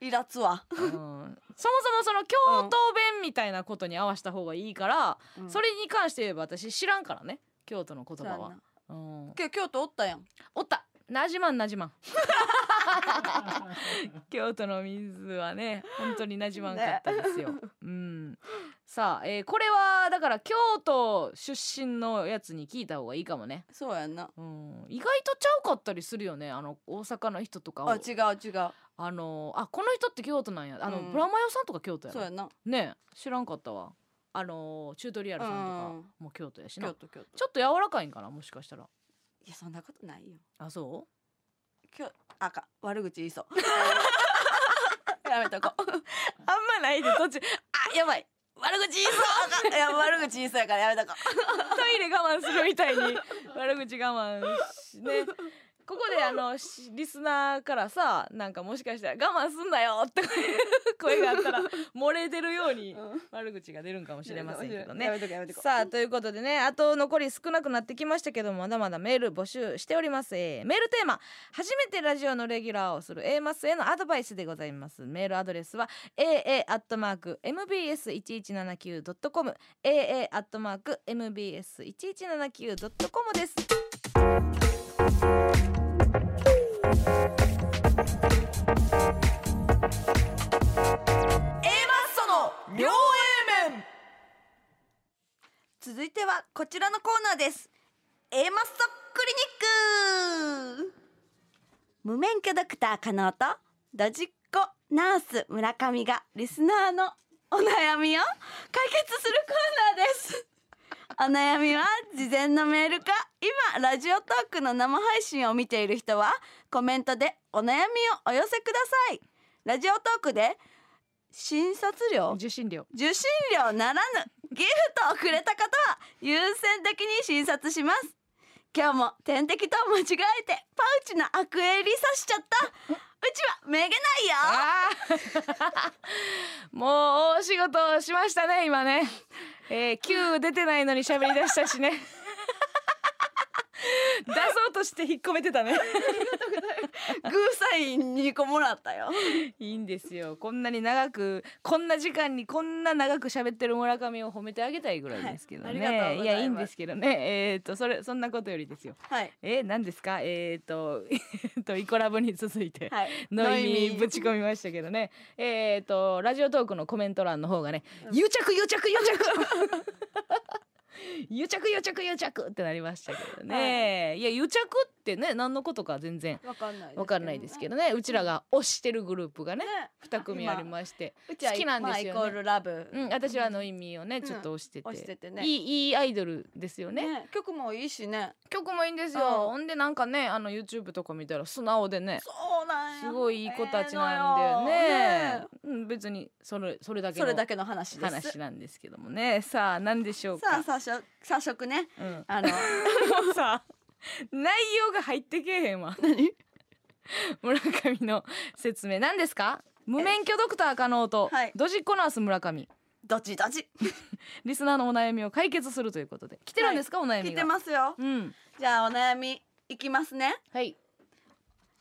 イラつわ、うん、そもそもその京都弁みたいなことに合わせた方がいいから、それれに関して言えば私知らんからね京都の言葉はな。うんけど京都おったやんおったなじまんな じまん京都の水はね本当になじまんかったですよ、うん、さあ、えーこれはだから京都出身のやつに聞いた方がいいかもね、そうやんなうん、意外とちゃうかったりするよねあの大阪の人とかをああ違う違うのあこの人って京都なんやあの、うんブラマヨさんとか京都やそうろやんなねえ知らんかったわあのチュートリアルさんとか、うんもう京都やしな京都京都ちょっと柔らかいんかなもしかしたらいやそんなことないよあそう京あか悪口言いそう やめとこうあんまないで 途中あやばい悪口言いそうあかんいや悪口言いそうやからやめとこトイレ我慢する みたいに悪口我慢しねここであのしリスナーからさなんかもしかしたら我慢すんなよって声があったら漏れ出るようにう、うん、悪口が出るんかもしれませんけどやね。めとこやめとこさあということでねあと残り少なくなってきましたけどもまだまだメール募集しております、えーメールテーマ初めてラジオのレギュラーをする A マスへのアドバイスでございますメールアドレスは aa.mbs1179.com aa.mbs1179.com ですその両 A 面続いてはこちらのコーナーです A マッソクリニック無免許ドクター加納とドジっ子ナース村上がリスナーのお悩みを解決するコーナーですお悩みは事前のメールか今ラジオトークの生配信を見ている人はコメントでお悩みをお寄せくださいラジオトークで診察料受信料受信料ならぬギフトをくれた方は優先的に診察します今日も点滴と間違えてパウチのアクエリ刺しちゃったうちはめげないよあーもう大仕事しましたね今ね、えー、Q 出てないのに喋り出したしね出そうとして引っ込めてたねグーサイン2個もらった よいいんですよこんなに長くこんな時間にこんな長く喋ってる村上を褒めてあげたいぐらいですけどね、はいありがとうございますやいいんですけどねえっ、とそれそんなことよりですよはいえー、何ですかえっ、と えーとイコラブに続いてはいノイミぶち込みましたけどね。えっ、とラジオトークのコメント欄の方がね、癒着癒着 癒着。癒着癒着癒着ってなりましたけどね。い、や癒着ってね何のことか全然わかんないわかんないですけどね。うちらが推してるグループがね二組ありまして、うちは好きなんですよねまあイコールラブうん私はノイミをねちょっと推してて。押しててねいいいいアイドルですよね曲もいいしね曲もいいんですよ、うんほんでなんかねあの YouTube とか見たら素直でねそうなんやすごいいい子たちなんだよね,、ええのよねうん、別にそれそれだけそのれだけの話です話なんですけどもねさあ何でしょうさかあ早速早速ねうん、あのもう さ内容が入ってけえへんわ 何村上の説明何ですか無免許ドクター加納とはいドジっ子ナース村上どちどちリスナーのお悩みを解決するということで来てるんですか、お悩みが来てますようんじゃあお悩みいきますねはい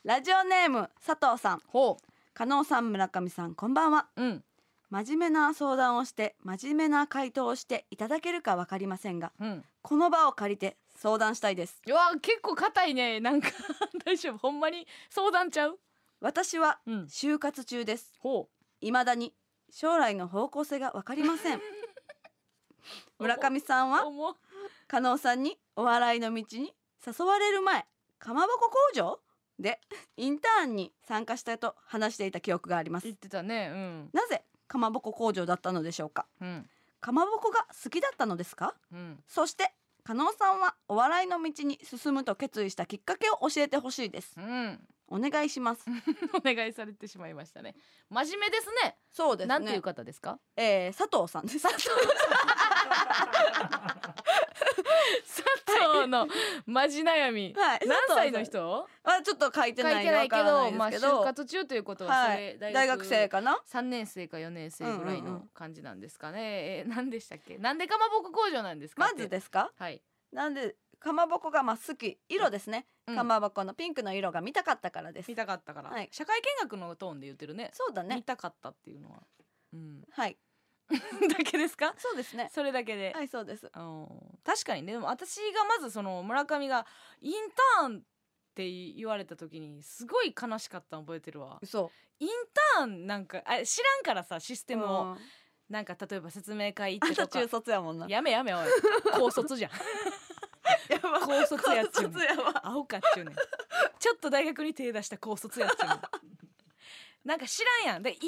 ラジオネーム佐藤さんほ加納さん村上さんこんばんはううん真面目な相談をして真面目な回答をしていただけるかわかりませんがうんこの場を借りて相談したいですうわ結構硬いねなんか 大丈夫ほんまに相談ちゃう私はうん就活中ですほう未だに将来の方向性がわかりません村上さんは重っ加納さんにお笑いの道に誘われる前かまぼこ工場でインターンに参加したと話していた記憶があります言ってたねうんなぜかまぼこ工場だったのでしょうかうんかまぼこが好きだったのですかうんそして加納さんはお笑いの道に進むと決意したきっかけを教えてほしいですうん お願いしますお願いされてしまいましたね。真面目ですね。そうですねなんていう方で すか。えー、佐藤さんです佐藤のマジ 悩み。はい何歳佐藤さのん人。はちょっと書いて書ないいてないけわど、からまなあいですけど就活中ということは、それはい、大学生。かな三年生か四年生ぐらいうんうんうのん感じなんですかね。えー何でしたっけ。なんでかまぼこ工場なんですかっまて。ずですかはい。なんでかまぼこがまあ好き色ですね、うんかまぼこのピンクの色が見たかったからです見たかったから、はい社会見学のトーンで言ってるね。そうだ見ねたかったっていう のは。うん。 はいだけですか。そうですねそれだけで。はいそうですあの確かにねでも私がまずその村上がインターンって言われた時にすごい悲しかったの覚えてるわ嘘インターンなんかあ知らんからさシステムをうんなんか例えば説明会行あっんてたと中か卒やもんなやめやめおい高 卒じゃんやば高卒やっちゅう高卒やばアホかっちゅうねんちょっと大学に手出した高卒やっちゅうねん なんか知らんやんでイン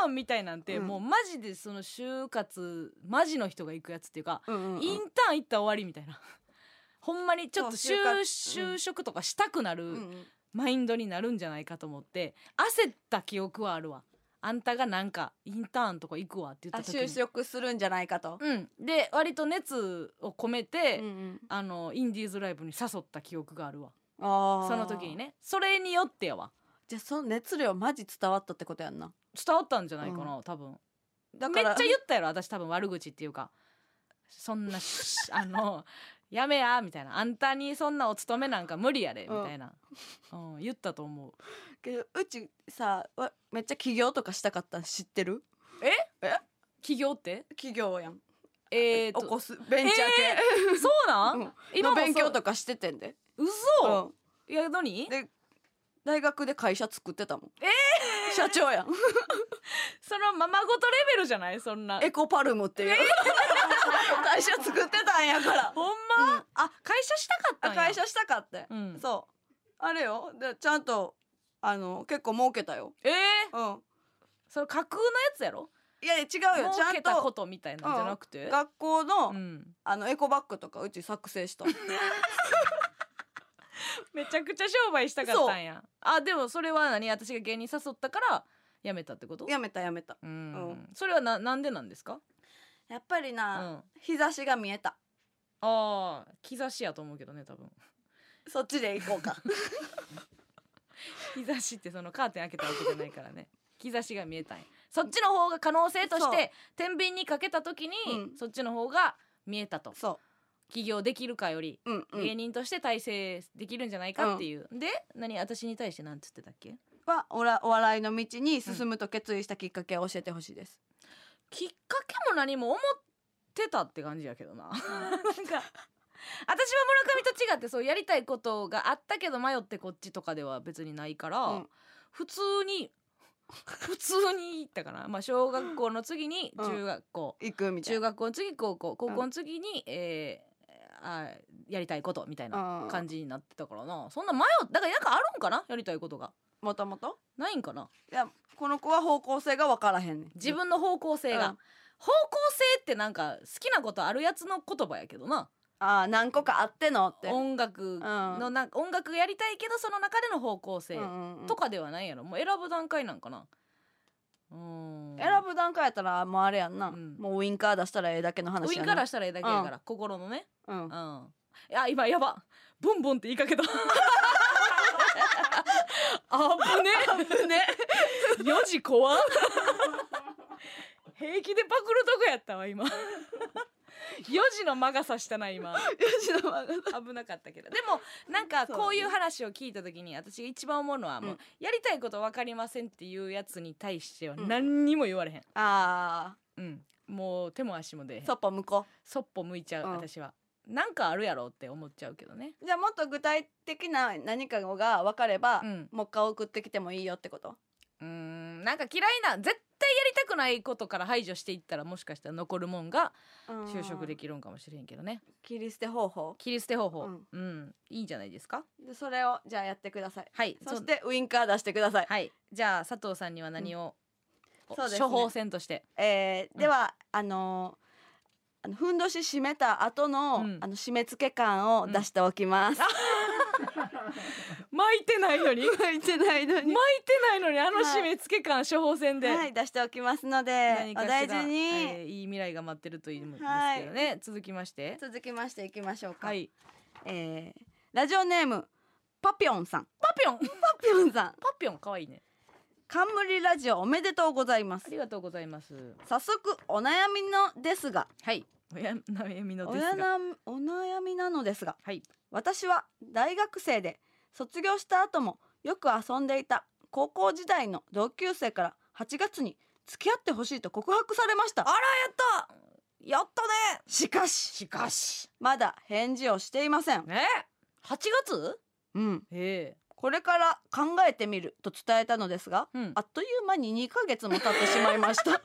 ターンみたいなんて、うんもうマジでその就活マジの人が行くやつっていうかうんうんうんインターン行ったら終わりみたいな。 ほんまにちょっとそ就う就活うん就職とかしたくなうるんマインドになるんじゃないかと思って焦った記憶はあるわあんたがなんかインターンとか行くわってあ言った時に就職するんじゃないかと、うん、で割と熱を込めて、うんうんあのインディーズライブに誘った記憶があるわあーその時にねそれによってやわじゃあその熱量マジ伝わったってことやんな伝わったんじゃないかな、多分だめかっちらゃ言ったやろ私多分悪口っていうかそ んなしあのやめやみたいなあんたにそんなお勤めなんか無理やでみうんたいな、うん、言ったと思うけどうちさわめっちゃ起業とかしたかったん知ってる企業って起業やんえー、起とこすベンチャーそうな系、ん、うんの今もそう勉強とかしててんで、嘘、うんいや何で大学で会社作ってたもん、社長やんそのままごとレベルじゃないそんなエコパルムっていう、 会社作ってたんやからほんま、うんあ会社したかったんや会社したかって、うんそうあれよでちゃんとあの結構儲けたよえうー、んそれ架空のやつやろいいや違うよち儲ゃけんたこととみたいなんじゃなくて、学校の、うん、あのエコバッグとかうち作成 しためちゃくちゃ商売したかったんやあでもそれは何私が芸人誘ったからやめたってことやめたやめたうん、うんそれはななんでなんですか、やっぱりうん、な、あ日差しが見えたあー兆しやと思うけどね多分そっちで行こうか日差しってそのカーテン開けたわけじゃないからね 兆しが見えたんやそっちの方が可能性としそて天秤にかけた時に、うんそっちの方が見えた とそ起業できるかよりううんう芸ん人として体制できるんじゃないかっていう、で何私に対して何つってたっけはおらお笑いの道に進むと決意したきっかけを教えてほしいです、きっかけも何も思ってたって感じやけどななんか私は村上 と違ってそうやりたいことがあったけど迷ってこっちとかでは別にないから、うん普通に普通に行ったかな、まあ、小学校の次に中学校、行くみたい中な学校の次高校高校の次に、えーあーやりたいことみたいなうん感じになってたからなそんな迷っだからなんかあるんかなやりたいことがもともとないんかないやこの子は方向性が分からへんねん自分の方向性が、うん方向性ってなんか好きなことあるやつの言葉やけどなああ何個かあってのって音楽のなんか音楽やりたいけどその中での方向性うんうんとかではないやろもう選ぶ段階なんかなうーん選ぶ段階やったらもうあれやんな、うんもうウインカー出したらええだけのウ話ィやンカなー出したらええだけやから、心のねうんうんいや今やばボンボンって言いか けたあぶねね4時怖っ平気でパクるとこやったわ 今4時の魔が差したな今吉野は危なかったけどでもなんかそうこういう話を聞いた時に私が一番思うのはもう、うんやりたいこと分かりませんっていうやつに対してはうん何にも言われへん、あうんもう手も足も出えへんーそっぽ向こそっぽ向いちゃう、うん私はなんかあるやろって思っちゃうけどねうじゃあもっと具体的な何かが分かれば、うんもう一回送ってきてもいいよってことうーんなんか嫌いな絶対やりたくないことから排除していったらもしかしたら残るもんが就職でききるんかもしれへんけどね切り捨て方法切り捨て方法ううんん、いいんじゃないですかでそれをじゃあやってくださいはいそそしてウインカー出してください、はいじゃあ佐藤さんには何を、うんおそうですね処方箋としてえーでは、あのーあのふんどし締めた後の、うんあの締め付け感を出しておきます、巻いてないのに巻い 巻いてないのにてないのにあのはい締め付け感処方箋で、はい、出しておきますので何おかしら大事に、えーいい未来が待ってるといいんですけどね、続きまして続きましていきましょうか、はいえーラジオネームパピョンさんパピョンパピョンさんパピョン可愛いね冠ラジオおめでとうございまあすりがとうございます早速お悩みのですがはいおや悩みのおですがやなお悩みなのですがはい私は大学生で卒業した後もよく遊んでいた高校時代の同級生から8月に付き合ってほしいと告白されましたやったやったねしかししかしまだ返事をしていませんね8月うんえこれから考えてみると伝えたのですがえうんあっという間に2ヶ月も経ってしまいました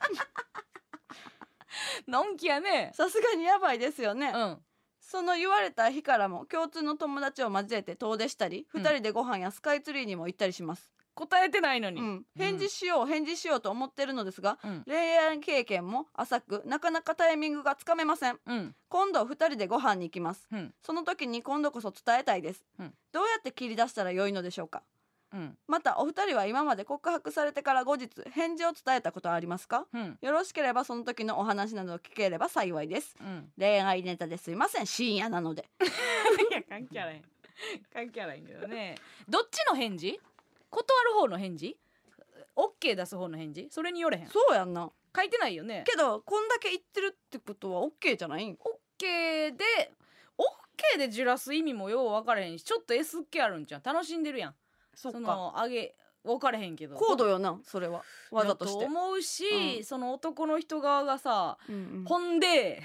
のんきやねさすがにやばいですよね、うんその言われた日からも共通の友達を交えて遠出したり、う二ん2人でご飯やスカイツリーにも行ったりします、答えてないのに、うん、返事しよう返事しようと思ってるのですがうん恋愛経験も浅くなかなかタイミングがつかめませんうん今度2人でご飯に行きますうんその時に今度こそ伝えたいです、うんどうやって切り出したらよいのでしょうかうんまたお二人は今まで告白されてから後日返事を伝えたことはありますかうんよろしければその時のお話などを聞ければ幸いですうん 恋愛ネタですいません深夜なのでいや関係あらへん関係あらへんけどねどっちの返事断る方の返事オッケー出す方の返事それによれへんそうやんな書いてないよねけどこんだけ言ってるってことはオッケーじゃないんオッケーでオッケーでじらす意味もよう分からへんしちょっと S っ気あるんじゃん楽しんでるやんそっかのあげ分からへんけど高度よなそれはわざとしてだ思うし、うんその男の人側がさ、うんほんで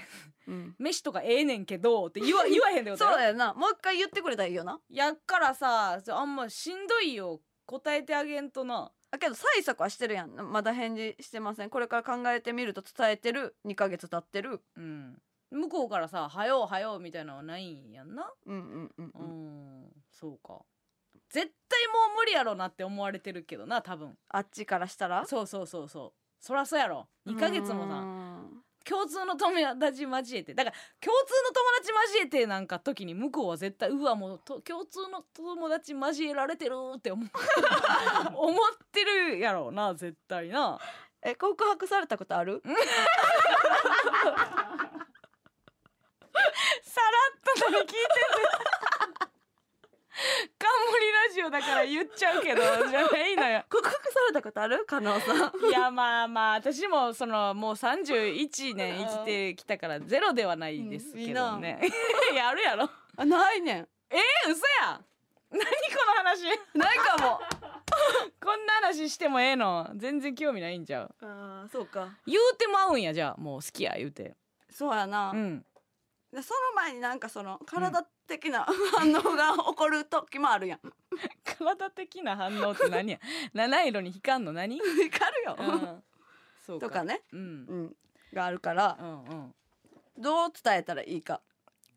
うん飯とかええねんけどって 言わ言わへんでうこんとそうやろだよなもう一回言ってくれたらいいよなやっからさあんましんどいよ答えてあげんとなあけど催促はしてるやんまだ返事してませんこれから考えてみると伝えてる2ヶ月経ってるうん、向こうからさ「はようはよう」みたいなのはないんやんなうんうんう、うんうん、ん、そうか絶対もう無理やろなって思われてるけどな多分あっちからしたらそうそうそうそそらそうやろ2ヶ月もさな共通の友達交えてだから共通の友達交えてなんか時に向こうは絶対うわもうと共通の友達交えられてるって 思う思ってるやろうな絶対なえ告白されたことあるさらっとで聞いてて冠ラジオだから言っちゃうけどじゃないのよ告白されたことある加納さんいやまあまあ私もそのもう31年生きてきたからゼロではないですけどね、 やるやろ あないねんえ嘘や何この話ないかも こんな話してもええの全然興味ないんじゃうあーそうか言うてまうんやじゃあもう好きや言うてそうやな、うんでその前になんかその体的な反応が起こる時もあ るやん体的な反応って何や 七色に光んの何、うん、光るよ、そうとかねうんうんがあるからうんうんどう伝えたらいいか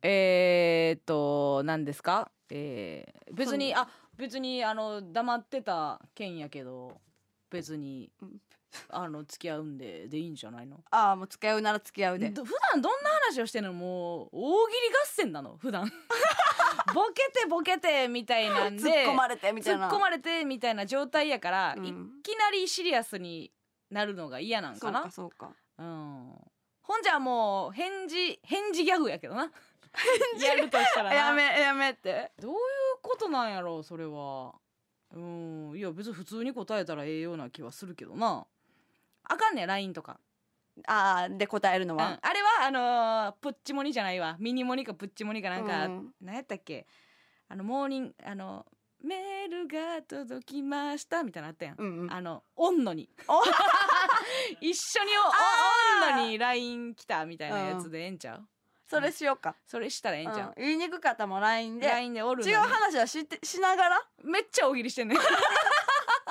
えー、っと何ですかえー、別にあ別にあの黙ってた件やけど別にうんあの付き合うんででいいんじゃないのああもう付き合うなら付き合うでど普段どんな話をしてるのもう大喜利合戦なの 普段ボケてボケてみたいなんで突っ込まれてみたい突なっ込まれてみたいな状態やから、うんいきなりシリアスになるのが嫌なんそかうなかそうかうん、ほんじゃもう返事返事ギャグやけどなやるとしたらな やめやめってどういうことなんやろうそれはうんいや別に普通に答えたらええような気はするけどなあかんね LINE とか、ああで答えるのうんあは、れはあのープッチモニじゃないわミニモニかプッチモニかなんか、うなんやったっけあのモーニングあのメールが届きましたみたいなのあったやん、うんうんあのオン のに一緒におオンのに LINE 来たみたいなやつでええんちゃうそれしようか、それしたらええんちゃうんう、言いにくかったも LINE で LINE でおるのに違う話はしってしながらめっちゃ大喜利してんねん 喫茶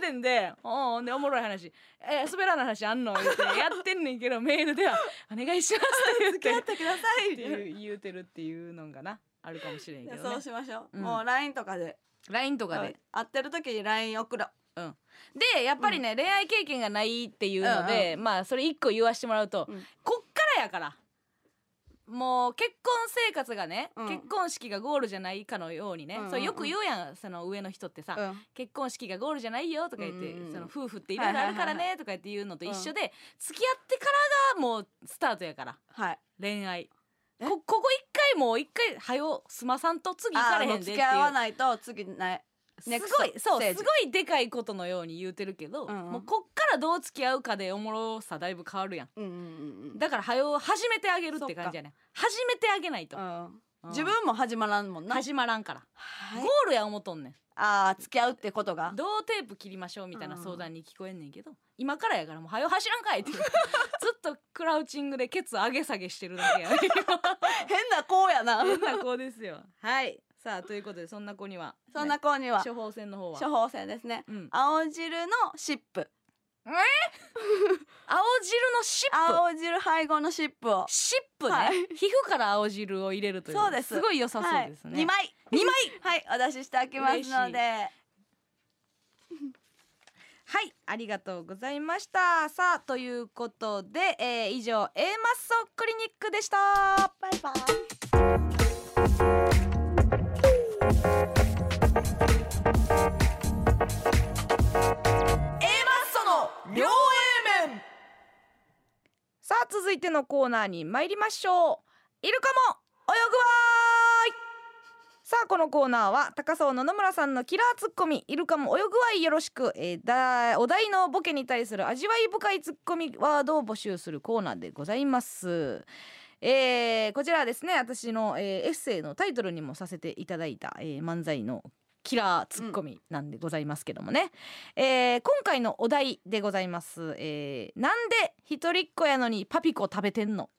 店で「おんでおもろい話えー、滑らない話あんの?」言ってやってんねんけどメールでは「お願いします」っ 付きて言合っっててください っていう言うてるっていうのがなあるかもしれんいけやどそうねしましょう、うんもう LINE とかで LINE とかで会ってる時に LINE 送ろうでやっぱりね、恋愛経験がないっていうので、まあそれ一個言わしてもらうと、うんこっからやからもう結婚生活がね、うん結婚式がゴールじゃないかのようにね、うんうんうんそうよく言うやんその上の人ってさ、うん結婚式がゴールじゃないよとか言って、うんうんうんその夫婦っていろいろあるからはいはいはいねとか言って言うのと一緒で、付き合ってからがもうスタートやからはい恋愛えこここ一回もう一回はよ済まさんと次行かあれーもへうんでっ付てきいう合わないと次ないすごいそう Next stage すごいでかいことのように言うてるけど、うんうんもうこっからどう付き合うかでおもろさだいぶ変わるやんうんうんうんうんだからはよ始めてあげるって感じやね始めてあげないと、うんうん自分も始まらんもんな、始まらんから、はいゴールや思とんねんああ付き合うってことがどうテープ切りましょうみたいな相談に聞こえんねんけど、今からやからもう「はよ走らんかい」ってずっとクラウチングでケツ上げ下げしてるだけや ね変な子やな変な子ですよはいさあということでそんな子には、そんな子には処方箋の方は処方箋ですねうん、青汁のシップ青汁のシップ青汁配合のシップをシップね、はい皮膚から青汁を入れるというそうですすごい良さそうですはい、ね、 2枚二枚はいお出ししておきますのではいありがとうございましたさあということで、えー以上 A マッソクリニックでしたバイバイさあ続いてのコーナーに参りましょうイルカも泳ぐわーいさあこのコーナーは高そう野々村さんのキラーツッコミイルカも泳ぐわいよろしく、えーだお題のボケに対する味わい深いツッコミワードを募集するコーナーでございますえーこちらはですね私の、えーエッセイのタイトルにもさせていただいた、えー漫才のキラーツッコミなんでございますけどもね、えー今回のお題でございます、えーなんで一人っ子やのにパピコ食べてんの、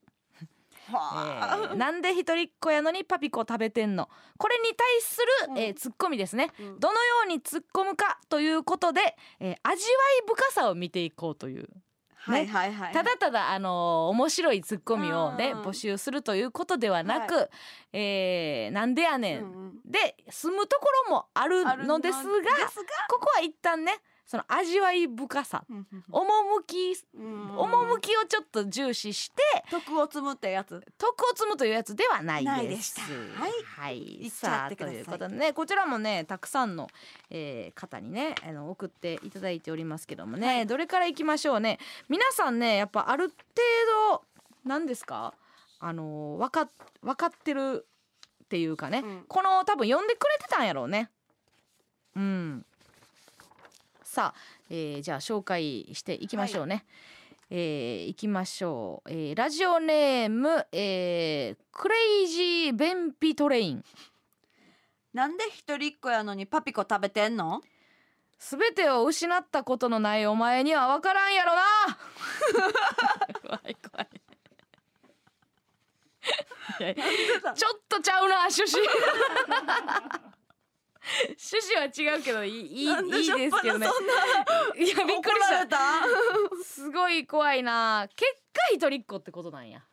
え ーなんで一人っ子やのにパピコ食べてんのこれに対する、うんえーツッコミですね、うんどのように突っ込むかということで、えー味わい深さを見ていこうというはいはいはいただただあのー面白いツッコミをねうん募集するということではなく、はえーなんでやねん、うんうんで済むところもあるのですがあるのですがここは一旦ねその味わい深さうん趣うん趣をちょっと重視して徳を積むってやつ徳を積むというやつではないです。ないでしたはいはい行っちさゃあってくだとさいいうことでねこちらもねたくさんの、えー方にねあの送っていただいておりますけどもね、どれからいきましょうね皆さんねやっぱある程度何ですかあの分か分かってるっていうかね、うんこの多分呼んでくれてたんやろうね。うんさあ、えーじゃあ紹介していきましょうね。えー、いきましょう、えーラジオネーム、えークレイジー便秘トレインなんで一人っ子やのにパピコ食べてんのすべてを失ったことのないお前には分からん やろな怖い怖いいやちょっとちゃうな趣 旨趣旨は違うけどいいいいいなんでいしょっですけどねぱなそんないやびっくり怒らしれたたすごい怖いな結果一人っ子ってことなんや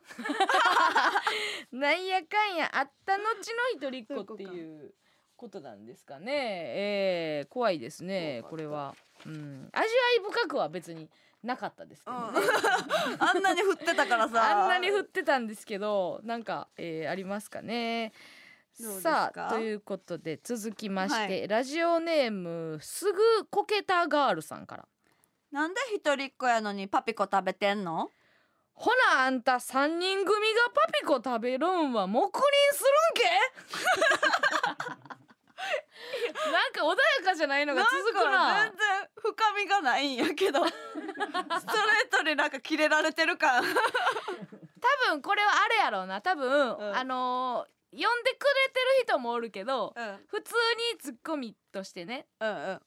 なんやかんやあった後の一人っ子っていうことなんですかねえー怖いですねこれは、うん、味わい深くは別になかったですけどね、うん、あんなに振ってたからさあんなに降ってたんですけどなんか、えーありますかねどうですさかあということで続きまして、はいラジオネームすぐこけたガールさんからなんで一人っ子やのにパピコ食べてんの「ほなあんた3人組がパピコ食べるんは黙認するんけ? 」 なんか穏やかじゃないのが続くなんなか全然深みがないんやけどストレートになんかキレられてる感多分これはあれやろうな多分、うんあのー呼んでくれてる人もおるけどうんうん普通にツッコミとしてねうん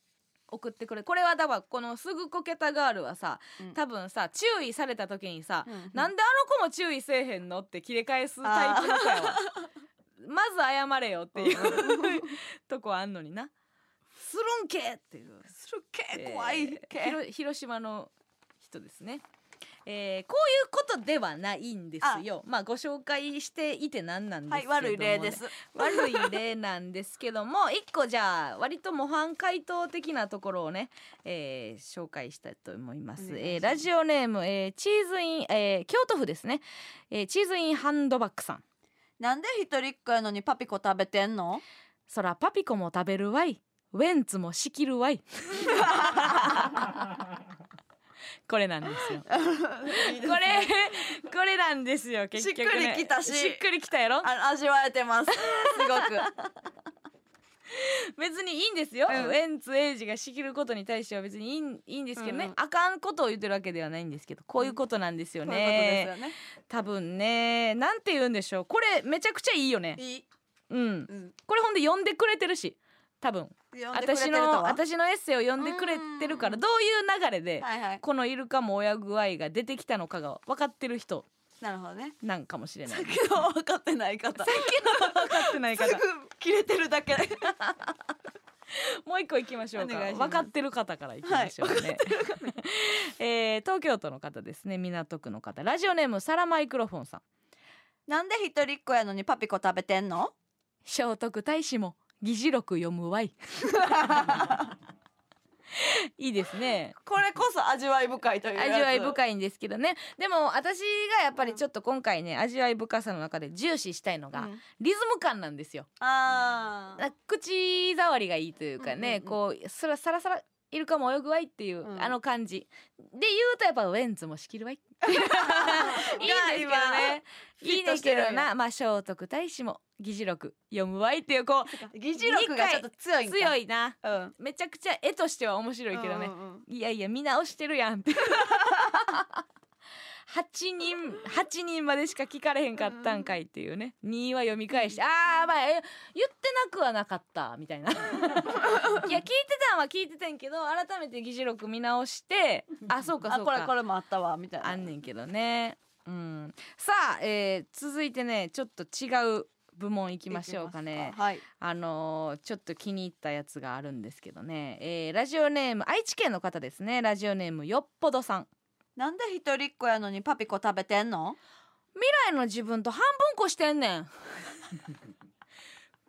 送ってくれこれはだからこのすぐこけたガールはさ、うん多分さ注意された時にさ、うんなんであの子も注意せえへんのって切り返すタイプの子やわ まず謝れよっていうとこはあんのになするんけっていうするけ怖いえーけ、ひろ広島の人ですねえーこういうことではないんですよまあご紹介していてなんなんですはけいどもね、悪い例です悪い例なんですけども 一個じゃあ割と模範解答的なところをね、えー紹介したいと思いますお願いしますえーラジオネーム、えーチーズイン、えー京都府ですね、えーチーズインハンドバッグさんなんで一人っ子やのにパピコ食べてん のそらパピコも食べるわいウェンツも仕切 るわいこれなんですよこれこれなんですよ結局、ね、しっくりきたししっくりきたやろあ味わえてますす ごく別にいいんですよ、うんウエンツエイジが仕切ることに対しては別にいいんいいんですけどね、うんうんあかんことを言ってるわけではないんですけどこういうことなんですよこういうね,、ことですよね多分ねなんて言うんでしょうこれめちゃくちゃいいよねいい、うんうん、これほんで呼んでくれてるし多分呼んでくれて私るとのは私のエッセイを読んでくれてるからうんどういう流れではいはいこのイルカも親具合が出てきたのかが分かってる人なるほどねなんかもしれない先の分かってない 方す分かってないぐ切れてるだけ もう一個行きましょうかお願いします分かってる方から行きましょうね、 えー東京都の方ですね港区の方ラジオネームサラマイクロフォンさんなんで一人っ子やのにパピコ食べてんの聖徳太子も議事録読むわい いいですねこれこそ味わい深いというやつ味わい深いんですけどねでも私がやっぱりちょっと今回ね味わい深さの中で重視したいのがうんリズム感なんですよあーあ口触りがいいというかね、うんうんうんこうそらさらさらイルカも泳ぐわいっていう、うんあの感じで言うとやっぱウェンツも仕切るわいいいんですけどね今いいねんけフィットしてるどんやなまあ聖徳太子も議事録読むわいっていうこう議事録がちょっと強いんか強い、いなうん、めちゃくちゃ絵としては面白いけどね、うんうんうんいやいや見直してる やんって八人八人までしか聞かれへんかったんかいっていうね2は読み返して「あーまあえ言ってなくはなかった」みた いないや聞いてたんは聞いてたんけど改めて議事録見直してあそうかあそうこれこかれもあったわみたいなあんねんけどねうんさあ、えー続いてねちょっと違う部門いきましょうかいねきますかはいあのーちょっと気に入ったやつがあるんですけどね、えーラジオネーム愛知県の方ですねラジオネームよっぽどさんなんで一人っ子やのにパピコ食べてんの 未来の自分と半分こしてんねん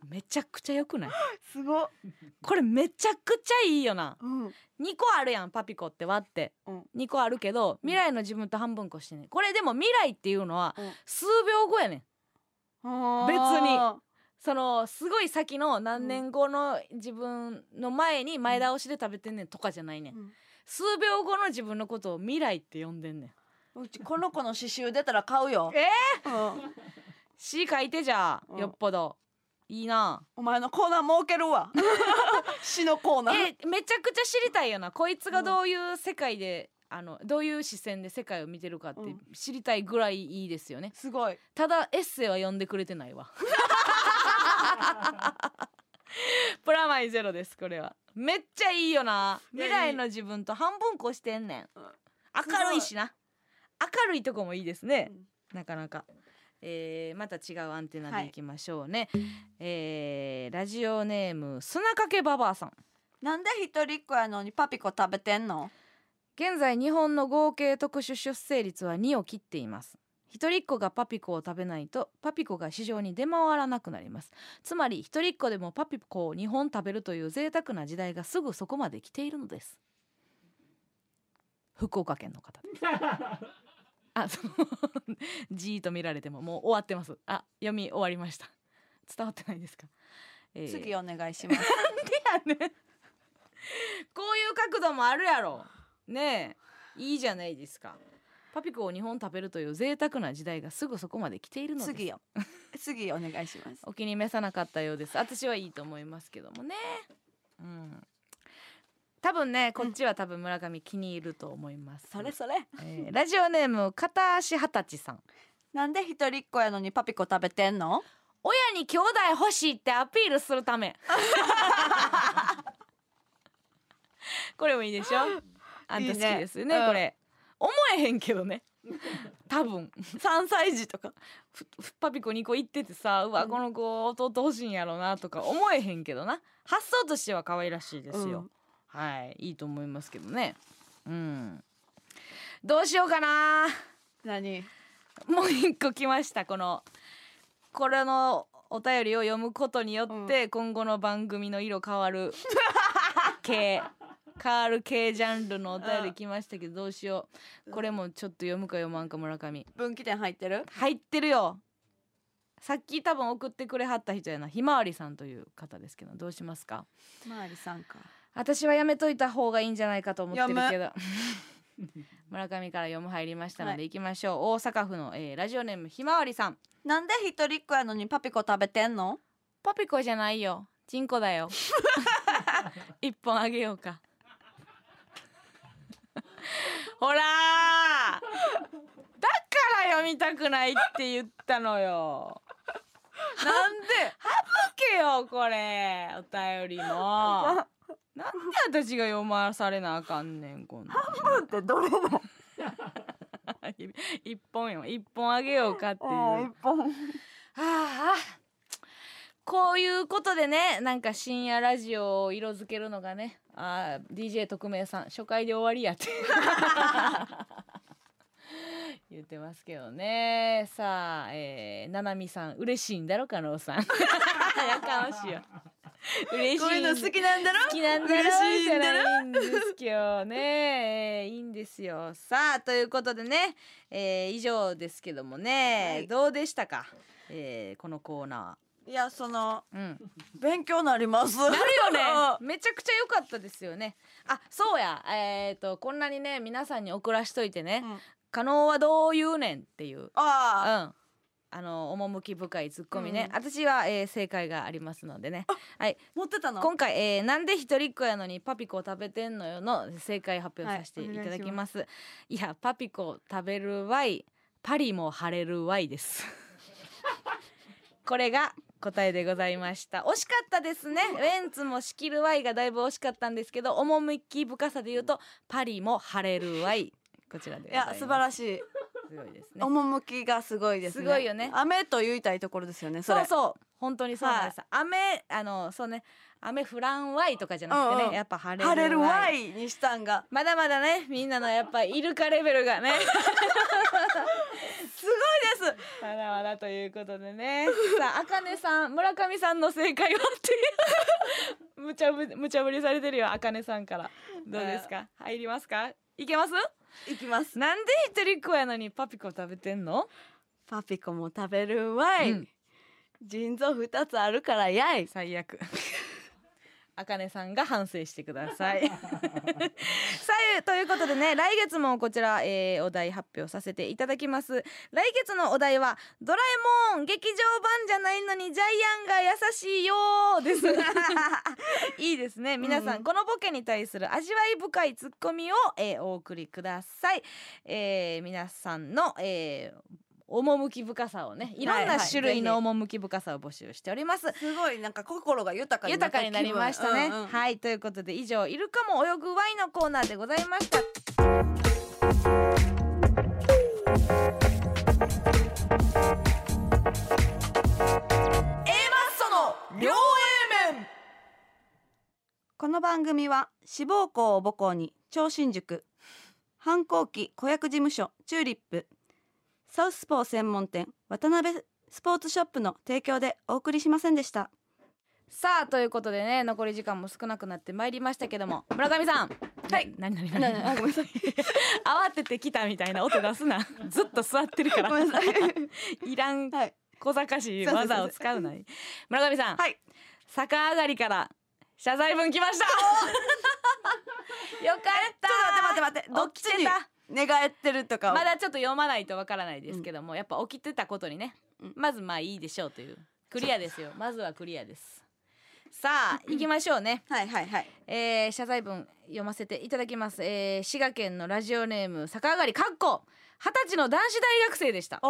めちゃくちゃ良くないすごっ、これめちゃくちゃいいよなうん、 2個あるやんパピコって割って、うん2個あるけど未来の自分と半分こしてねこれでも未来っていうのはうん数秒後やねんあー別にそのすごい先の何年後の自分の前に前倒しで食べてんねんとかじゃないねん、うん数秒後の自分のことを未来って呼んでんねんうちこの子の刺繍出たら買うよえうん詩書いてじゃあ、うんよっぽどいいなお前のコーナー設ける わ詩のコーナーえめちゃくちゃ知りたいよなこいつがどういう世界で、あのどういう視線で世界を見てるかってうん知りたいぐらいいいですよねすごいただエッセイは読んでくれてな いわプラマイゼロですこれはめっちゃいいよないや未来の自分と半分こしてんねんうん明るいしな明るいとこもいいですね、うんなかなか、えーまた違うアンテナでいきましょうね、えーラジオネーム砂かけババアさんなんで一人っ子やのにパピコ食べてんの現在日本の合計特殊出生率は2を切っています一人っ子がパピコを食べないとパピコが市場に出回らなくなりますつまり一人っ子でもパピコを2本食べるという贅沢な時代がすぐそこまで来ているのです福岡県の方ですあそう じーっと見られてももう終わってますあ読み終わりました伝わってないですか、えー次お願いしますやねこういう角度もあるやろねえいいじゃないですかパピコを2本食べるという贅沢な時代がすぐそこまで来ているのです次よ次お願いし ますお気に召さなかったようです私はいいと思いますけどもねうん多分ねこっちは多分村上気に入ると思います、それそれえーラジオネーム片足二十歳さんなんで一人っ子やのにパピコ食べてんの親に兄弟欲しいってアピールするため これもいいでしょ あんた好きですよねいいねうんこれ思えへんけどね 多分三歳児とかふふっぱぴこ2個行っててさうわうんこの子弟欲しいんやろうなとか思えへんけどな発想としては可愛らしいですよ、はいいいと思いますけどねうんどうしようかな何もう一個来ましたこのこれのお便りを読むことによって、今後の番組の色変わ る系変わる系ジャンルのお便り来ましたけどどうしようこれもちょっと読むか読まんか村上分岐点入ってる入ってるよさっき多分送ってくれはった人やなひまわりさんという方ですけどどうしますか周りさんか私はやめといた方がいいんじゃないかと思ってるけやど 村上から読む入りましたのはで行きましょう、大阪府の、えーラジオネームひまわりさんなんで一人っ子やのにパピコ食べてんのパピコじゃないよチンコだよ一本あげようかほらーだから読みたくないって言ったのよなん で受けよこれお便りもなんで私が読まされなあかんねんこんなん分ってどれの一本よ一本あげようかっていう本ああこういうことでねなんか深夜ラジオを色づけるのがねあー DJ 特命さん初回で終わりやって 言ってますけどねさあ、えー、ななみさん嬉しいんだろかのうさん やかましいよ嬉しいこういうの好きなんだろ好きなんだろ嬉しいじゃんだろないんですけどね、えーいいんですよさあということでね、えー以上ですけどもね、はいどうでしたか、えーこのコーナいやそのーうん勉強なりますなるよねめちゃくちゃ良かったですよねあそうやえっ、とこんなにね皆さんに送らしといてね、うん可能はどう言うねんっていうう あん。あの趣深いツッコミね、うん私は、えー正解がありますのでねはいあ持ってたの今回、えーなんで一人っ子やのにパピコを食べてんのよの正解発表させていただきます,、い、やパピコを食べるワイパリも晴れるワイです これが答えでございました惜しかったですねウェンツも仕切るワイがだいぶ惜しかったんですけど趣深さで言うとパリも晴れるワイこちらでいや素晴らししいいすごいですね趣がすごいですねすごいよね雨と言いたいところですよねそそれうそう本当にそうなんです、雨あのそうね雨フランワイとかじゃなくてね、うんうんやっぱ晴れる晴れるワイイにしたんがまだまだね みんなのやっぱイルカレベルがねすごいですまだまあらということで ねさあ茜さん村上さんの正解はっていう 無茶ぶ無茶ぶりされてるよ茜さんからどうですか入りますかいけますいきますなんで一人っ子やのにパピコ食べてんのパピコも食べるわい、うん腎臓二つあるからやい最悪あかねさんが反省してくださいさあということでね来月もこちら、えーお題発表させていただきます来月のお題はドラえもん劇場版じゃないのにジャイアンが優しいよーですいいです ね皆さん、うんこのボケに対する味わい深いツッコミを、えーお送りください、えー皆さんの、えー趣深さをねいろんな種類の趣深さを募集しております、すごいなんか心が豊かになった豊かになりましたね、気分うんうんはいということで以上イルカも泳ぐワイのコーナーでございましたこの番組は志望校を母校に超新塾反抗期子役事務所チューリップサウスポー専門店渡辺スポーツショップの提供でお送りしませんでしたさあということでね残り時間も少なくなってまいりましたけども村上さんはい何何何なあごめんなさい慌ててきたみたいな音出すなずっと座ってるか らごめんなさ い いらんはい小賢しい技を使うな村上さん、はい逆上がりから謝罪文来ました よかったちょっと待って待ってどっち起きてにた寝返ってるとかをまだちょっと読まないとわからないですけども、やっぱ起きてたことにね、うんまずまあいいでしょうというクリアですよまずはクリアですさあ行きましょうね、はいはいはいえー謝罪文読ませていただきます、えー滋賀県のラジオネーム逆上がりかっこ二十歳の男子大学生でした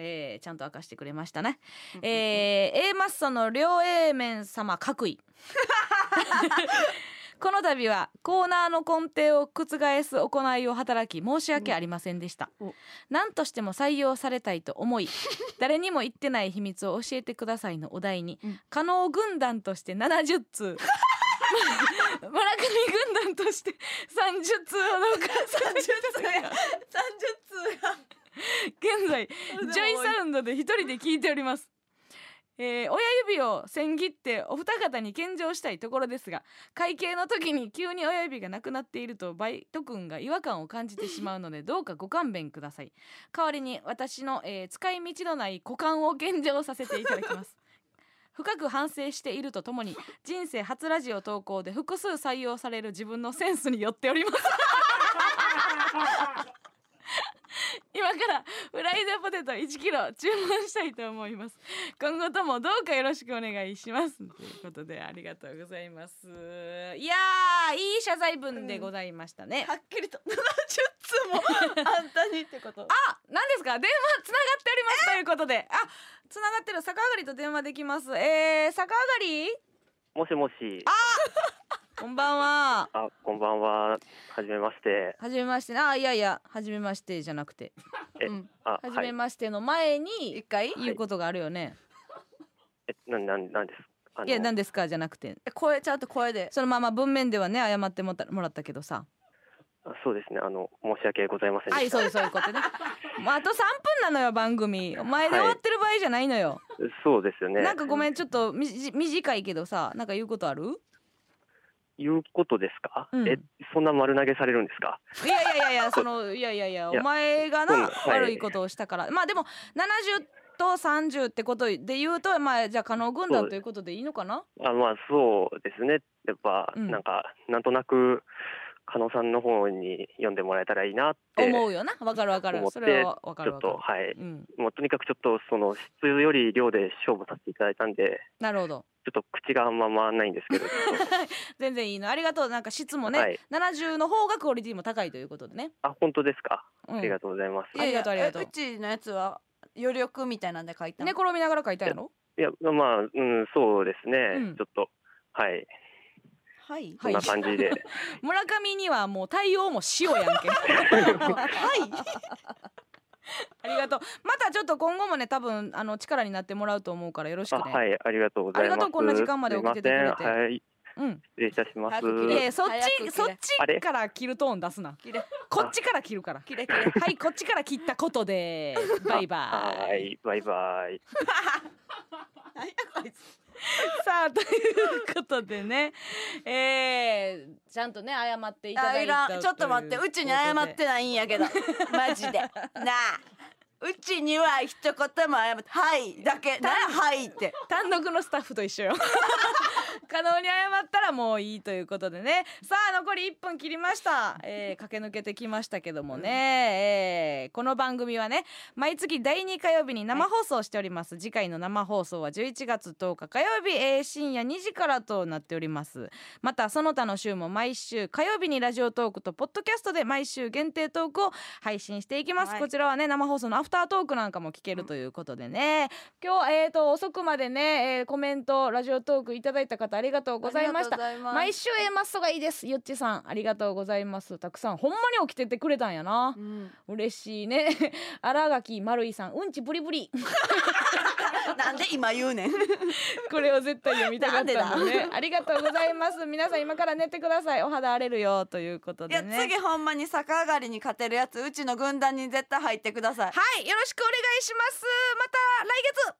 えーちゃんと明かしてくれましたね、 えー A マッソの両 A 面様 各位この度はコーナーの根底を覆す行いを働き申し訳ありませんでした、うんお何としても採用されたいと 思い誰にも言ってない秘密を教えてくださいのお題に、うん加納軍団として70通 村上軍団として30通を残さ30通や 三十通が現在ジョイサウンドで一人で聞いております。えー親指を千切ってお二方に献上したいところですが会計の時に急に親指がなくなっているとバイト君が違和感を感じてしまうのでどうかご勘弁ください代わりに私の、えー使い道のない股間を献上させていただきます深く反省しているとともに人生初ラジオ投稿で複数採用される自分のセンスによっております 今からフライドポテト1キロ注文したいと思います今後ともどうかよろしくお願いしますということでありがとうございますいやーいい謝罪文でございましたね、はっきりと七十通もあんたにってことあ、何ですか電話つながっておりますということで、あ、つながってる坂上がりと電話できます。えー、坂上がり、もしもし。こんばんは。あ、こんばんは。はじめまして。はじめましてな、あ、いやいや、はじめましてじゃなくて、えうんあ、はじはめい。ましての前に一回言うことがあるよね。え、なん、なん、なんです。あのいや、なんですかじゃなくて、声ちゃんと声でそのまま文面ではね、謝ってもたもらったけどさ。あそうですね。あの、申し訳ございませんはでい、した。そうですそういうことね。もうあと3分なのよ番組。お前で終わってる場合じゃないのよ。そうですよね。なんかごめんちょっとみじ短いけどさ、なんか言うことある？いうことですか、うんえ、そんな丸投げされるんですかいやいやいやいやそのいやいやいやいやお前がうんなはい悪いことをしたからまあでも70と30ってことで言うとまあじゃあ加納軍そ団うということでいいのかなあ、まあ、そうですね。やっぱ、うんなんか、なんとなく、加納さんの方に読んでもらえたらいいなって、思うよなわかるわかる思ってそれはわかちるょわっかと、るはい。うんもうとにかくちょっと、その、質より量で勝負させていただいたんで、なるほどちょっと口があんま回んないんです けど、ちょっと全然いいのありがとうなんか質もね、はい70の方がクオリティも高いということでね、あ、本当ですか、うん、ありがとうございます。ありがとうありがとうえうちのやつは余力みたいなんで書いた寝の転びながら書いたやろいや、まあ、うん、そうですね、うんちょっと、はい、はいそんな感じ で、村上にはもう対応も塩やんけ はいありがとうまたちょっと今後もね多分あの力になってもらうと思うからよろしくあねはい、ありがとうございます。ありがとうこんな時間まで送っててくれてすいませんはい、うん、失礼いたします。早く切いれやいやそっ早く切れちそっあちれから切るトーン出すな切れこっちから切るからキレキレはいこっちから切ったことでバイバはーい、バイバイ。何やこいつイ さあということでねえー、ちゃんとね謝っていただあいいたらんちょっと待っていうちに謝ことっでてないんやけ どマジでなあうちには一言も謝って「はい」だけ「なあはい」って 単独のスタッフと一緒よ 可能に謝ったらもういいということでねさあ残り1分切りました、え ー、駆け抜けてきましたけどもね、えーこの番組はね毎月第2火曜日に生放送しております、次回の生放送は11月10日火曜日、えー深夜2時からとなっておりますまたその他の週も毎週火曜日にラジオトークとポッドキャストで毎週限定トークを配信していきます、はいこちらはね生放送のアフタートークなんかも聞けるということでね、今日えー、と遅くまでね、えーコメントラジオトークいただいた方ありがとうございましたありがとうございます毎週 A マッソがいいですゆっちさんありがとうございますたくさんほんまに起きててくれたんやなうん嬉しいね 荒垣丸井さんうんちブリブリ なんで今言うねんこれを絶対読みたかったなんのでで、ね、ありがとうございます皆さん今から寝てくださいお肌荒れるよということいやでね次ほんまに逆上がりに勝てるやつうちの軍団に絶対入ってくださいはいよろしくお願いしますまた来月